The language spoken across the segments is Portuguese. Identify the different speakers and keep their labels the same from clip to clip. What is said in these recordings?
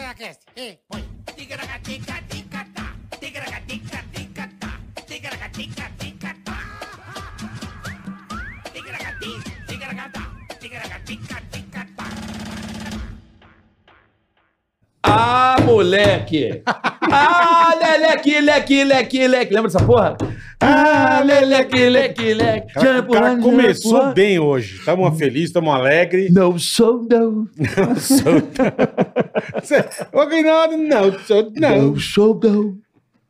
Speaker 1: Ticaracast. E põe.
Speaker 2: Ticaracatica-ticatá, ticaracatica-ticatá, ticaracatica-ticatá. Ticaracati, ticaracatá, ticaracatica-ticatá.
Speaker 3: Ah, moleque! Ah, leleque, leque, leque, leque. Lembra dessa porra? Ah, leleque, leque, leque.
Speaker 4: Cara, o cara começou bem hoje. Estamos felizes, estamos alegres.
Speaker 3: Não sou, não.
Speaker 4: Ô, Reinaldo, não, sou- não.
Speaker 3: Não sou, não. é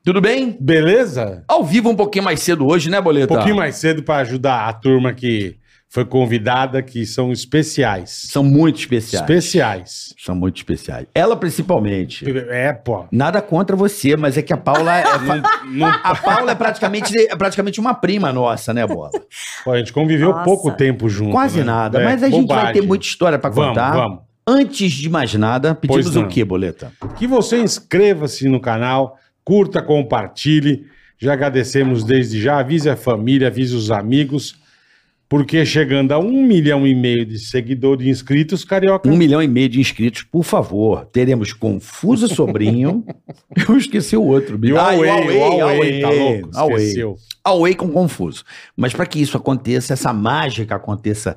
Speaker 3: Tudo bem?
Speaker 4: Beleza?
Speaker 3: Ao vivo um pouquinho mais cedo hoje, né,
Speaker 4: Um
Speaker 3: Boleta?
Speaker 4: pouquinho mais cedo para ajudar a turma que foi convidada, que são especiais.
Speaker 3: São muito especiais.
Speaker 4: Especiais.
Speaker 3: São muito especiais. Ela, principalmente.
Speaker 4: É, pô.
Speaker 3: Nada contra você, mas é que a Paula é, fa-
Speaker 4: Não-
Speaker 3: a Paula é praticamente, é praticamente uma prima nossa, né, Bola?
Speaker 4: pô, a gente conviveu
Speaker 5: Nossa.
Speaker 4: pouco tempo junto.
Speaker 3: Quase
Speaker 4: né?
Speaker 3: nada.
Speaker 4: É,
Speaker 3: mas a gente vai
Speaker 4: bobagem.
Speaker 3: ter muita história pra
Speaker 4: Vamos,
Speaker 3: contar.
Speaker 4: vamos.
Speaker 3: Antes de mais nada, pedimos
Speaker 4: Pois não.
Speaker 3: o quê, Boleta?
Speaker 4: que você inscreva-se no canal, curta, compartilhe. Já agradecemos desde já. Avise a família, avise os amigos, porque chegando a um milhão e meio de seguidores e inscritos, carioca.
Speaker 3: Um milhão e meio de inscritos, por favor. Teremos Confuso Sobrinho. Eu esqueci o outro.
Speaker 4: E
Speaker 3: bicho.
Speaker 4: o
Speaker 3: Ah,
Speaker 4: Huawei, o Huawei,
Speaker 3: Huawei,
Speaker 4: tá louco,
Speaker 3: Huawei.
Speaker 4: esqueceu.
Speaker 3: Away com Confuso. Mas para que isso aconteça, essa mágica aconteça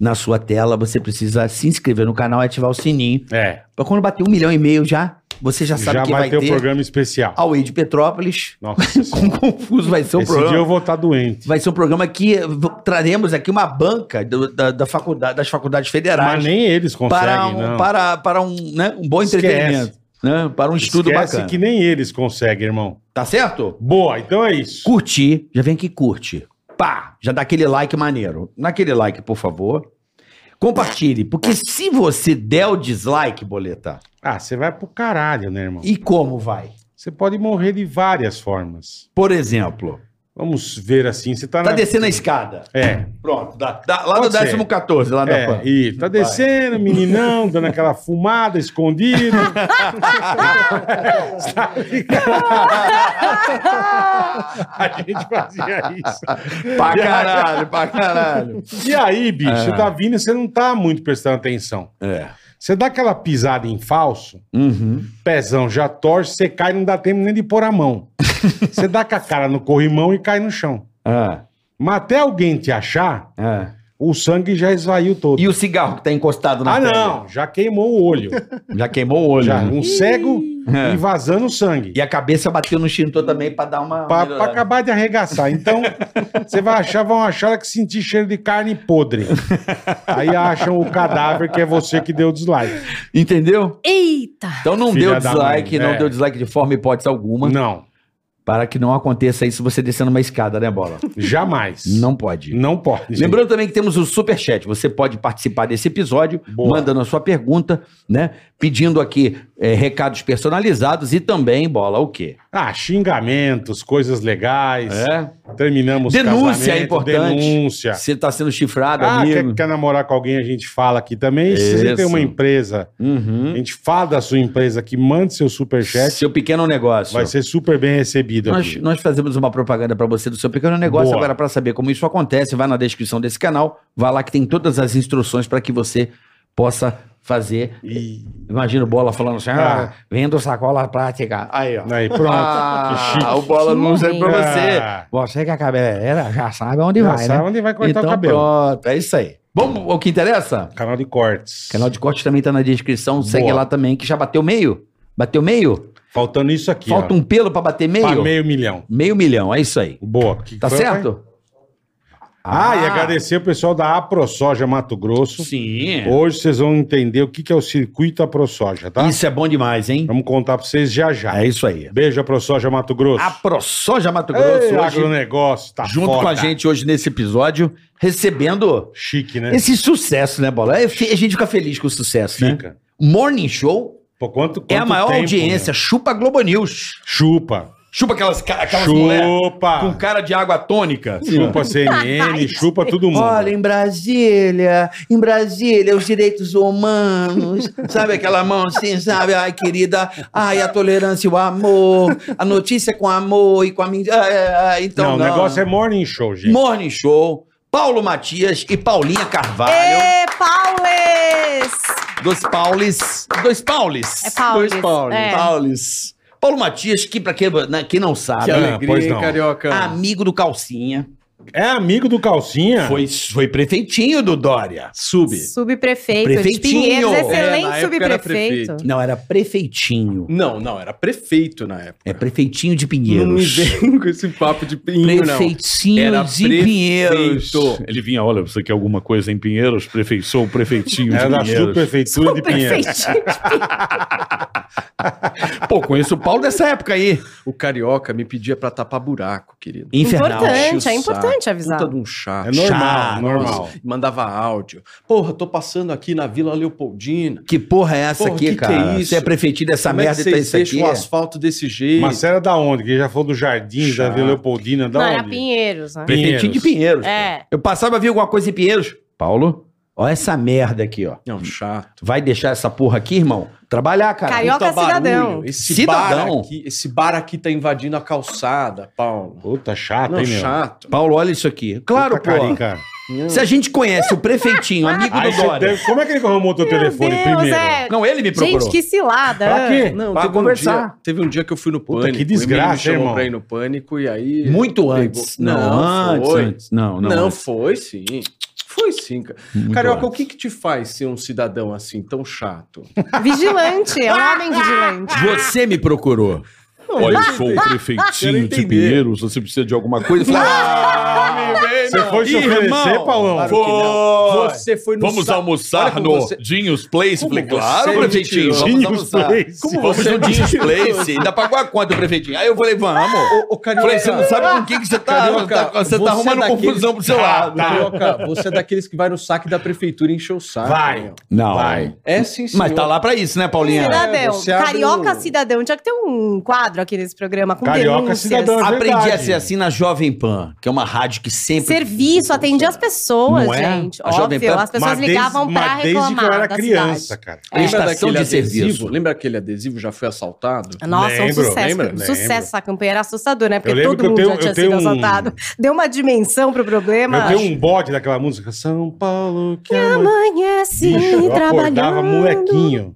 Speaker 3: na sua tela, você precisa se inscrever no canal e ativar o sininho.
Speaker 4: É,
Speaker 3: Pra quando bater um milhão e meio já, você já Tá sabe
Speaker 4: já
Speaker 3: que
Speaker 4: vai ter o
Speaker 3: ter
Speaker 4: programa especial.
Speaker 3: Away de Petrópolis.
Speaker 4: Nossa
Speaker 3: Com
Speaker 4: senhora.
Speaker 3: Confuso vai ser um
Speaker 4: Esse
Speaker 3: programa.
Speaker 4: dia eu vou estar doente.
Speaker 3: Vai ser um programa que eh, v- traremos aqui uma banca do- da, da faculdade, das faculdades federais
Speaker 4: Mas nem eles conseguem,
Speaker 3: para, um,
Speaker 4: não.
Speaker 3: para, para um, né, um bom
Speaker 4: Esquece.
Speaker 3: entretenimento. né, para um estudo
Speaker 4: Esquece
Speaker 3: bacana.
Speaker 4: que nem eles conseguem, irmão.
Speaker 3: Tá certo?
Speaker 4: Boa, então é isso.
Speaker 3: Curtir, já vem aqui e curte. Pá! Já dá aquele like maneiro. Naquele like, por favor. Compartilhe, porque se você der o dislike, boleta,
Speaker 4: Ah, você vai pro caralho, né, irmão?
Speaker 3: e como vai?
Speaker 4: Você pode morrer de várias formas.
Speaker 3: Por exemplo,
Speaker 4: Vamos ver assim. Você tá,
Speaker 3: tá
Speaker 4: na...
Speaker 3: descendo a escada.
Speaker 4: É,
Speaker 3: Pronto, dá- dá- lá do
Speaker 4: Pode ser.
Speaker 3: décimo 14, lá da
Speaker 4: é
Speaker 3: PAN.
Speaker 4: e tá
Speaker 3: Vai.
Speaker 4: descendo, meninão, dando aquela fumada escondido. Sabe? A gente fazia isso.
Speaker 3: Pra caralho, pra caralho.
Speaker 4: E aí, bicho,
Speaker 3: Ah.
Speaker 4: você tá vindo e você não tá muito prestando atenção.
Speaker 3: É.
Speaker 4: Você dá aquela pisada em falso,
Speaker 3: Uhum.
Speaker 4: pezão já torce, você cai não dá tempo nem de pôr a mão. Você dá com a cara no corrimão e cai no chão.
Speaker 3: Ah,
Speaker 4: Mas até alguém te achar,
Speaker 3: ah.
Speaker 4: o sangue já esvaiu todo.
Speaker 3: E o cigarro que tá encostado na
Speaker 4: Ah,
Speaker 3: tela?
Speaker 4: não, já queimou o olho.
Speaker 3: Já queimou o olho.
Speaker 4: Já,
Speaker 3: né?
Speaker 4: um cego
Speaker 3: É.
Speaker 4: e vazando sangue.
Speaker 3: E a cabeça bateu no extintor também pra dar uma.
Speaker 4: Pra, pra
Speaker 3: melhorada.
Speaker 4: acabar de arregaçar. Então, você vai achar, vão achar que sentir cheiro de carne podre. Aí acham o cadáver que é você que deu o dislike.
Speaker 3: Entendeu?
Speaker 5: Eita!
Speaker 3: Então não
Speaker 4: Filha
Speaker 3: deu
Speaker 4: da
Speaker 3: dislike,
Speaker 4: mãe,
Speaker 3: não
Speaker 4: é.
Speaker 3: deu dislike de forma hipótese alguma.
Speaker 4: Não,
Speaker 3: Para que não aconteça isso você descendo uma escada, né, bola?
Speaker 4: jamais.
Speaker 3: Não pode.
Speaker 4: Não pode.
Speaker 3: Lembrando também que temos o Superchat. Você pode participar desse episódio,
Speaker 4: Boa.
Speaker 3: mandando a sua pergunta, né? Pedindo aqui eh, recados personalizados e também, bola, o quê?
Speaker 4: Ah, xingamentos, coisas legais. Terminamos
Speaker 3: É. Denúncia é
Speaker 4: casamento,
Speaker 3: importante.
Speaker 4: Denúncia.
Speaker 3: Você está sendo chifrado,
Speaker 4: É. Ah, quer,
Speaker 3: amigo.
Speaker 4: quer namorar com alguém, a gente fala aqui também. Se você
Speaker 3: Isso.
Speaker 4: tem uma empresa, a gente fala da sua empresa aqui, mande seu superchat.
Speaker 3: Uhum. Seu pequeno negócio.
Speaker 4: Vai ser super bem recebido.
Speaker 3: Nós,
Speaker 4: aqui.
Speaker 3: nós fazemos uma propaganda para você do seu pequeno negócio.
Speaker 4: Boa.
Speaker 3: Agora, para saber como isso acontece, vai na descrição desse canal. Vai lá que tem todas as instruções para que você possa fazer.
Speaker 4: E...
Speaker 3: Imagina o Bola falando assim: ah, vendo sacola plástica. Aí, ó.
Speaker 4: Aí, pronto.
Speaker 3: Ah,
Speaker 4: Né? que chique.
Speaker 3: o Bola
Speaker 5: Que
Speaker 3: não serve para você.
Speaker 4: Ah,
Speaker 3: Você que é cabeleireira já sabe onde
Speaker 4: já
Speaker 3: vai,
Speaker 4: sabe
Speaker 3: né?
Speaker 4: onde vai cortar
Speaker 3: então,
Speaker 4: o cabelo.
Speaker 3: pronto. É isso aí. Vamos ao que interessa?
Speaker 4: Canal de cortes.
Speaker 3: O canal de corte também tá na descrição. Segue
Speaker 4: Boa.
Speaker 3: lá também, que já bateu meio. Bateu meio?
Speaker 4: Faltando isso aqui.
Speaker 3: Falta
Speaker 4: ó.
Speaker 3: um pelo para bater meio?
Speaker 4: Pra
Speaker 3: meio?
Speaker 4: meio milhão.
Speaker 3: milhão, é isso aí.
Speaker 4: Boa. Que
Speaker 3: Tá
Speaker 4: foi, pai?
Speaker 3: certo?
Speaker 4: Ah, e agradecer o pessoal da AproSoja Mato Grosso.
Speaker 3: Sim. é.
Speaker 4: Hoje vocês vão entender o que que é o circuito AproSoja, tá?
Speaker 3: Isso é bom demais, hein?
Speaker 4: Vamos contar pra vocês já já.
Speaker 3: É isso aí.
Speaker 4: Beijo, AproSoja Mato Grosso.
Speaker 3: A ProSoja Mato Grosso
Speaker 4: Ei,
Speaker 3: hoje,
Speaker 4: agronegócio, tá
Speaker 3: junto
Speaker 4: foda.
Speaker 3: com a gente hoje nesse episódio, recebendo
Speaker 4: Chique, né?
Speaker 3: esse sucesso, né, Bola? É, fe- A gente fica feliz com o sucesso, né?
Speaker 4: Fica.
Speaker 3: Morning Show
Speaker 4: Pô, quanto,
Speaker 3: é a
Speaker 4: quanto
Speaker 3: maior
Speaker 4: tempo,
Speaker 3: audiência.
Speaker 4: né?
Speaker 3: Chupa Globo News.
Speaker 4: Chupa.
Speaker 3: Chupa aquelas, ca- aquelas mulheres
Speaker 4: Chupa.
Speaker 3: com cara assim, de água tônica.
Speaker 4: Chupa CNN, chupa todo mundo.
Speaker 3: Olha, em Brasília, em Brasília, os direitos humanos, sabe aquela mão assim, sabe? Ai, querida, ai, a tolerância, e o amor, a notícia com amor e com a mídia. Ai, ai, ai, então,
Speaker 4: não, o negócio é morning show, gente.
Speaker 3: Morning Show, Paulo Matias e Paulinha Carvalho.
Speaker 5: Epa!
Speaker 2: Paules!
Speaker 6: Dos Paulis. Dois Paulis.
Speaker 2: É Paules.
Speaker 7: Dois Paules.
Speaker 2: É.
Speaker 6: Paulis. Paulo Matias, que pra quem, né, quem não
Speaker 7: Que
Speaker 6: sabe,
Speaker 4: Ah,
Speaker 7: alegria,
Speaker 4: pois
Speaker 7: hein,
Speaker 4: não.
Speaker 7: carioca?
Speaker 2: Ah,
Speaker 6: amigo do Calcinha,
Speaker 4: É amigo do Calcinha?
Speaker 6: foi, foi prefeitinho do Dória. Sub.
Speaker 2: Subprefeito de
Speaker 6: Prefeitinho.
Speaker 2: Pinheiros,
Speaker 7: É,
Speaker 2: excelente
Speaker 7: na época era
Speaker 2: subprefeito.
Speaker 7: prefeito.
Speaker 6: Não, era prefeitinho.
Speaker 7: Não, não, era prefeito na época.
Speaker 6: É prefeitinho de Pinheiros.
Speaker 7: Não me vem com esse papo de pinho, não.
Speaker 6: Prefeitinho
Speaker 7: Era
Speaker 6: de
Speaker 7: prefeito.
Speaker 6: Pinheiros.
Speaker 3: Ele vinha, olha, você quer alguma coisa em Pinheiros? Prefei, sou o prefeitinho
Speaker 4: Era
Speaker 3: de
Speaker 4: É da
Speaker 3: Pinheiros.
Speaker 4: subprefeitura de Pinheiros.
Speaker 2: Subprefeitinho.
Speaker 6: Pô, conheço o Paulo dessa época aí.
Speaker 7: O carioca me pedia pra tapar buraco, querido.
Speaker 6: Infernal.
Speaker 2: Importante,
Speaker 7: Enchia o
Speaker 2: é importante
Speaker 7: saco.
Speaker 2: avisar.
Speaker 7: Puta de um chato.
Speaker 4: É normal,
Speaker 6: Chato.
Speaker 4: normal.
Speaker 7: Nossa, Mandava áudio. Porra, tô passando aqui na Vila Leopoldina.
Speaker 6: Que porra é essa
Speaker 7: Porra,
Speaker 6: aqui,
Speaker 7: que que é
Speaker 6: cara?
Speaker 7: isso?
Speaker 6: Você é prefeitinho dessa
Speaker 7: Como é
Speaker 6: merda
Speaker 7: que
Speaker 6: e tá
Speaker 7: vocês
Speaker 6: isso
Speaker 7: deixam
Speaker 6: aqui?
Speaker 7: o asfalto desse jeito?
Speaker 4: Mas era da onde? Que já falou do Jardim, da
Speaker 7: Chato.
Speaker 4: Vila Leopoldina, da
Speaker 2: Não, era
Speaker 4: onde?
Speaker 2: Pinheiros, né?
Speaker 6: Prefeitinho de Pinheiros.
Speaker 2: É.
Speaker 6: Eu passava a ver alguma coisa em Pinheiros. Paulo, ó essa merda aqui, ó.
Speaker 7: Não, É um chato.
Speaker 6: Vai deixar essa porra aqui, irmão? Trabalhar, cara.
Speaker 2: Carioca é
Speaker 7: Puta
Speaker 2: cidadão.
Speaker 7: barulho. Esse
Speaker 6: Cidadão.
Speaker 7: bar aqui, esse bar aqui tá invadindo a calçada, Paulo.
Speaker 4: Puta, chato,
Speaker 7: Não,
Speaker 4: hein, meu?
Speaker 7: chato.
Speaker 6: Paulo, olha isso aqui. Claro,
Speaker 4: Puta
Speaker 6: pô.
Speaker 4: carica.
Speaker 6: Se a gente conhece o prefeitinho, amigo
Speaker 4: Aí
Speaker 6: do
Speaker 4: você
Speaker 6: Dória.
Speaker 4: deve- Como é que ele arrumou teu telefone primeiro?
Speaker 2: é.
Speaker 6: Não, ele me procurou.
Speaker 2: Gente, que cilada.
Speaker 4: Pra quê?
Speaker 7: Não,
Speaker 6: Pra
Speaker 7: teve
Speaker 6: conversar.
Speaker 7: Um dia, teve um dia que eu fui no
Speaker 4: Puta,
Speaker 7: pânico.
Speaker 4: que
Speaker 7: o Emílio me
Speaker 4: desgraça,
Speaker 7: chamou
Speaker 4: irmão.
Speaker 7: pra ir no pânico e aí.
Speaker 6: Muito
Speaker 7: pegou-
Speaker 6: antes.
Speaker 7: Não,
Speaker 6: antes,
Speaker 7: foi.
Speaker 6: antes. Não,
Speaker 7: Não,
Speaker 6: não. antes.
Speaker 7: foi sim. Foi sim, cara.
Speaker 6: Muito
Speaker 7: Carioca, o
Speaker 6: antes.
Speaker 7: que que te faz ser um cidadão assim, tão chato?
Speaker 2: Vigilante, é um homem vigilante.
Speaker 6: Você me procurou.
Speaker 3: Olha, eu sou o prefeitinho de
Speaker 7: entender.
Speaker 3: Pinheiros, você precisa de alguma coisa? Eu falei, Ah!
Speaker 4: Você foi se
Speaker 6: Irmão,
Speaker 4: oferecer, Paulão?
Speaker 7: Claro que não. Você foi no
Speaker 3: vamos
Speaker 7: sa- Olha
Speaker 3: almoçar
Speaker 7: como
Speaker 3: no
Speaker 7: você-
Speaker 3: Dinho's Place? Eu
Speaker 7: Como
Speaker 3: falei, claro,
Speaker 7: você é
Speaker 3: prefeitinho,
Speaker 7: mentiroso.
Speaker 3: vamos
Speaker 4: Dinho's
Speaker 3: almoçar.
Speaker 4: Place. Como
Speaker 3: vamos
Speaker 7: você é
Speaker 3: no Dinho's
Speaker 7: mentiroso.
Speaker 3: Place? Ainda pagou a conta, prefeitinho. Aí eu falei, vamos.
Speaker 7: Ô, ô, Carioca,
Speaker 3: Falei, você não sabe com quem que você tá.
Speaker 7: Carioca,
Speaker 3: você tá arrumando
Speaker 7: é daqueles-
Speaker 3: confusão pro seu lado. tá?
Speaker 7: Carioca, você é daqueles que vai no saque da prefeitura e encher o saco.
Speaker 4: Vai.
Speaker 7: meu.
Speaker 6: Não.
Speaker 4: Vai.
Speaker 7: É sim, senhor.
Speaker 6: Mas tá lá pra isso, né,
Speaker 2: É
Speaker 6: Paulinha?
Speaker 2: Cidadão.
Speaker 7: você abre
Speaker 2: Carioca
Speaker 7: o-
Speaker 2: cidadão. Tinha que ter um quadro aqui nesse programa com
Speaker 4: Carioca
Speaker 2: denúncias.
Speaker 4: cidadão. É
Speaker 6: Aprendi
Speaker 4: verdade.
Speaker 6: a ser assim na Jovem Pan, que é uma rádio que sempre.
Speaker 2: Serviço, atendia as pessoas,
Speaker 6: Não é?
Speaker 2: gente.
Speaker 6: A Jovem
Speaker 2: Óbvio,
Speaker 6: Pan-
Speaker 2: as pessoas
Speaker 4: Mas desde-
Speaker 2: ligavam pra
Speaker 4: mas desde que
Speaker 2: reclamar
Speaker 4: eu era
Speaker 2: da
Speaker 4: criança,
Speaker 2: cidade.
Speaker 4: cara.
Speaker 2: É.
Speaker 6: Prestação de serviço.
Speaker 7: adesivo? Lembra aquele adesivo já foi assaltado?
Speaker 2: Nossa, um
Speaker 4: Lembro,
Speaker 2: sucesso.
Speaker 4: lembra,
Speaker 2: um
Speaker 4: lembro.
Speaker 2: sucesso essa campanha. Era assustador, né?
Speaker 4: Eu
Speaker 2: Porque
Speaker 4: lembro
Speaker 2: todo
Speaker 4: que eu
Speaker 2: mundo
Speaker 4: tenho-
Speaker 2: já tinha
Speaker 4: eu tenho
Speaker 2: sido
Speaker 4: um-
Speaker 2: assaltado. Deu uma dimensão pro problema.
Speaker 4: Eu tenho um bode daquela música. São Paulo, que ama...
Speaker 2: Amanhece
Speaker 4: Bicho, eu acordava
Speaker 2: trabalhando.
Speaker 4: molequinho.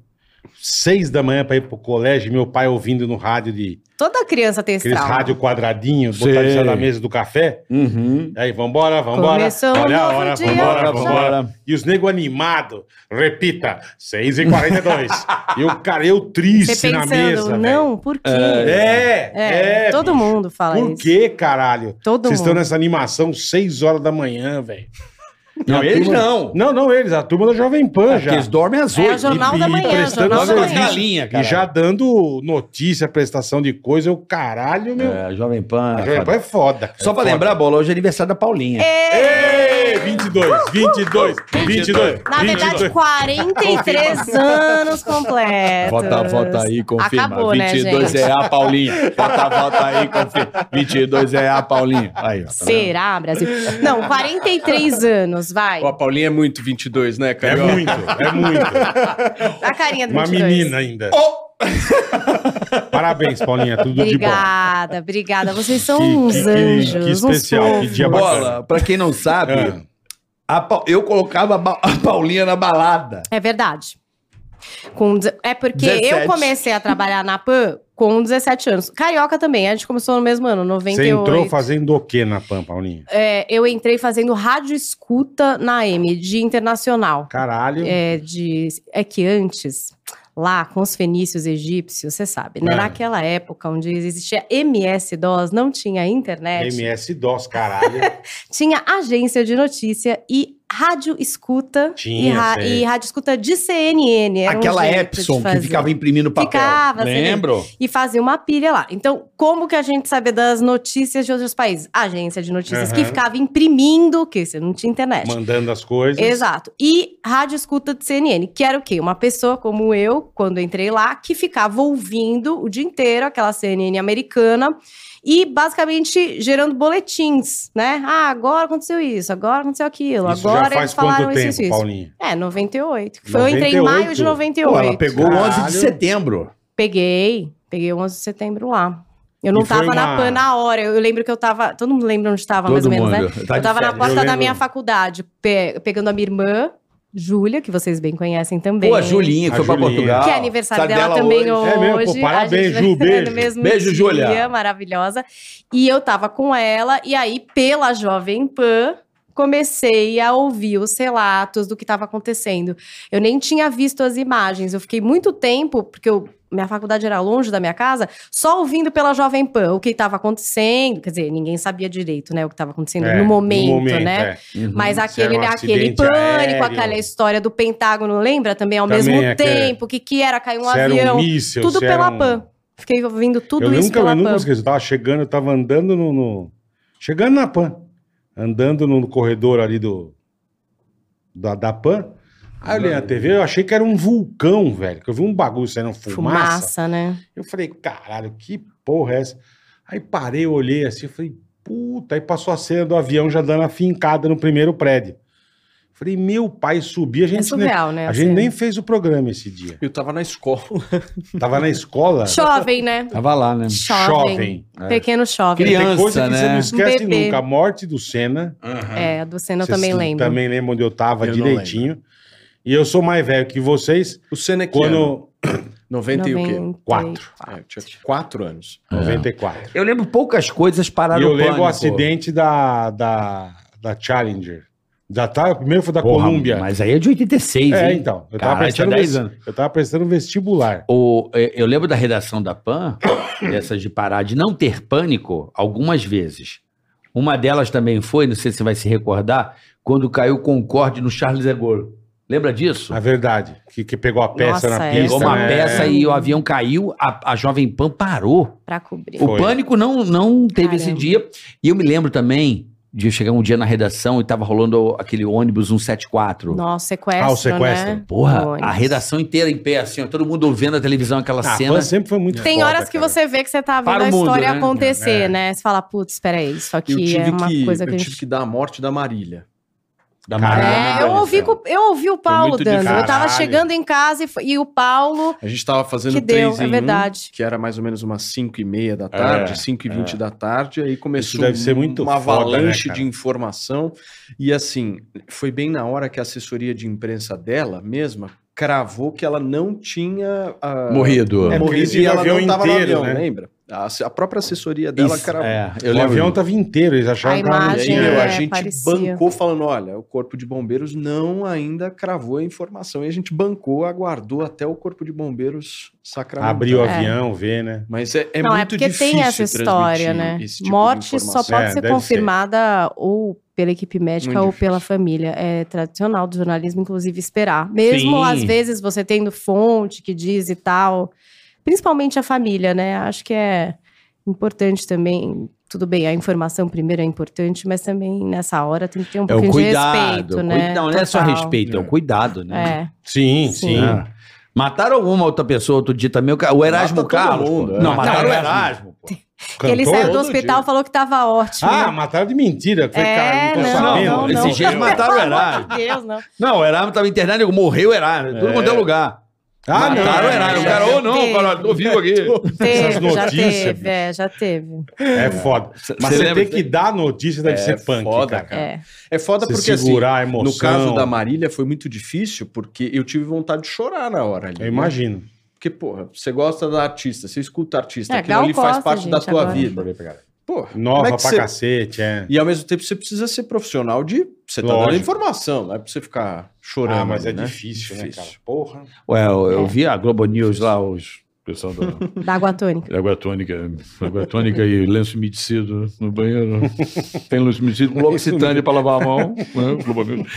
Speaker 4: Seis da manhã pra ir pro colégio, meu pai ouvindo no rádio de...
Speaker 2: Toda criança tem esse
Speaker 4: Aqueles
Speaker 2: trauma.
Speaker 4: rádio quadradinho,
Speaker 3: Sei.
Speaker 4: botar em cima da mesa do café.
Speaker 6: Uhum.
Speaker 4: Aí, vambora, vambora.
Speaker 2: Começou um
Speaker 4: Olha a
Speaker 2: novo
Speaker 4: hora,
Speaker 2: dia,
Speaker 4: vambora,
Speaker 2: já.
Speaker 4: vambora. E os nego animado, repita, 6h42. e o cara, eu triste
Speaker 2: Você
Speaker 4: na
Speaker 2: pensando,
Speaker 4: mesa,
Speaker 2: não,
Speaker 4: velho.
Speaker 2: por quê?
Speaker 4: É, é,
Speaker 2: É, todo
Speaker 4: bicho.
Speaker 2: mundo fala
Speaker 4: Por
Speaker 2: isso.
Speaker 4: que, caralho?
Speaker 2: Todo
Speaker 4: Vocês estão
Speaker 2: mundo.
Speaker 4: nessa animação 6 horas da manhã, velho.
Speaker 6: Não,
Speaker 4: A
Speaker 6: eles
Speaker 4: turma-
Speaker 6: não.
Speaker 4: Não, não eles, a turma da Jovem Pan
Speaker 6: Porque
Speaker 4: já.
Speaker 6: eles dormem às
Speaker 2: É, o
Speaker 6: oito.
Speaker 2: Jornal da Manhã,
Speaker 4: prestando
Speaker 2: Jornal da
Speaker 6: Nós
Speaker 2: Manhã.
Speaker 6: na
Speaker 4: serviço.
Speaker 6: linha,
Speaker 4: E
Speaker 6: cara.
Speaker 4: já dando notícia, prestação de coisa, eu, caralho, meu.
Speaker 6: É, Jovem Pan.
Speaker 4: a Jovem Pan é foda. cara,
Speaker 6: Só pra
Speaker 4: é foda.
Speaker 6: lembrar, Bola, hoje é aniversário da Paulinha.
Speaker 4: Ê, 22, 22, 22.
Speaker 2: Na verdade, 43 anos completos.
Speaker 3: Vota, vota aí, confirma.
Speaker 2: Acabou,
Speaker 3: 22
Speaker 2: né, gente?
Speaker 3: é a Paulinha. Vota, vota aí, confirma. 22 é a Paulinha. Aí, ó. tá vendo?
Speaker 2: Será, Brasil? Não, 43 anos, vai.
Speaker 7: Ó, a Paulinha é muito 22, né,
Speaker 4: É
Speaker 7: Carioca?
Speaker 4: muito, é muito.
Speaker 2: A carinha do
Speaker 4: Uma
Speaker 2: 22.
Speaker 4: menina ainda. Parabéns, Paulinha, tudo
Speaker 2: Obrigada, obrigada. Vocês são
Speaker 4: Que- que-
Speaker 2: uns
Speaker 4: que- que
Speaker 2: anjos. uns
Speaker 4: especial, que dia
Speaker 2: fofos.
Speaker 4: bacana.
Speaker 6: Bola, pra quem não
Speaker 4: de
Speaker 6: sabe,
Speaker 4: bom.
Speaker 3: É.
Speaker 4: Ah,
Speaker 6: a Pau- eu colocava a, Ba- a Paulinha na balada.
Speaker 2: É verdade. Com deze- é porque
Speaker 6: 17.
Speaker 2: eu comecei a trabalhar na PAN com 17 anos. Carioca também, a gente começou no mesmo ano,
Speaker 4: Você
Speaker 2: 98.
Speaker 4: entrou fazendo o que na Pan, Paulinha?
Speaker 2: É, eu entrei fazendo rádio escuta na M, de internacional.
Speaker 4: Caralho.
Speaker 2: É, de, é que antes, lá com os fenícios egípcios, você sabe, né?
Speaker 6: É.
Speaker 4: Ah.
Speaker 2: Naquela época onde existia MS-DOS, não tinha internet,
Speaker 4: MS-DOS, caralho.
Speaker 2: tinha agência de notícia e rádio escuta.
Speaker 4: Tinha,
Speaker 2: e, ra-
Speaker 4: sei.
Speaker 2: e rádio escuta de CNN. Era um
Speaker 6: Aquela
Speaker 2: jeito de
Speaker 6: Epson que
Speaker 2: fazer.
Speaker 6: ficava imprimindo papel.
Speaker 2: Ficava, assim, você
Speaker 6: Lembro?
Speaker 2: E fazia uma pilha lá. Então, como que a gente sabia das notícias de outros países? Agência de notícias que
Speaker 4: Aham.
Speaker 2: ficava imprimindo, que você não tinha internet.
Speaker 4: Mandando as coisas.
Speaker 2: Exato. E rádio escuta de CNN, que era o quê? Uma pessoa como eu, quando entrei lá, que ficava ouvindo o dia inteiro aquela CNN americana e basicamente gerando boletins, né? Ah, agora aconteceu isso, agora aconteceu aquilo,
Speaker 4: Isso
Speaker 2: agora
Speaker 4: já faz
Speaker 2: eles falaram
Speaker 4: quanto
Speaker 2: isso,
Speaker 4: tempo,
Speaker 2: isso, isso.
Speaker 4: Paulinha?
Speaker 2: É, 98. Foi, eu entrei em
Speaker 4: 98?
Speaker 2: maio de
Speaker 6: Pô,
Speaker 2: 98.
Speaker 6: ela pegou o 11 de
Speaker 4: Caralho.
Speaker 6: setembro.
Speaker 2: Peguei, peguei o 11 de setembro lá. Eu não
Speaker 4: E foi
Speaker 2: tava
Speaker 4: uma-
Speaker 2: na PAN na hora. Eu, eu lembro que eu tava. Todo mundo lembra onde tava, mais ou menos, né?
Speaker 6: Tá
Speaker 2: eu
Speaker 6: de
Speaker 2: tava na
Speaker 6: férias.
Speaker 2: porta
Speaker 4: Eu
Speaker 2: da
Speaker 4: lembro.
Speaker 2: minha faculdade, pe- pegando a minha irmã Júlia, que vocês bem conhecem também.
Speaker 6: Pô, a Julinha, que
Speaker 4: A
Speaker 6: foi pra
Speaker 4: Julinha.
Speaker 6: Portugal.
Speaker 2: Que é aniversário
Speaker 6: Sabe
Speaker 2: dela, também hoje.
Speaker 4: É mesmo?
Speaker 2: A gente
Speaker 4: Pô, parabéns,
Speaker 2: vai
Speaker 4: Ju,
Speaker 2: fazer
Speaker 4: beijo.
Speaker 2: no mesmo
Speaker 6: Beijo,
Speaker 2: dia,
Speaker 6: Júlia.
Speaker 2: Maravilhosa. E eu tava com ela, e aí, pela Jovem Pan, comecei a ouvir os relatos do que estava acontecendo. Eu nem tinha visto as imagens. Eu fiquei muito tempo, porque eu- minha faculdade era longe da minha casa, só ouvindo pela Jovem Pan o que estava acontecendo. Quer dizer, ninguém sabia direito, né, o que estava acontecendo
Speaker 4: É,
Speaker 2: no, momento, né?
Speaker 4: é.
Speaker 3: Uhum.
Speaker 2: Mas
Speaker 4: se era
Speaker 2: aquele,
Speaker 4: um
Speaker 2: aquele
Speaker 4: acidente
Speaker 2: pânico,
Speaker 4: aéreo.
Speaker 2: aquela história do Pentágono, lembra também ao
Speaker 4: Também
Speaker 2: mesmo
Speaker 4: é que-
Speaker 2: tempo? O que, que era? Caiu um
Speaker 4: Se era
Speaker 2: avião.
Speaker 4: míssil,
Speaker 2: tudo
Speaker 4: se
Speaker 2: pela
Speaker 4: era um-
Speaker 2: PAN. Fiquei ouvindo tudo
Speaker 4: eu
Speaker 2: isso
Speaker 4: nunca,
Speaker 2: pela
Speaker 4: eu nunca
Speaker 2: PAN.
Speaker 4: esqueci. Eu tava chegando, eu tava andando no, no- Chegando na PAN. Andando no corredor ali do. Da, da PAN. Aí eu olhei na TV, eu achei que era um vulcão, velho. Que eu vi um bagulho saindo
Speaker 2: Fumaça,
Speaker 4: fumaça.
Speaker 2: né?
Speaker 4: Eu falei, caralho, que porra é essa? Aí parei, olhei assim, eu falei, puta, aí passou a cena do avião já dando a fincada no primeiro prédio. Falei, meu pai, subi, a
Speaker 2: É
Speaker 4: gente, nem,
Speaker 2: surreal, né?
Speaker 4: a gente
Speaker 2: assim.
Speaker 4: nem fez o programa esse dia.
Speaker 7: Eu tava na escola.
Speaker 4: Tava na escola,
Speaker 2: Jovem, né?
Speaker 3: Tava lá, né?
Speaker 2: Jovem.
Speaker 4: é.
Speaker 2: Pequeno jovem.
Speaker 3: Criança.
Speaker 4: Tem coisa que você
Speaker 3: né?
Speaker 4: não esquece
Speaker 2: Um Bebê.
Speaker 4: nunca, a morte do Senna.
Speaker 2: É, a do Senna eu
Speaker 4: Vocês
Speaker 2: também lembro.
Speaker 4: Também lembro onde eu tava
Speaker 3: Eu não
Speaker 4: direitinho. E eu sou mais velho que vocês,
Speaker 7: O Senna é que ano?
Speaker 4: quando...
Speaker 7: 90 e o quê?
Speaker 4: 94.
Speaker 7: É, eu tinha 4 anos.
Speaker 4: É. 94.
Speaker 3: Eu lembro poucas coisas
Speaker 4: E
Speaker 3: pararam
Speaker 4: eu lembro o acidente da, da, da Challenger. Da, tá, o primeiro foi da Colômbia.
Speaker 3: Mas aí é de 86,
Speaker 4: É,
Speaker 3: hein?
Speaker 4: então. Eu tava,
Speaker 3: Caralho, tinha
Speaker 4: prestando
Speaker 3: 10
Speaker 4: ves-
Speaker 3: anos.
Speaker 4: eu tava prestando vestibular.
Speaker 3: O, é, eu lembro da redação da PAN, dessas de parar de não ter pânico, algumas vezes. Uma delas também foi, não sei se você vai se recordar, quando caiu o Concorde no Charles de Gaulle. Lembra disso?
Speaker 4: A verdade. Que, que pegou a
Speaker 2: Nossa,
Speaker 4: peça
Speaker 2: é.
Speaker 4: na
Speaker 2: essa-
Speaker 4: pista.
Speaker 3: Pegou uma
Speaker 4: né?
Speaker 3: peça e o avião caiu, a, a Jovem Pan parou.
Speaker 2: Pra cobrir.
Speaker 4: É. Foi.
Speaker 3: O pânico não, não teve
Speaker 2: Caramba.
Speaker 3: esse dia. E eu me lembro também de eu chegar um dia na redação e tava rolando aquele ônibus 174.
Speaker 2: Nossa, sequestro,
Speaker 4: Ah, o sequestro.
Speaker 2: né?
Speaker 3: Porra,
Speaker 2: Ônibus.
Speaker 3: a redação inteira em pé, assim, ó, todo mundo vendo a televisão aquela
Speaker 4: Ah, A
Speaker 3: cena.
Speaker 4: Pan sempre foi muito
Speaker 2: Tem
Speaker 4: foda,
Speaker 2: horas que
Speaker 4: cara.
Speaker 2: você vê que você tá vendo
Speaker 3: Para
Speaker 2: a
Speaker 3: o mundo,
Speaker 2: história
Speaker 3: né?
Speaker 2: acontecer,
Speaker 4: É.
Speaker 2: né? Você fala, putz, peraí, isso
Speaker 7: Eu
Speaker 2: aqui é
Speaker 7: tive,
Speaker 2: uma
Speaker 7: que,
Speaker 2: coisa que
Speaker 7: eu
Speaker 2: a
Speaker 7: tive
Speaker 2: gente...
Speaker 7: que dar a morte da Marília.
Speaker 3: Da
Speaker 4: Caralho,
Speaker 2: É, eu
Speaker 4: velho.
Speaker 2: ouvi, com- eu ouvi o Paulo
Speaker 3: muito
Speaker 2: dando. Eu tava
Speaker 4: caralho.
Speaker 2: chegando em casa e, foi- e o Paulo.
Speaker 7: A gente tava fazendo
Speaker 2: Que deu,
Speaker 7: três
Speaker 2: é
Speaker 7: em um,
Speaker 2: verdade.
Speaker 7: que era mais ou menos umas 5 e meia da tarde, 5 e 20 da tarde, aí começou
Speaker 4: É,
Speaker 7: um
Speaker 4: deve ser muito
Speaker 7: uma
Speaker 4: foda, né,
Speaker 7: avalanche
Speaker 4: cara?
Speaker 7: de informação. E assim, foi bem na hora que a assessoria de imprensa dela mesma cravou que ela não tinha ah,
Speaker 3: Morrido.
Speaker 4: É, porque ele
Speaker 7: morrido
Speaker 4: viu o
Speaker 7: e ela não
Speaker 4: avião
Speaker 7: estava
Speaker 4: inteiro,
Speaker 7: no avião,
Speaker 4: né?
Speaker 7: lembra? A, a própria assessoria dela
Speaker 3: Isso,
Speaker 7: cravou.
Speaker 3: é, eu
Speaker 4: O
Speaker 3: lembro.
Speaker 4: avião tava inteiro, eles acharam
Speaker 2: A
Speaker 4: que ela não
Speaker 7: E
Speaker 2: imagem,
Speaker 7: aí,
Speaker 4: tinha.
Speaker 7: meu, a
Speaker 2: é,
Speaker 7: gente
Speaker 2: parecia.
Speaker 7: bancou falando, olha, o corpo de bombeiros não ainda cravou a informação. E a gente bancou, aguardou até o corpo de bombeiros sacramentar.
Speaker 4: Abriu o
Speaker 2: É.
Speaker 4: avião, vê, né?
Speaker 7: Mas é, é
Speaker 2: não, é
Speaker 7: muito
Speaker 2: porque
Speaker 7: difícil
Speaker 2: tem essa história,
Speaker 7: transmitir
Speaker 2: né?
Speaker 7: esse tipo de
Speaker 2: Morte só
Speaker 7: informação.
Speaker 2: pode
Speaker 4: É,
Speaker 2: ser
Speaker 4: deve
Speaker 2: confirmada ou pela equipe médica
Speaker 7: Muito
Speaker 2: ou
Speaker 7: difícil.
Speaker 2: pela família. É tradicional do jornalismo, inclusive, esperar. Mesmo,
Speaker 3: Sim.
Speaker 2: às vezes, você tendo fonte que diz e tal. Principalmente a família, né? Acho que é importante também. Tudo bem, a informação primeiro é importante, mas também nessa hora tem que ter um
Speaker 3: É o
Speaker 2: pouquinho de
Speaker 3: cuidado.
Speaker 2: respeito, né?
Speaker 3: cuida- Não, não é só
Speaker 2: Total.
Speaker 3: respeito, é o cuidado, né?
Speaker 2: É.
Speaker 4: Sim, sim.
Speaker 2: Sim.
Speaker 3: É. Mataram alguma outra pessoa outro dia também? o ca- O Erasmo
Speaker 7: Mata todo
Speaker 3: Carlos.
Speaker 7: mundo,
Speaker 3: pô.
Speaker 7: é.
Speaker 3: Não, mataram
Speaker 4: Não,
Speaker 3: o
Speaker 4: é.
Speaker 3: Erasmo. pô.
Speaker 2: Que ele
Speaker 4: Cantor?
Speaker 2: saiu do
Speaker 7: Todo
Speaker 2: hospital e
Speaker 7: dia.
Speaker 2: falou que tava ótimo.
Speaker 4: Ah, mataram de mentira. Eu falei,
Speaker 2: É,
Speaker 4: cara, não tô
Speaker 2: não,
Speaker 4: sabendo.
Speaker 2: não,
Speaker 3: esses
Speaker 2: não.
Speaker 3: dias mataram o Erasmo.
Speaker 2: Meu Deus, não.
Speaker 3: Não, o Erasmo tava internado, nego, morreu o Erasmo. Todo mundo é lugar.
Speaker 4: Ah, não.
Speaker 3: mataram o
Speaker 4: é,
Speaker 3: Erasmo. O
Speaker 4: é,
Speaker 3: cara,
Speaker 2: já
Speaker 3: ô não,
Speaker 2: teve.
Speaker 3: cara, tô vivo aqui.
Speaker 4: Essas
Speaker 2: Teve, já
Speaker 4: notícias,
Speaker 2: teve,
Speaker 4: bicho.
Speaker 2: é, já teve.
Speaker 4: É foda. Mas
Speaker 3: Cê
Speaker 4: você
Speaker 3: lembra-
Speaker 4: tem que É dar notícia, deve ser punk,
Speaker 7: foda,
Speaker 4: cara.
Speaker 7: cara.
Speaker 2: É.
Speaker 7: É foda
Speaker 4: Você
Speaker 7: porque,
Speaker 4: segurar a
Speaker 7: assim,
Speaker 4: emoção.
Speaker 7: no caso da Marília foi muito difícil, porque eu tive vontade de chorar na hora ali. né?
Speaker 4: Eu imagino.
Speaker 7: Porque, porra, você gosta da artista, você escuta a artista,
Speaker 2: É,
Speaker 7: aquilo
Speaker 2: Gal
Speaker 7: ali
Speaker 2: Costa,
Speaker 7: faz parte da
Speaker 2: gente,
Speaker 7: tua
Speaker 2: agora.
Speaker 7: vida. Porra, como
Speaker 4: Nova
Speaker 7: é que
Speaker 4: pra
Speaker 7: você-
Speaker 4: cacete, é.
Speaker 7: E ao mesmo tempo você precisa ser profissional de. Você tá
Speaker 4: Lógico.
Speaker 7: dando informação, não é pra você ficar chorando.
Speaker 4: Ah, mas é
Speaker 7: ali, né?
Speaker 4: difícil, né,
Speaker 7: Difícil.
Speaker 4: cara? Porra.
Speaker 3: Ué, eu, eu
Speaker 2: É.
Speaker 3: vi a Globo News lá, os pessoal da
Speaker 2: Da água tônica.
Speaker 3: da água tônica, água tônica e lenço umedecido no banheiro. Tem lenço umedecido
Speaker 8: É
Speaker 3: com L'Occitane para lavar a mão. Né? Globo News.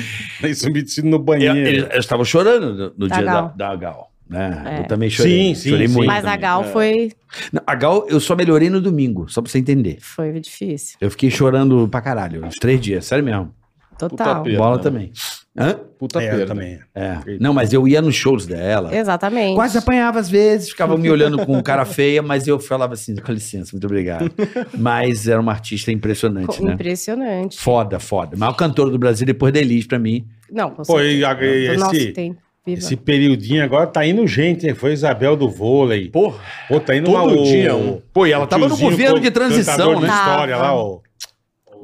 Speaker 4: Isso me decido no
Speaker 3: E
Speaker 4: banheiro. É,
Speaker 3: Eles eles estavam chorando no, no
Speaker 2: Da
Speaker 3: dia
Speaker 2: Gal.
Speaker 3: da, da Gal. Né?
Speaker 2: É.
Speaker 3: Eu também chorei.
Speaker 4: Sim, sim,
Speaker 3: chorei
Speaker 4: sim.
Speaker 3: muito. É.
Speaker 2: Mas a
Speaker 3: também.
Speaker 2: Gal foi,
Speaker 3: Não, a Gal, eu só melhorei no domingo, só pra você entender.
Speaker 2: foi difícil.
Speaker 3: Eu fiquei chorando pra caralho, uns três dias, sério mesmo.
Speaker 2: Total.
Speaker 7: Perda,
Speaker 3: Bola
Speaker 7: né?
Speaker 3: também. Hã?
Speaker 7: Puta
Speaker 4: é,
Speaker 7: perda.
Speaker 4: eu também.
Speaker 3: É. Não, mas eu ia nos shows dela.
Speaker 2: Exatamente.
Speaker 3: Quase apanhava às vezes, ficava me olhando com cara feia, mas eu falava assim, com licença, muito obrigado. Mas era uma artista impressionante,
Speaker 2: Co-
Speaker 3: né?
Speaker 2: Impressionante.
Speaker 3: Foda, foda. Maior cantora do Brasil depois da Elis, pra mim.
Speaker 2: Não, com
Speaker 4: Pô,
Speaker 2: certeza.
Speaker 4: e a- e
Speaker 2: Do nosso
Speaker 4: esse,
Speaker 2: tempo. Viva.
Speaker 4: esse periodinho agora tá indo gente, hein? Foi Isabel do vôlei.
Speaker 7: Porra,
Speaker 4: Pô, tá indo
Speaker 7: Todo
Speaker 4: uma, o-
Speaker 7: dia um.
Speaker 4: Pô, e
Speaker 3: ela tava no governo de transição,
Speaker 4: cantador de
Speaker 2: né?
Speaker 4: história
Speaker 2: Tava.
Speaker 4: lá, o...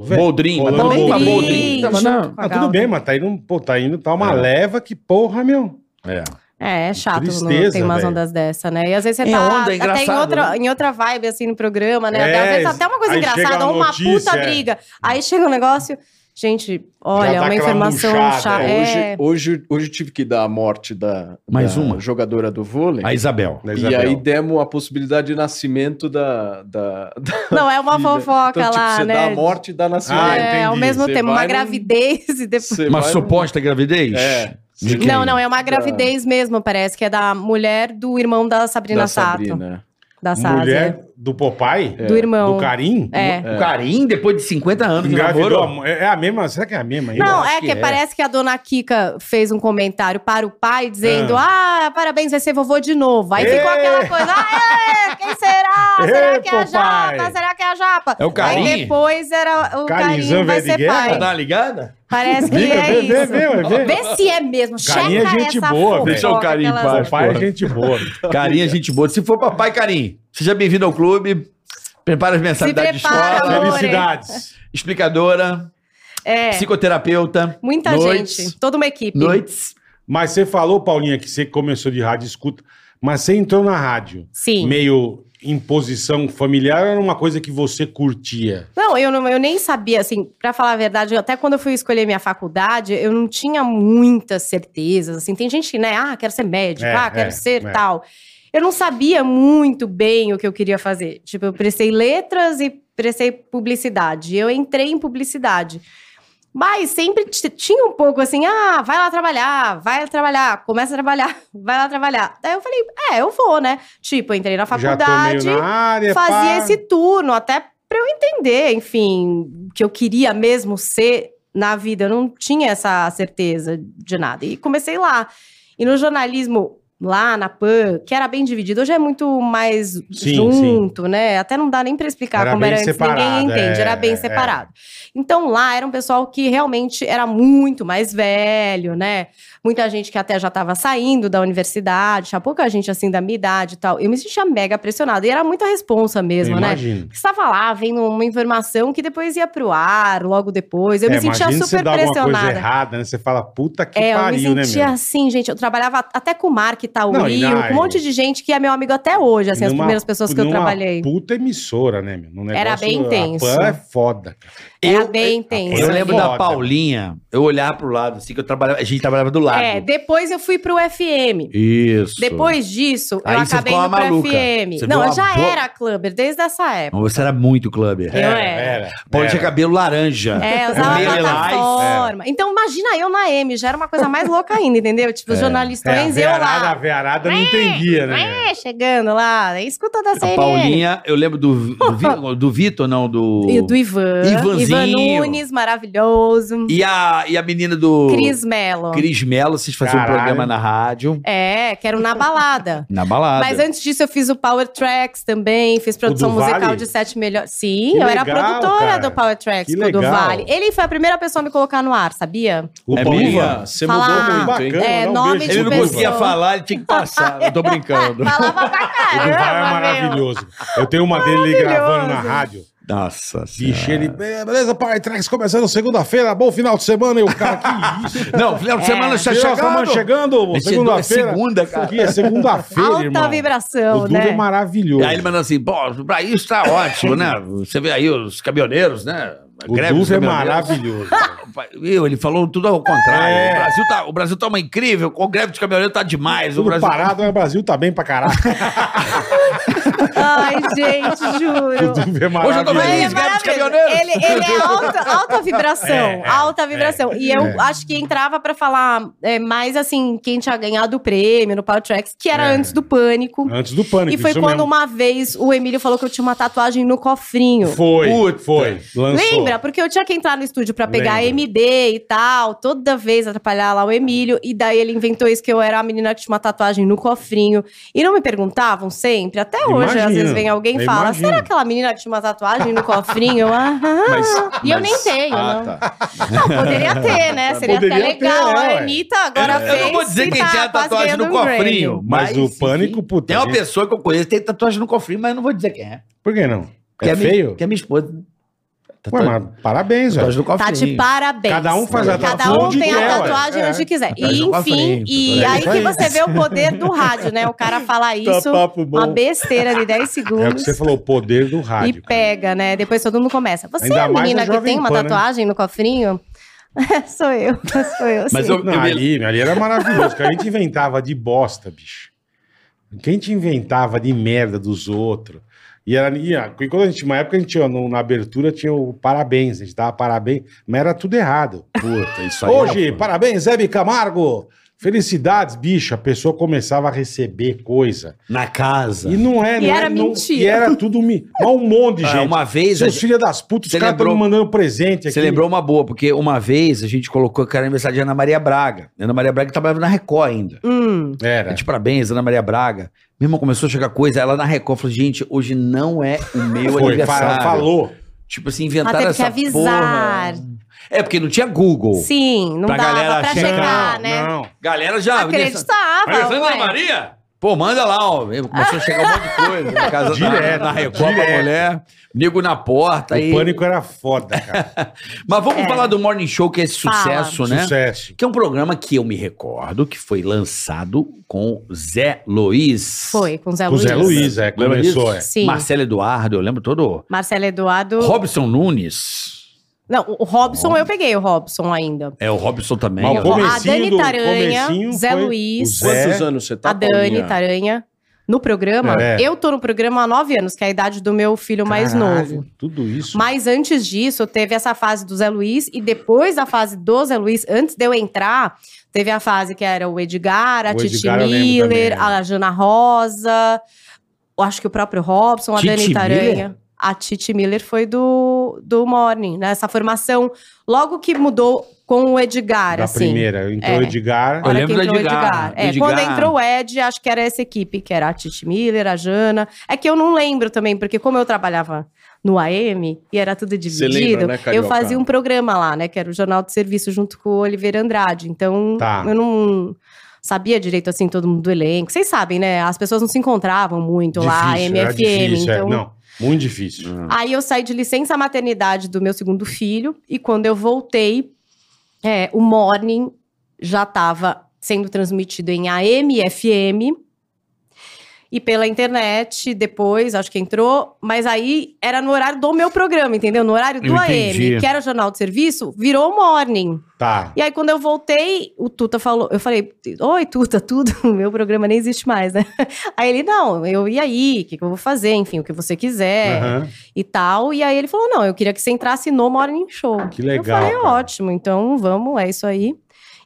Speaker 3: Boldrin, mas
Speaker 4: Rolando
Speaker 3: também tá
Speaker 4: Boldrin.
Speaker 3: Boldrin.
Speaker 2: Junto
Speaker 3: Mas não.
Speaker 2: com a
Speaker 4: Ah, né? tudo
Speaker 2: Gal.
Speaker 4: bem, mas tá indo, pô, tá indo, tá uma
Speaker 3: É.
Speaker 4: leva que porra, meu.
Speaker 3: É.
Speaker 2: É, é chato
Speaker 4: Tristeza,
Speaker 2: quando tem umas
Speaker 4: velho.
Speaker 2: ondas dessa, né? E às vezes você
Speaker 6: É
Speaker 2: tá
Speaker 6: onda, é
Speaker 2: até em
Speaker 6: engraçado,
Speaker 2: outra,
Speaker 6: né?
Speaker 2: em outra vibe, assim, no programa, né?
Speaker 4: É,
Speaker 2: às vezes até uma coisa
Speaker 4: aí chega
Speaker 2: engraçada,
Speaker 4: a
Speaker 2: uma
Speaker 4: notícia,
Speaker 2: puta
Speaker 4: é.
Speaker 2: briga. Aí chega um negócio, gente, olha,
Speaker 4: dá
Speaker 2: uma
Speaker 4: aquela
Speaker 2: informação
Speaker 4: murchada,
Speaker 2: chata.
Speaker 4: é.
Speaker 2: É,
Speaker 7: Hoje, hoje, hoje eu tive que dar a morte da,
Speaker 3: Mais
Speaker 7: da
Speaker 3: uma.
Speaker 7: jogadora do vôlei.
Speaker 3: A Isabel.
Speaker 4: Da
Speaker 7: e
Speaker 4: Isabel.
Speaker 7: aí demos a possibilidade de nascimento da. da, da
Speaker 2: Não, é uma
Speaker 7: filha.
Speaker 2: fofoca
Speaker 7: Então, tipo,
Speaker 2: lá,
Speaker 7: você
Speaker 2: né?
Speaker 7: dá a morte e dá nascimento.
Speaker 4: Ah,
Speaker 2: é, ao
Speaker 4: entendi.
Speaker 2: mesmo
Speaker 7: Você
Speaker 2: tempo, uma
Speaker 7: vai num-
Speaker 2: gravidez e depois.
Speaker 7: Você
Speaker 3: Uma
Speaker 7: vai-
Speaker 3: suposta gravidez?
Speaker 7: É.
Speaker 3: De quem?
Speaker 2: Não, não, é uma gravidez mesmo, parece, que é da mulher do irmão da Sabrina
Speaker 7: da
Speaker 2: Sato.
Speaker 7: Sabrina.
Speaker 2: Da Sasa.
Speaker 4: Mulher do Popeye?
Speaker 7: É.
Speaker 2: Do irmão.
Speaker 4: Do Karim?
Speaker 2: É.
Speaker 3: O Carim, depois de 50 anos de
Speaker 4: Engravidou?
Speaker 3: namoro.
Speaker 4: a- É é a mesma? Será que é a mesma? ainda?
Speaker 2: Não,
Speaker 3: acho
Speaker 2: é
Speaker 3: que
Speaker 2: que,
Speaker 3: é.
Speaker 2: parece que a dona Kika fez um comentário para o pai dizendo: Ah, parabéns, vai ser vovô de novo. Aí
Speaker 4: Ê!
Speaker 2: ficou aquela coisa: Ah, é, quem será? Será
Speaker 4: Ê,
Speaker 2: que é a
Speaker 4: papai!
Speaker 2: japa? Será que é a japa?
Speaker 3: É o Carim?
Speaker 2: Aí depois era o
Speaker 4: Carim
Speaker 2: Carim vai
Speaker 4: Zambelli
Speaker 2: ser
Speaker 4: Guerra?
Speaker 2: pai.
Speaker 3: Dá uma Tá ligada?
Speaker 2: Parece que
Speaker 4: Liga,
Speaker 2: é
Speaker 4: vê, vê,
Speaker 2: isso.
Speaker 4: vê, vê, vê.
Speaker 2: Vê se é mesmo.
Speaker 4: Carim é
Speaker 2: Checa
Speaker 4: gente
Speaker 2: essa
Speaker 4: boa,
Speaker 2: fofoca,
Speaker 3: deixa o Carim em
Speaker 2: aquelas-
Speaker 3: paz.
Speaker 4: Popeye é
Speaker 3: porra.
Speaker 4: gente boa.
Speaker 3: Carinha, gente boa. Se for papai, Carim, seja bem-vindo ao clube. Prepara as mensalidades de
Speaker 2: prepara,
Speaker 3: escola. né?
Speaker 2: amor.
Speaker 4: Felicidades.
Speaker 3: Explicadora,
Speaker 2: É,
Speaker 3: psicoterapeuta.
Speaker 2: muita
Speaker 3: Noites.
Speaker 2: gente, toda uma equipe.
Speaker 3: Noites.
Speaker 4: Mas você falou, Paulinha, que você começou de rádio escuta, mas você entrou na rádio.
Speaker 2: Sim.
Speaker 4: Meio imposição familiar era uma coisa que você curtia.
Speaker 2: Não, eu, não, eu nem sabia, assim, pra falar a verdade, até quando eu fui escolher minha faculdade, eu não tinha muitas certezas, assim, tem gente, né, ah, quero ser médico,
Speaker 4: É,
Speaker 2: ah, quero
Speaker 4: é,
Speaker 2: ser
Speaker 4: é.
Speaker 2: tal. Eu não sabia muito bem o que eu queria fazer. Tipo, eu prestei letras e prestei publicidade. Eu entrei em publicidade. Mas sempre t- tinha um pouco assim, ah, vai lá trabalhar, vai lá trabalhar, começa a trabalhar, vai lá trabalhar. Daí eu falei, é, eu vou, né? Tipo, eu entrei na
Speaker 4: Já
Speaker 2: faculdade
Speaker 4: tô meio na área.
Speaker 2: fazia
Speaker 4: pá.
Speaker 2: esse turno até para eu entender, enfim, o que eu queria mesmo ser na vida. Eu não tinha essa certeza de nada. E comecei lá. E no jornalismo lá na PAN, que era bem dividido, hoje é muito mais
Speaker 4: sim.
Speaker 2: junto, né? Até não dá nem para explicar
Speaker 4: Era
Speaker 2: como
Speaker 4: bem
Speaker 2: era antes,
Speaker 4: separado,
Speaker 2: ninguém entende,
Speaker 4: é,
Speaker 2: era bem
Speaker 4: é.
Speaker 2: separado. Então lá era um pessoal que realmente era muito mais velho, né? Muita gente que até já estava saindo da universidade, tinha pouca gente assim da minha idade e tal. Eu me sentia mega pressionada e era muita responsa mesmo,
Speaker 4: Eu
Speaker 2: né?
Speaker 4: Imagino.
Speaker 2: Porque estava lá vendo uma informação que depois ia pro ar, logo depois. Eu
Speaker 4: É,
Speaker 2: me sentia
Speaker 4: imagina se
Speaker 2: super
Speaker 4: dá alguma coisa
Speaker 2: pressionada.
Speaker 4: errada, né? Você fala, puta que
Speaker 2: É, eu
Speaker 4: pariu,
Speaker 2: me sentia
Speaker 4: né, meu?
Speaker 2: assim, gente. Eu trabalhava até com o Mark
Speaker 4: Não, e
Speaker 2: Taurio,
Speaker 4: na-
Speaker 2: com um monte de gente que é meu amigo até hoje, assim, as
Speaker 4: Numa-
Speaker 2: primeiras pessoas que eu
Speaker 4: numa
Speaker 2: trabalhei.
Speaker 4: puta emissora, né, meu? Num
Speaker 2: Era bem intenso.
Speaker 4: A Pan é foda. cara.
Speaker 2: Era
Speaker 3: Eu-
Speaker 2: bem intenso.
Speaker 3: Eu
Speaker 4: Isso é
Speaker 3: lembro
Speaker 4: foda.
Speaker 3: da Paulinha, eu olhar pro lado, assim, que eu trabalhava, a gente trabalhava do lado.
Speaker 2: É, depois eu fui pro FM.
Speaker 3: Isso.
Speaker 2: Depois disso,
Speaker 3: Aí
Speaker 2: eu
Speaker 3: você
Speaker 2: acabei
Speaker 3: ficou uma
Speaker 2: indo pro
Speaker 3: maluca.
Speaker 2: FM.
Speaker 3: Você
Speaker 2: não,
Speaker 3: viu
Speaker 2: eu
Speaker 3: uma
Speaker 2: já
Speaker 3: boa-
Speaker 2: era clubber desde essa época.
Speaker 3: Então, Você era muito clubber.
Speaker 2: Eu
Speaker 4: Era,
Speaker 2: era.
Speaker 4: era,
Speaker 3: Paulinha
Speaker 4: era.
Speaker 3: tinha cabelo laranja.
Speaker 2: É, eu usava
Speaker 3: Meio
Speaker 4: é.
Speaker 2: plataforma. Então, imagina eu na M, já era uma coisa mais louca ainda, entendeu? Tipo, os
Speaker 4: É, a
Speaker 2: jornalistões, eu
Speaker 4: vearada, a
Speaker 2: lá.
Speaker 4: vearada não entendia, né? meu?
Speaker 2: É, chegando lá, escuta da
Speaker 3: A
Speaker 2: CNN.
Speaker 3: Paulinha, eu lembro do, do, Vi- do Vitor, não, do.
Speaker 2: E do Ivan.
Speaker 3: Ivanzinho.
Speaker 2: Ivan Nunes, maravilhoso.
Speaker 3: E a, e a menina do.
Speaker 2: Cris Mello.
Speaker 3: Cris Mello, vocês faziam um
Speaker 4: Caralho.
Speaker 3: programa na rádio,
Speaker 2: É, quero na balada.
Speaker 3: na balada.
Speaker 2: Mas antes disso, eu fiz o Power Tracks também, fiz produção
Speaker 4: do Vale?
Speaker 2: musical de sete melhores. Sim,
Speaker 4: Que
Speaker 2: eu era
Speaker 4: legal,
Speaker 2: produtora
Speaker 4: cara.
Speaker 2: do Power Tracks
Speaker 4: Que
Speaker 2: com o do
Speaker 4: legal.
Speaker 2: Vale. Ele foi a primeira pessoa a me colocar no ar, sabia?
Speaker 4: O
Speaker 3: É
Speaker 4: Paulinho,
Speaker 3: mesmo?
Speaker 7: você
Speaker 2: Falar.
Speaker 7: mudou muito, hein?
Speaker 4: Bacana,
Speaker 2: É,
Speaker 4: dá um
Speaker 2: nome de
Speaker 4: beijo pro
Speaker 3: Ele não
Speaker 4: Duval.
Speaker 3: conseguia
Speaker 2: pessoa.
Speaker 3: falar, ele tinha que passar. Eu tô brincando.
Speaker 2: Falava pra
Speaker 4: O
Speaker 2: caramba,
Speaker 4: Duval é
Speaker 2: meu.
Speaker 4: maravilhoso. Eu tenho uma dele gravando na
Speaker 2: Maravilhoso.
Speaker 4: rádio.
Speaker 3: Nossa Senhora.
Speaker 4: Bicho, ele. "É, Beleza, Power Tracks começando segunda-feira. Bom final de semana. E o cara, que isso?
Speaker 3: Não, final de semana já
Speaker 4: Final de
Speaker 3: chegando.
Speaker 4: semana É. chegando,
Speaker 3: Esse é do- é
Speaker 4: segunda-feira.
Speaker 3: segunda, cara.
Speaker 4: Aqui é segunda-feira,
Speaker 2: Alta
Speaker 4: irmão.
Speaker 2: vibração,
Speaker 4: o Dudu
Speaker 2: né?
Speaker 4: é maravilhoso.
Speaker 3: E aí ele mandando assim, pô, pra isso tá ótimo, né? Você vê aí os caminhoneiros, né? A
Speaker 4: o
Speaker 3: greve dos
Speaker 4: Dudu é
Speaker 3: caminhoneiros.
Speaker 4: maravilhoso. cara.
Speaker 3: Meu, ele falou tudo ao contrário.
Speaker 4: É.
Speaker 3: O, Brasil tá, o Brasil tá uma incrível, o greve dos caminhoneiros tá demais. O
Speaker 4: Tudo
Speaker 3: Brasil...
Speaker 4: parado, mas o Brasil tá bem pra caralho.
Speaker 2: Ai, gente,
Speaker 4: O
Speaker 2: juro.
Speaker 4: Dudu é
Speaker 3: Hoje eu tô
Speaker 2: Ele é
Speaker 3: feliz,
Speaker 4: maravilhoso.
Speaker 3: cara
Speaker 2: maravilhoso.
Speaker 3: dos caminhoneiros.
Speaker 2: Ele, ele é alta, alta vibração,
Speaker 4: É, é,
Speaker 2: alta vibração. e eu
Speaker 4: é.
Speaker 2: acho que entrava pra falar é, mais assim, quem tinha ganhado o prêmio no Power Tracks, que era
Speaker 4: É.
Speaker 2: antes do pânico.
Speaker 4: Antes do pânico,
Speaker 2: E foi
Speaker 4: isso
Speaker 2: quando
Speaker 4: mesmo.
Speaker 2: uma vez o Emílio falou que eu tinha uma tatuagem no cofrinho.
Speaker 4: Foi,
Speaker 3: Puta.
Speaker 4: foi. Lançou.
Speaker 2: Lembra? Porque eu tinha que entrar no estúdio pra pegar
Speaker 4: Lembro.
Speaker 2: MD e tal, toda vez atrapalhar lá o Emílio. E daí ele inventou isso que eu era a menina que tinha uma tatuagem no cofrinho. E não me perguntavam sempre, até hoje,
Speaker 4: Imagino,
Speaker 2: às vezes vem alguém
Speaker 4: eu
Speaker 2: e fala:
Speaker 4: imagino.
Speaker 2: será aquela menina que tinha uma tatuagem no cofrinho? Eu, ah, ah. e eu nem tenho,
Speaker 7: Ah,
Speaker 2: não.
Speaker 7: tá.
Speaker 2: Não, poderia ter, né? Seria
Speaker 4: Poderia
Speaker 2: até legal.
Speaker 4: ter, é,
Speaker 2: a
Speaker 4: ué.
Speaker 2: Anitta agora
Speaker 3: Eu
Speaker 2: fez.
Speaker 3: não vou dizer
Speaker 2: e
Speaker 3: quem
Speaker 2: tá
Speaker 3: tem a
Speaker 2: quase
Speaker 3: tatuagem
Speaker 2: ganhando
Speaker 3: no
Speaker 2: um Grammy.
Speaker 3: cofrinho.
Speaker 4: Mas
Speaker 3: Mas,
Speaker 4: o
Speaker 3: enfim,
Speaker 4: pânico, puta.
Speaker 3: Tem uma
Speaker 4: gente,
Speaker 3: pessoa que eu conheço que tem tatuagem no cofrinho, mas eu não vou dizer quem é.
Speaker 4: Por que não?
Speaker 3: Que
Speaker 4: É
Speaker 3: minha-
Speaker 4: feio?
Speaker 3: Que é minha esposa. Tá
Speaker 4: Ué, mas parabéns, velho.
Speaker 3: tatuagem do
Speaker 2: Tá de
Speaker 3: cofrinho.
Speaker 2: parabéns.
Speaker 4: Cada um faz a
Speaker 2: Cada
Speaker 4: tatuagem
Speaker 2: um
Speaker 4: onde
Speaker 2: tem
Speaker 4: quer,
Speaker 2: a
Speaker 4: ué.
Speaker 2: tatuagem
Speaker 4: É.
Speaker 2: onde quiser.
Speaker 3: Tatuagem
Speaker 2: E
Speaker 3: com a
Speaker 2: enfim,
Speaker 4: tá
Speaker 3: frente,
Speaker 2: e
Speaker 3: tudo
Speaker 2: aí
Speaker 4: isso
Speaker 2: que
Speaker 4: aí.
Speaker 2: você vê o poder do rádio, né? O cara fala isso,
Speaker 7: papo
Speaker 2: uma besteira de 10
Speaker 4: Tá É o
Speaker 2: segundos.
Speaker 4: que você falou, o poder do rádio.
Speaker 2: E pega, né? Depois todo mundo começa. Você
Speaker 4: Ainda
Speaker 2: é a
Speaker 4: mais
Speaker 2: menina
Speaker 4: a
Speaker 2: que
Speaker 4: Jovem
Speaker 2: tem uma
Speaker 4: Pan, né?
Speaker 2: tatuagem no cofrinho? sou eu, sou eu.
Speaker 3: Mas
Speaker 2: sim.
Speaker 3: eu,
Speaker 4: Não,
Speaker 3: eu me-
Speaker 4: ali, ali era maravilhoso. que a gente inventava de bosta, bicho. Quem te inventava de merda dos outros? E, era, e a- e quando a gente, uma época, a gente tinha, no- na abertura tinha o parabéns, a gente dava parabéns, mas era tudo errado.
Speaker 3: Puta, isso aí. é
Speaker 4: Hoje,
Speaker 3: pô.
Speaker 4: parabéns, Hebe Camargo! Felicidades, bicho. A pessoa começava a receber coisa.
Speaker 3: Na casa.
Speaker 4: E não é,
Speaker 2: E
Speaker 4: não é,
Speaker 2: era
Speaker 4: não-
Speaker 2: mentira.
Speaker 4: E era tudo. mi- Mas um monte de
Speaker 3: Ah,
Speaker 4: gente.
Speaker 3: uma vez. a
Speaker 4: Seus
Speaker 3: gente-
Speaker 4: filhos das putas, os
Speaker 3: Você
Speaker 4: caras estão me
Speaker 3: lembrou-
Speaker 4: mandando presente aqui.
Speaker 3: Você lembrou uma boa, porque uma vez a gente colocou que era aniversário de Ana Maria Braga. Ana Maria Braga trabalhava na Record ainda.
Speaker 2: Hum,
Speaker 3: A
Speaker 4: Era.
Speaker 3: gente, parabéns, Ana Maria Braga. Meu irmão começou a chegar coisa, ela na Record falou: gente, hoje não é o meu
Speaker 4: Foi,
Speaker 3: aniversário.
Speaker 4: fa- falou.
Speaker 3: Tipo assim,
Speaker 2: mas
Speaker 3: inventaram
Speaker 2: teve que
Speaker 3: essa
Speaker 2: avisar.
Speaker 3: porra. É, porque não tinha Google.
Speaker 2: Sim, não
Speaker 3: Pra galera
Speaker 2: dava pra
Speaker 3: checar,
Speaker 2: chegar, né?
Speaker 4: Não.
Speaker 3: Galera já.
Speaker 2: Acreditava.
Speaker 3: Aniversário da
Speaker 2: Ah, ué.
Speaker 3: Ana Maria? Pô, manda lá, ó. Começou a chegar um monte de coisa na casa da-
Speaker 4: Direto,
Speaker 3: na Record pra
Speaker 4: direto.
Speaker 3: mulher. Nego na porta. aí.
Speaker 4: O pânico era foda, cara.
Speaker 3: Mas vamos falar do Morning Show, que é esse
Speaker 2: Fala.
Speaker 3: sucesso, né?
Speaker 4: Sucesso.
Speaker 3: Que é um programa que eu me recordo que foi lançado com Zé Luiz.
Speaker 2: Foi, com Zé
Speaker 4: O Zé
Speaker 2: Luiz.
Speaker 4: Luiz, é,
Speaker 3: Lembra
Speaker 4: começou,
Speaker 3: disso?
Speaker 4: é.
Speaker 2: Sim.
Speaker 3: Marcelo Eduardo, eu lembro todo.
Speaker 2: Marcelo Eduardo.
Speaker 3: Robson Nunes.
Speaker 2: Não, o Robson, eu peguei o Robson ainda.
Speaker 3: É, o Robson também.
Speaker 4: Mas
Speaker 3: ó.
Speaker 4: o comecinho
Speaker 2: A Dani
Speaker 4: do-
Speaker 2: Taranha,
Speaker 4: comecinho
Speaker 2: Zé
Speaker 4: foi
Speaker 2: Luiz.
Speaker 4: o Zé.
Speaker 7: Quantos anos você tá,
Speaker 2: a Dani
Speaker 7: Paulinha?
Speaker 2: Taranha. No programa,
Speaker 4: É.
Speaker 2: eu tô no programa há nove anos, que é a idade do meu filho mais
Speaker 4: Caralho,
Speaker 2: novo.
Speaker 4: Tudo isso.
Speaker 2: Mas antes disso, teve essa fase do Zé Luiz, e depois da fase do Zé Luiz, antes de eu entrar, teve a fase que era o Edgar, a
Speaker 4: O
Speaker 2: Titi
Speaker 4: Edgar eu lembro
Speaker 2: Miller,
Speaker 4: também, é.
Speaker 2: a Jana Rosa, eu acho que o próprio Robson, a
Speaker 3: Titi
Speaker 2: Dani Taranha.
Speaker 3: Miller?
Speaker 2: A Titi Miller foi do, do Morning, né? Essa formação, logo que mudou com o Edgar,
Speaker 4: da
Speaker 2: assim.
Speaker 4: primeira. Entrou
Speaker 2: É.
Speaker 4: o Edgar.
Speaker 2: A hora
Speaker 3: Eu
Speaker 2: que
Speaker 3: lembro do
Speaker 2: entrou o
Speaker 3: Edgar.
Speaker 2: É,
Speaker 3: Edgar.
Speaker 2: quando entrou o Ed, acho que era essa equipe, que era a Titi Miller, a Jana. É que eu não lembro também, porque como eu trabalhava no AM e era tudo
Speaker 7: Você
Speaker 2: dividido,
Speaker 7: lembra, né, Carioca?
Speaker 2: eu fazia um programa lá, né? Que era o Jornal de Serviço junto com o Oliveira Andrade. Então,
Speaker 4: Tá.
Speaker 2: eu não sabia direito assim todo mundo do elenco. Vocês sabem, né? As pessoas não se encontravam muito lá,
Speaker 4: Difícil, era
Speaker 2: MFM.
Speaker 4: difícil, é.
Speaker 2: então,
Speaker 4: Não, muito difícil.
Speaker 3: Uhum.
Speaker 2: Aí eu saí de licença maternidade do meu segundo filho, e quando eu voltei, é, o morning já estava sendo transmitido em AM e FM. E pela internet, depois, acho que entrou, mas aí era no horário do meu programa, entendeu? No horário do
Speaker 3: Eu entendi.
Speaker 2: AM, que era jornal de serviço, virou morning.
Speaker 4: Tá.
Speaker 2: E aí, quando eu voltei, o Tuta falou. Eu falei, oi, Tuta, tudo. O meu programa nem existe mais, né? Aí ele, não, eu ia aí, o que, que eu vou fazer? Enfim, o que você quiser
Speaker 4: Aham.
Speaker 2: e tal. E aí ele falou: não, eu queria que você entrasse no Morning Show.
Speaker 4: Que legal,
Speaker 2: Eu falei,
Speaker 4: cara.
Speaker 2: ótimo, então vamos, é isso aí.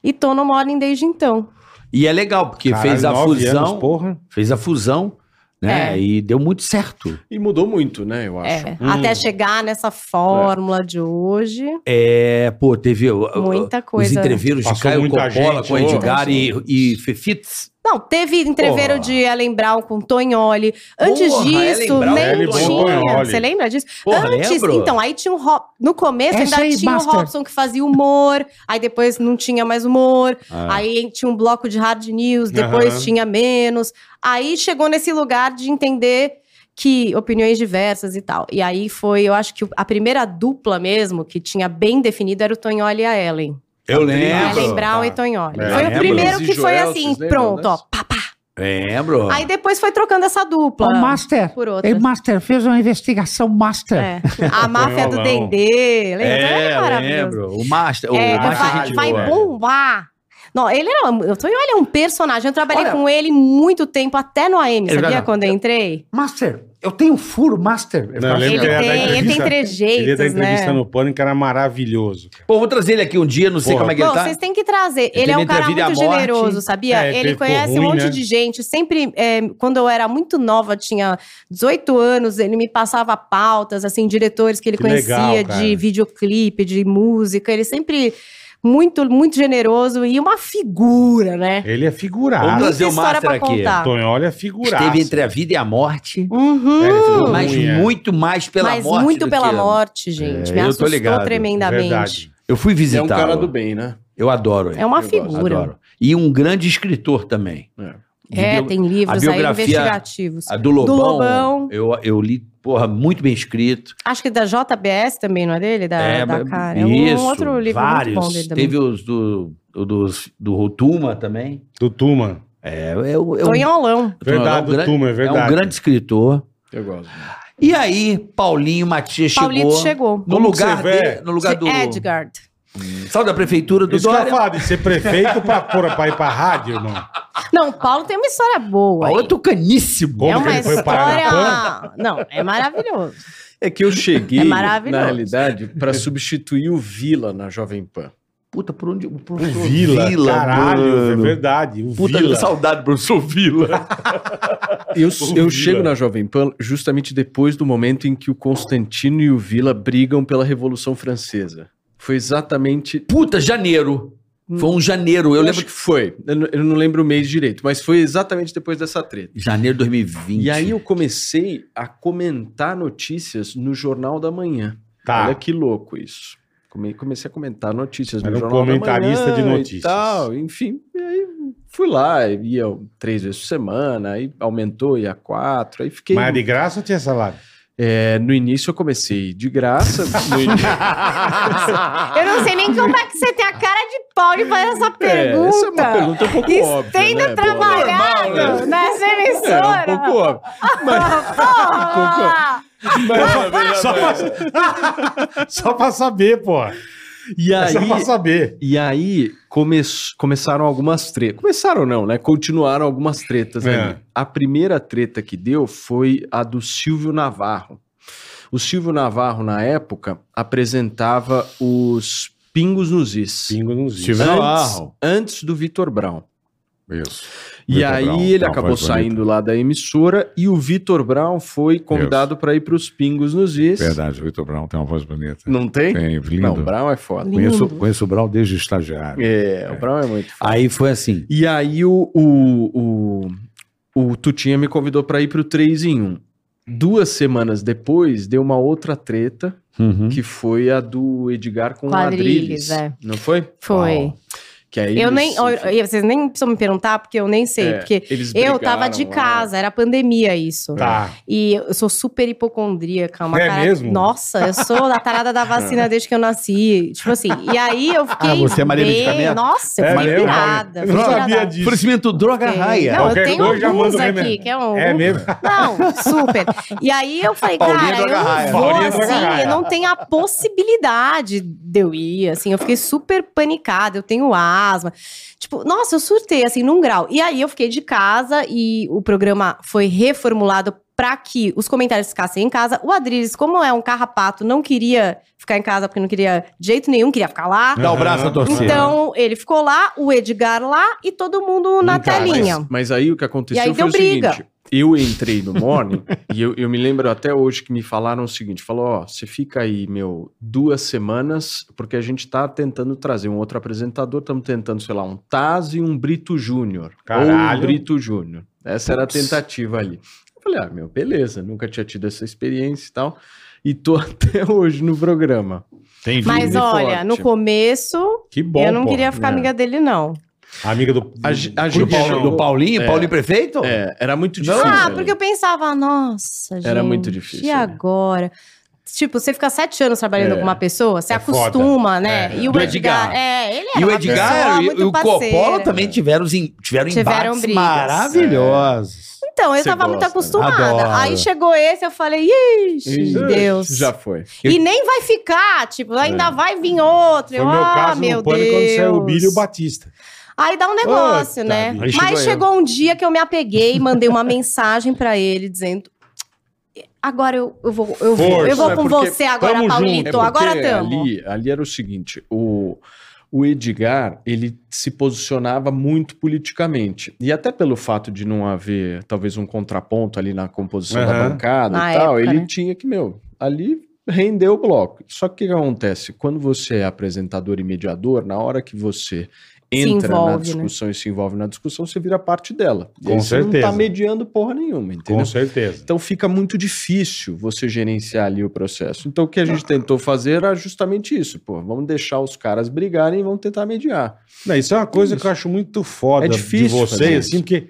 Speaker 2: E tô no Morning desde então.
Speaker 3: E é legal, porque
Speaker 4: Caralho,
Speaker 3: fez a
Speaker 4: nove anos,
Speaker 3: fusão.
Speaker 4: porra.
Speaker 3: fez a fusão, né?
Speaker 2: É.
Speaker 3: E deu muito certo.
Speaker 7: E mudou muito, né, eu acho.
Speaker 2: É,
Speaker 4: Hum.
Speaker 2: Até chegar nessa fórmula de hoje,
Speaker 3: É, pô, teve uh, uh,
Speaker 2: muita
Speaker 3: os
Speaker 2: coisa.
Speaker 3: entreveiros de
Speaker 4: Passou
Speaker 3: Caio
Speaker 4: muita
Speaker 3: Coppola
Speaker 4: gente,
Speaker 3: com
Speaker 4: pô.
Speaker 3: Edgar e, e Fefitz.
Speaker 2: Não, teve entreveiro
Speaker 3: Porra.
Speaker 2: de Ellen Brown com Tonholi. Antes
Speaker 3: Porra,
Speaker 2: disso,
Speaker 3: Ellen Brown,
Speaker 2: nem
Speaker 4: Ellen Brown,
Speaker 2: tinha.
Speaker 4: Tonholi.
Speaker 2: Você lembra disso?
Speaker 3: Porra,
Speaker 2: Antes,
Speaker 3: lembro.
Speaker 2: então, aí tinha o Rob. No começo
Speaker 3: Essa
Speaker 2: ainda
Speaker 3: aí,
Speaker 2: tinha
Speaker 3: basta.
Speaker 2: o Robson que fazia humor, aí depois não tinha mais humor.
Speaker 3: Ah.
Speaker 2: Aí tinha um bloco de hard news, depois
Speaker 4: Aham.
Speaker 2: tinha menos. Aí chegou nesse lugar de entender que opiniões diversas e tal. E aí foi, eu acho que a primeira dupla mesmo que tinha bem definido era o Tonholi e a Ellen.
Speaker 3: Eu
Speaker 4: lembro.
Speaker 2: Ellen Brown
Speaker 4: Tá.
Speaker 2: e Tonholi.
Speaker 4: É,
Speaker 2: Foi o
Speaker 3: lembro.
Speaker 2: primeiro que
Speaker 7: Luiz e
Speaker 2: foi
Speaker 7: Joel,
Speaker 2: assim,
Speaker 7: vocês lembram
Speaker 2: pronto, ó.
Speaker 7: dessa?
Speaker 2: pá, pá.
Speaker 3: Lembro.
Speaker 2: Aí depois foi trocando essa dupla.
Speaker 9: O Master,
Speaker 2: por outra.
Speaker 9: ele Master fez uma investigação Master.
Speaker 2: É. A máfia do
Speaker 4: Tonholão.
Speaker 2: Dendê, lembra? Era
Speaker 3: É,
Speaker 2: maravilhoso.
Speaker 3: lembro. O Master.
Speaker 2: É,
Speaker 3: o Master
Speaker 2: vai,
Speaker 3: gente
Speaker 2: vai
Speaker 3: boa.
Speaker 2: bombar. Não, ele é, um- eu tô, olha, é um personagem. Eu trabalhei
Speaker 9: Olha-
Speaker 2: com ele muito tempo, até no AM,
Speaker 3: Ele vai
Speaker 2: sabia?
Speaker 3: lá.
Speaker 2: Quando eu entrei.
Speaker 9: Master, eu tenho furo Master.
Speaker 4: Não, eu
Speaker 2: Ele
Speaker 4: lembro que
Speaker 3: né?
Speaker 4: ia dar
Speaker 2: tem, ele tem
Speaker 4: entrevista- Ele ia dar
Speaker 2: trejeitos,
Speaker 4: entrevista
Speaker 2: né?
Speaker 4: no Pânico, era maravilhoso. cara.
Speaker 3: Pô, vou trazer ele aqui um dia, não sei
Speaker 4: Porra.
Speaker 3: como é que
Speaker 2: Bom,
Speaker 3: ele tá.
Speaker 2: vocês têm que trazer.
Speaker 3: Ele
Speaker 2: Ele é
Speaker 3: teve
Speaker 2: um cara
Speaker 3: Entre a Vida
Speaker 2: muito
Speaker 3: e a Morte.
Speaker 2: generoso, sabia?
Speaker 4: É,
Speaker 2: ele
Speaker 4: teve-
Speaker 2: conhece
Speaker 4: ficou
Speaker 2: um monte
Speaker 4: ruim, né?
Speaker 2: de gente. Sempre, é, quando eu era muito nova, tinha 18 anos, ele me passava pautas, assim, diretores que ele
Speaker 4: Que
Speaker 2: conhecia
Speaker 4: legal, cara.
Speaker 2: de videoclipe, de música. Ele sempre muito, muito generoso e uma figura, né?
Speaker 4: Ele é
Speaker 3: Vamos
Speaker 4: figurado.
Speaker 3: trazer o
Speaker 2: história
Speaker 3: Master
Speaker 2: pra
Speaker 3: aqui.
Speaker 2: contar.
Speaker 4: Tonho, olha, é figurado.
Speaker 3: Esteve entre a vida e a morte,
Speaker 2: Uhum.
Speaker 4: É, ele ficou
Speaker 3: mas
Speaker 4: ruim, é.
Speaker 3: muito mais pela
Speaker 2: Mas
Speaker 3: morte.
Speaker 2: muito
Speaker 3: do
Speaker 2: pela
Speaker 3: que-
Speaker 2: morte, gente.
Speaker 3: É,
Speaker 2: Me
Speaker 3: eu tô
Speaker 2: assustou
Speaker 3: ligado,
Speaker 2: tremendamente.
Speaker 4: É Verdade.
Speaker 3: Eu fui
Speaker 7: É
Speaker 3: visitar.
Speaker 7: um cara do bem, né?
Speaker 3: Eu adoro ele.
Speaker 2: É uma
Speaker 7: Eu gosto.
Speaker 2: figura.
Speaker 3: Adoro. E um grande escritor também.
Speaker 7: É.
Speaker 2: É,
Speaker 3: bio-
Speaker 2: tem livros
Speaker 3: a
Speaker 2: aí
Speaker 3: biografia-
Speaker 2: investigativos.
Speaker 3: A do Lobão,
Speaker 2: Do Lobão.
Speaker 3: Eu, eu li, porra, muito bem escrito.
Speaker 2: Acho que da JBS também, não é dele? Da,
Speaker 3: É,
Speaker 2: da
Speaker 3: mas-
Speaker 2: cara. É um-
Speaker 3: isso,
Speaker 2: um outro livro
Speaker 3: vários.
Speaker 2: muito bom dele também.
Speaker 3: Teve os do, o dos, do Rotuma também.
Speaker 4: Do Tuma.
Speaker 3: É, é, o- é um-
Speaker 2: Tonholão.
Speaker 4: Verdade,
Speaker 3: é um
Speaker 4: do
Speaker 3: grande-
Speaker 4: Tuma, é
Speaker 3: é um
Speaker 4: verdade.
Speaker 3: grande escritor.
Speaker 7: Eu gosto.
Speaker 3: E aí, Paulinho Matias
Speaker 2: Paulito
Speaker 3: chegou,
Speaker 2: chegou. é,
Speaker 3: no
Speaker 4: Como que
Speaker 3: lugar
Speaker 4: você vê?
Speaker 3: dele, no lugar do
Speaker 2: Edgard.
Speaker 3: sal da prefeitura do
Speaker 4: Isso que eu
Speaker 3: Dória.
Speaker 4: falo, de ser prefeito pra, porra, pra ir pra rádio, irmão.
Speaker 2: Não, o Paulo tem uma história boa.
Speaker 3: Paulo é
Speaker 2: aí.
Speaker 3: tucaníssimo.
Speaker 4: Como
Speaker 2: é
Speaker 4: que
Speaker 2: uma
Speaker 4: ele foi parar na
Speaker 2: história. Não, é maravilhoso.
Speaker 7: É que eu cheguei,
Speaker 2: É
Speaker 7: na
Speaker 2: maravilhoso.
Speaker 7: realidade, para substituir o Vila na Jovem Pan.
Speaker 3: Puta, por onde? O
Speaker 4: O
Speaker 3: professor
Speaker 4: Um Vila, caralho,
Speaker 3: mano.
Speaker 4: é verdade. O
Speaker 3: Puta,
Speaker 4: Vila.
Speaker 3: saudade do professor Vila.
Speaker 7: Eu,
Speaker 4: O
Speaker 7: eu
Speaker 4: Vila.
Speaker 7: chego na Jovem Pan justamente depois do momento em que o Constantino e o Vila brigam pela Revolução Francesa. Foi exatamente.
Speaker 3: Puta, janeiro. Foi um janeiro,
Speaker 2: Hum.
Speaker 3: eu lembro.
Speaker 7: que foi. Eu não- eu não lembro o mês direito, mas foi exatamente depois dessa treta.
Speaker 3: Janeiro de 2020.
Speaker 7: E aí eu comecei a comentar notícias no Jornal da Manhã. Olha
Speaker 4: Tá.
Speaker 7: que louco isso. Come- Comecei a comentar notícias
Speaker 4: Era um
Speaker 7: Jornal da
Speaker 4: comentarista
Speaker 7: Manhã
Speaker 4: de
Speaker 7: e
Speaker 4: notícias.
Speaker 7: tal, enfim, E aí fui lá, ia três vezes por semana, aí aumentou, ia quatro, aí fiquei...
Speaker 4: Mas era de graça ou tinha salário?
Speaker 7: É, no início eu comecei de graça, no início...
Speaker 2: Eu não sei nem como é que você tem a cara de pau de fazer essa
Speaker 7: É,
Speaker 2: pergunta.
Speaker 7: essa é uma pergunta um pouco óbvia,
Speaker 2: Tendo
Speaker 7: né,
Speaker 2: trabalhado
Speaker 7: Bola? Normal, né?
Speaker 2: nessa
Speaker 7: É, um
Speaker 2: emissora.
Speaker 7: pouco óbvio.
Speaker 2: Porra! É
Speaker 4: Só pra, só pra saber, pô. É
Speaker 7: E aí...
Speaker 4: Só pra saber.
Speaker 7: E aí come- começaram algumas tretas. Começaram não, né? Continuaram algumas tretas
Speaker 4: É.
Speaker 7: ali. A primeira treta que deu foi a do Silvio Navarro. O Silvio Navarro, na época, apresentava os Pingos nos Is.
Speaker 4: Pingo nos is.
Speaker 7: Antes- Antes do Vitor Brown. E
Speaker 4: Vitor
Speaker 7: aí
Speaker 4: Brown.
Speaker 7: ele
Speaker 4: Não,
Speaker 7: acabou
Speaker 4: foi bonito.
Speaker 7: saindo lá da emissora e o Vitor Brown foi convidado para ir para os Pingos nos Is.
Speaker 8: Verdade, o Vitor Brown tem uma voz bonita.
Speaker 7: Não tem?
Speaker 8: Tem, lindo.
Speaker 7: Não, Brown é foda.
Speaker 8: conheço,
Speaker 2: Lindo.
Speaker 8: conheço o Brown desde estagiário.
Speaker 7: É, o Brown é muito foda.
Speaker 3: Aí foi assim.
Speaker 7: E aí o, o, o, o Tutinha me convidou pra ir pro 3 em 1. Duas semanas depois, deu uma outra treta,
Speaker 3: Uhum.
Speaker 8: Hum.
Speaker 7: que foi a do Edgar com
Speaker 2: Quadrilhas,
Speaker 7: Quadrilhas.
Speaker 2: é.
Speaker 7: Não foi?
Speaker 2: Foi.
Speaker 7: Que aí
Speaker 2: Eu
Speaker 7: eles-
Speaker 2: nem. eu- eu- vocês nem precisam me perguntar, porque eu nem sei.
Speaker 7: É,
Speaker 2: porque
Speaker 7: eles
Speaker 2: eu tava de
Speaker 7: brigaram lá.
Speaker 2: casa, era pandemia isso.
Speaker 4: Tá.
Speaker 2: E eu sou super hipocondríaca. Uma
Speaker 4: É
Speaker 2: cara...
Speaker 4: mesmo?
Speaker 2: Nossa, eu sou da tarada da vacina desde que eu nasci. Tipo assim, e aí eu fiquei.
Speaker 3: Ah, você é Maria
Speaker 2: bem-
Speaker 3: Medicamento?
Speaker 2: Nossa, eu
Speaker 3: Tá.
Speaker 4: É
Speaker 2: fiquei
Speaker 4: mesmo?
Speaker 2: pirada.
Speaker 4: Eu não
Speaker 2: fiquei
Speaker 4: sabia
Speaker 2: pirada.
Speaker 4: disso.
Speaker 3: Oferecimento droga raia.
Speaker 2: Não,
Speaker 4: Qualquer
Speaker 2: eu tenho
Speaker 4: coisa, já
Speaker 2: alguns
Speaker 4: manda o
Speaker 2: aqui,
Speaker 4: remédio.
Speaker 2: que é um.
Speaker 4: É mesmo?
Speaker 2: Não, super. E aí eu falei,
Speaker 3: Paulinha
Speaker 2: cara, eu
Speaker 3: Braga
Speaker 2: não
Speaker 3: Raia.
Speaker 2: vou
Speaker 4: Paulinha Braga
Speaker 2: assim,
Speaker 4: Raia.
Speaker 2: eu não tenho a possibilidade de eu ir, assim, eu fiquei super panicada, eu tenho asma. Tipo, nossa, eu surtei, assim, num grau. E aí eu fiquei de casa e o programa foi reformulado para que os comentários ficassem em casa. O Adriles, como é um carrapato, não queria ficar em casa porque não queria de jeito nenhum, queria ficar lá.
Speaker 3: Dá o braço a torcer.
Speaker 2: Então, ele ficou lá, o Edgar lá e todo mundo na
Speaker 4: Em casa.
Speaker 2: telinha.
Speaker 7: Mas, mas aí o que aconteceu
Speaker 2: E aí
Speaker 7: foi
Speaker 2: deu
Speaker 7: o
Speaker 2: briga.
Speaker 7: seguinte. Eu entrei no morning e eu, eu me lembro até hoje que me falaram o seguinte: falou, ó, você fica aí, meu, duas semanas, porque a gente tá tentando trazer um outro apresentador, estamos tentando, sei lá, um Taz e um Brito Júnior. Ou um
Speaker 4: Caralho.
Speaker 7: Brito Júnior. Essa era a tentativa ali. Eu falei, ah, meu, beleza, nunca tinha tido essa experiência e tal. E tô até hoje no programa.
Speaker 8: Entendi.
Speaker 2: Mas
Speaker 7: Firme e
Speaker 2: olha,
Speaker 7: forte.
Speaker 2: no começo,
Speaker 4: Que bom.
Speaker 2: eu não
Speaker 4: pô.
Speaker 2: queria ficar
Speaker 7: É.
Speaker 2: amiga dele, não.
Speaker 4: Amiga do.
Speaker 7: A ge- a
Speaker 4: do
Speaker 7: gente-
Speaker 4: Paulo-
Speaker 3: Do Paulinho?
Speaker 7: É.
Speaker 3: Paulinho prefeito?
Speaker 7: É, era muito
Speaker 3: Não.
Speaker 7: difícil. né?
Speaker 2: ah,
Speaker 7: ali.
Speaker 2: porque eu pensava, nossa, gente.
Speaker 7: Era muito difícil,
Speaker 2: E
Speaker 7: né?
Speaker 2: agora? Tipo, você fica sete anos trabalhando
Speaker 7: É.
Speaker 2: com uma pessoa, você
Speaker 4: É
Speaker 2: acostuma, né? E o
Speaker 3: Do
Speaker 2: Edgar,
Speaker 3: Edgar.
Speaker 2: É, ele era
Speaker 3: E o
Speaker 2: uma pessoa
Speaker 3: Edgar e,
Speaker 2: muito
Speaker 3: e o
Speaker 2: parceira.
Speaker 3: Coppola também tiveram, os em- tiveram,
Speaker 2: Tiveram
Speaker 3: embates
Speaker 2: brigas.
Speaker 3: maravilhosos.
Speaker 2: Então, eu
Speaker 7: Você
Speaker 2: tava muito
Speaker 7: gosta, né?
Speaker 2: acostumada.
Speaker 3: Adoro.
Speaker 2: Aí chegou esse, eu falei, ixi,
Speaker 7: Ixi,
Speaker 2: Deus.
Speaker 7: Já foi.
Speaker 2: E nem vai ficar, tipo, ainda vai vir outro.
Speaker 4: Foi
Speaker 2: eu,
Speaker 4: meu
Speaker 2: ah,
Speaker 4: caso
Speaker 2: meu
Speaker 4: no pânico quando saiu o
Speaker 2: Deus.
Speaker 4: Billy e o Batista.
Speaker 2: Aí dá um negócio,
Speaker 4: Puta
Speaker 2: né?
Speaker 4: vida.
Speaker 7: Aí chegou
Speaker 2: Mas
Speaker 7: eu.
Speaker 2: chegou um dia que eu me apeguei e mandei uma mensagem pra ele dizendo. Agora eu, eu vou, eu vou,
Speaker 4: Força,
Speaker 2: eu vou
Speaker 7: é
Speaker 2: com
Speaker 7: porque
Speaker 2: você agora,
Speaker 4: tamo junto,
Speaker 2: Paulito.
Speaker 4: é
Speaker 7: porque
Speaker 2: agora tamo.
Speaker 7: Ali, ali era o seguinte, o, o Edgar, ele se posicionava muito politicamente. E até pelo fato de não haver, talvez, um contraponto ali na composição da
Speaker 4: Aham.
Speaker 7: bancada
Speaker 2: Na
Speaker 7: e tal,
Speaker 2: época,
Speaker 7: ele
Speaker 2: né?
Speaker 7: tinha que, meu, ali rendeu o bloco. Só que o que acontece? Quando você é apresentador e mediador, na hora que você
Speaker 2: Se
Speaker 7: entra na
Speaker 2: envolve, né?
Speaker 7: discussão e se envolve na discussão, você vira parte dela. E
Speaker 4: Com
Speaker 7: aí Você não
Speaker 4: certeza.
Speaker 7: tá mediando porra nenhuma, entendeu?
Speaker 4: Com certeza.
Speaker 7: Então fica muito difícil você gerenciar ali o processo. Então o que a gente tentou fazer era justamente isso, pô, vamos deixar os caras brigarem e vamos tentar mediar.
Speaker 4: Não, isso é uma coisa que eu acho muito foda
Speaker 7: É difícil
Speaker 4: de vocês,
Speaker 7: fazer isso.
Speaker 4: assim, porque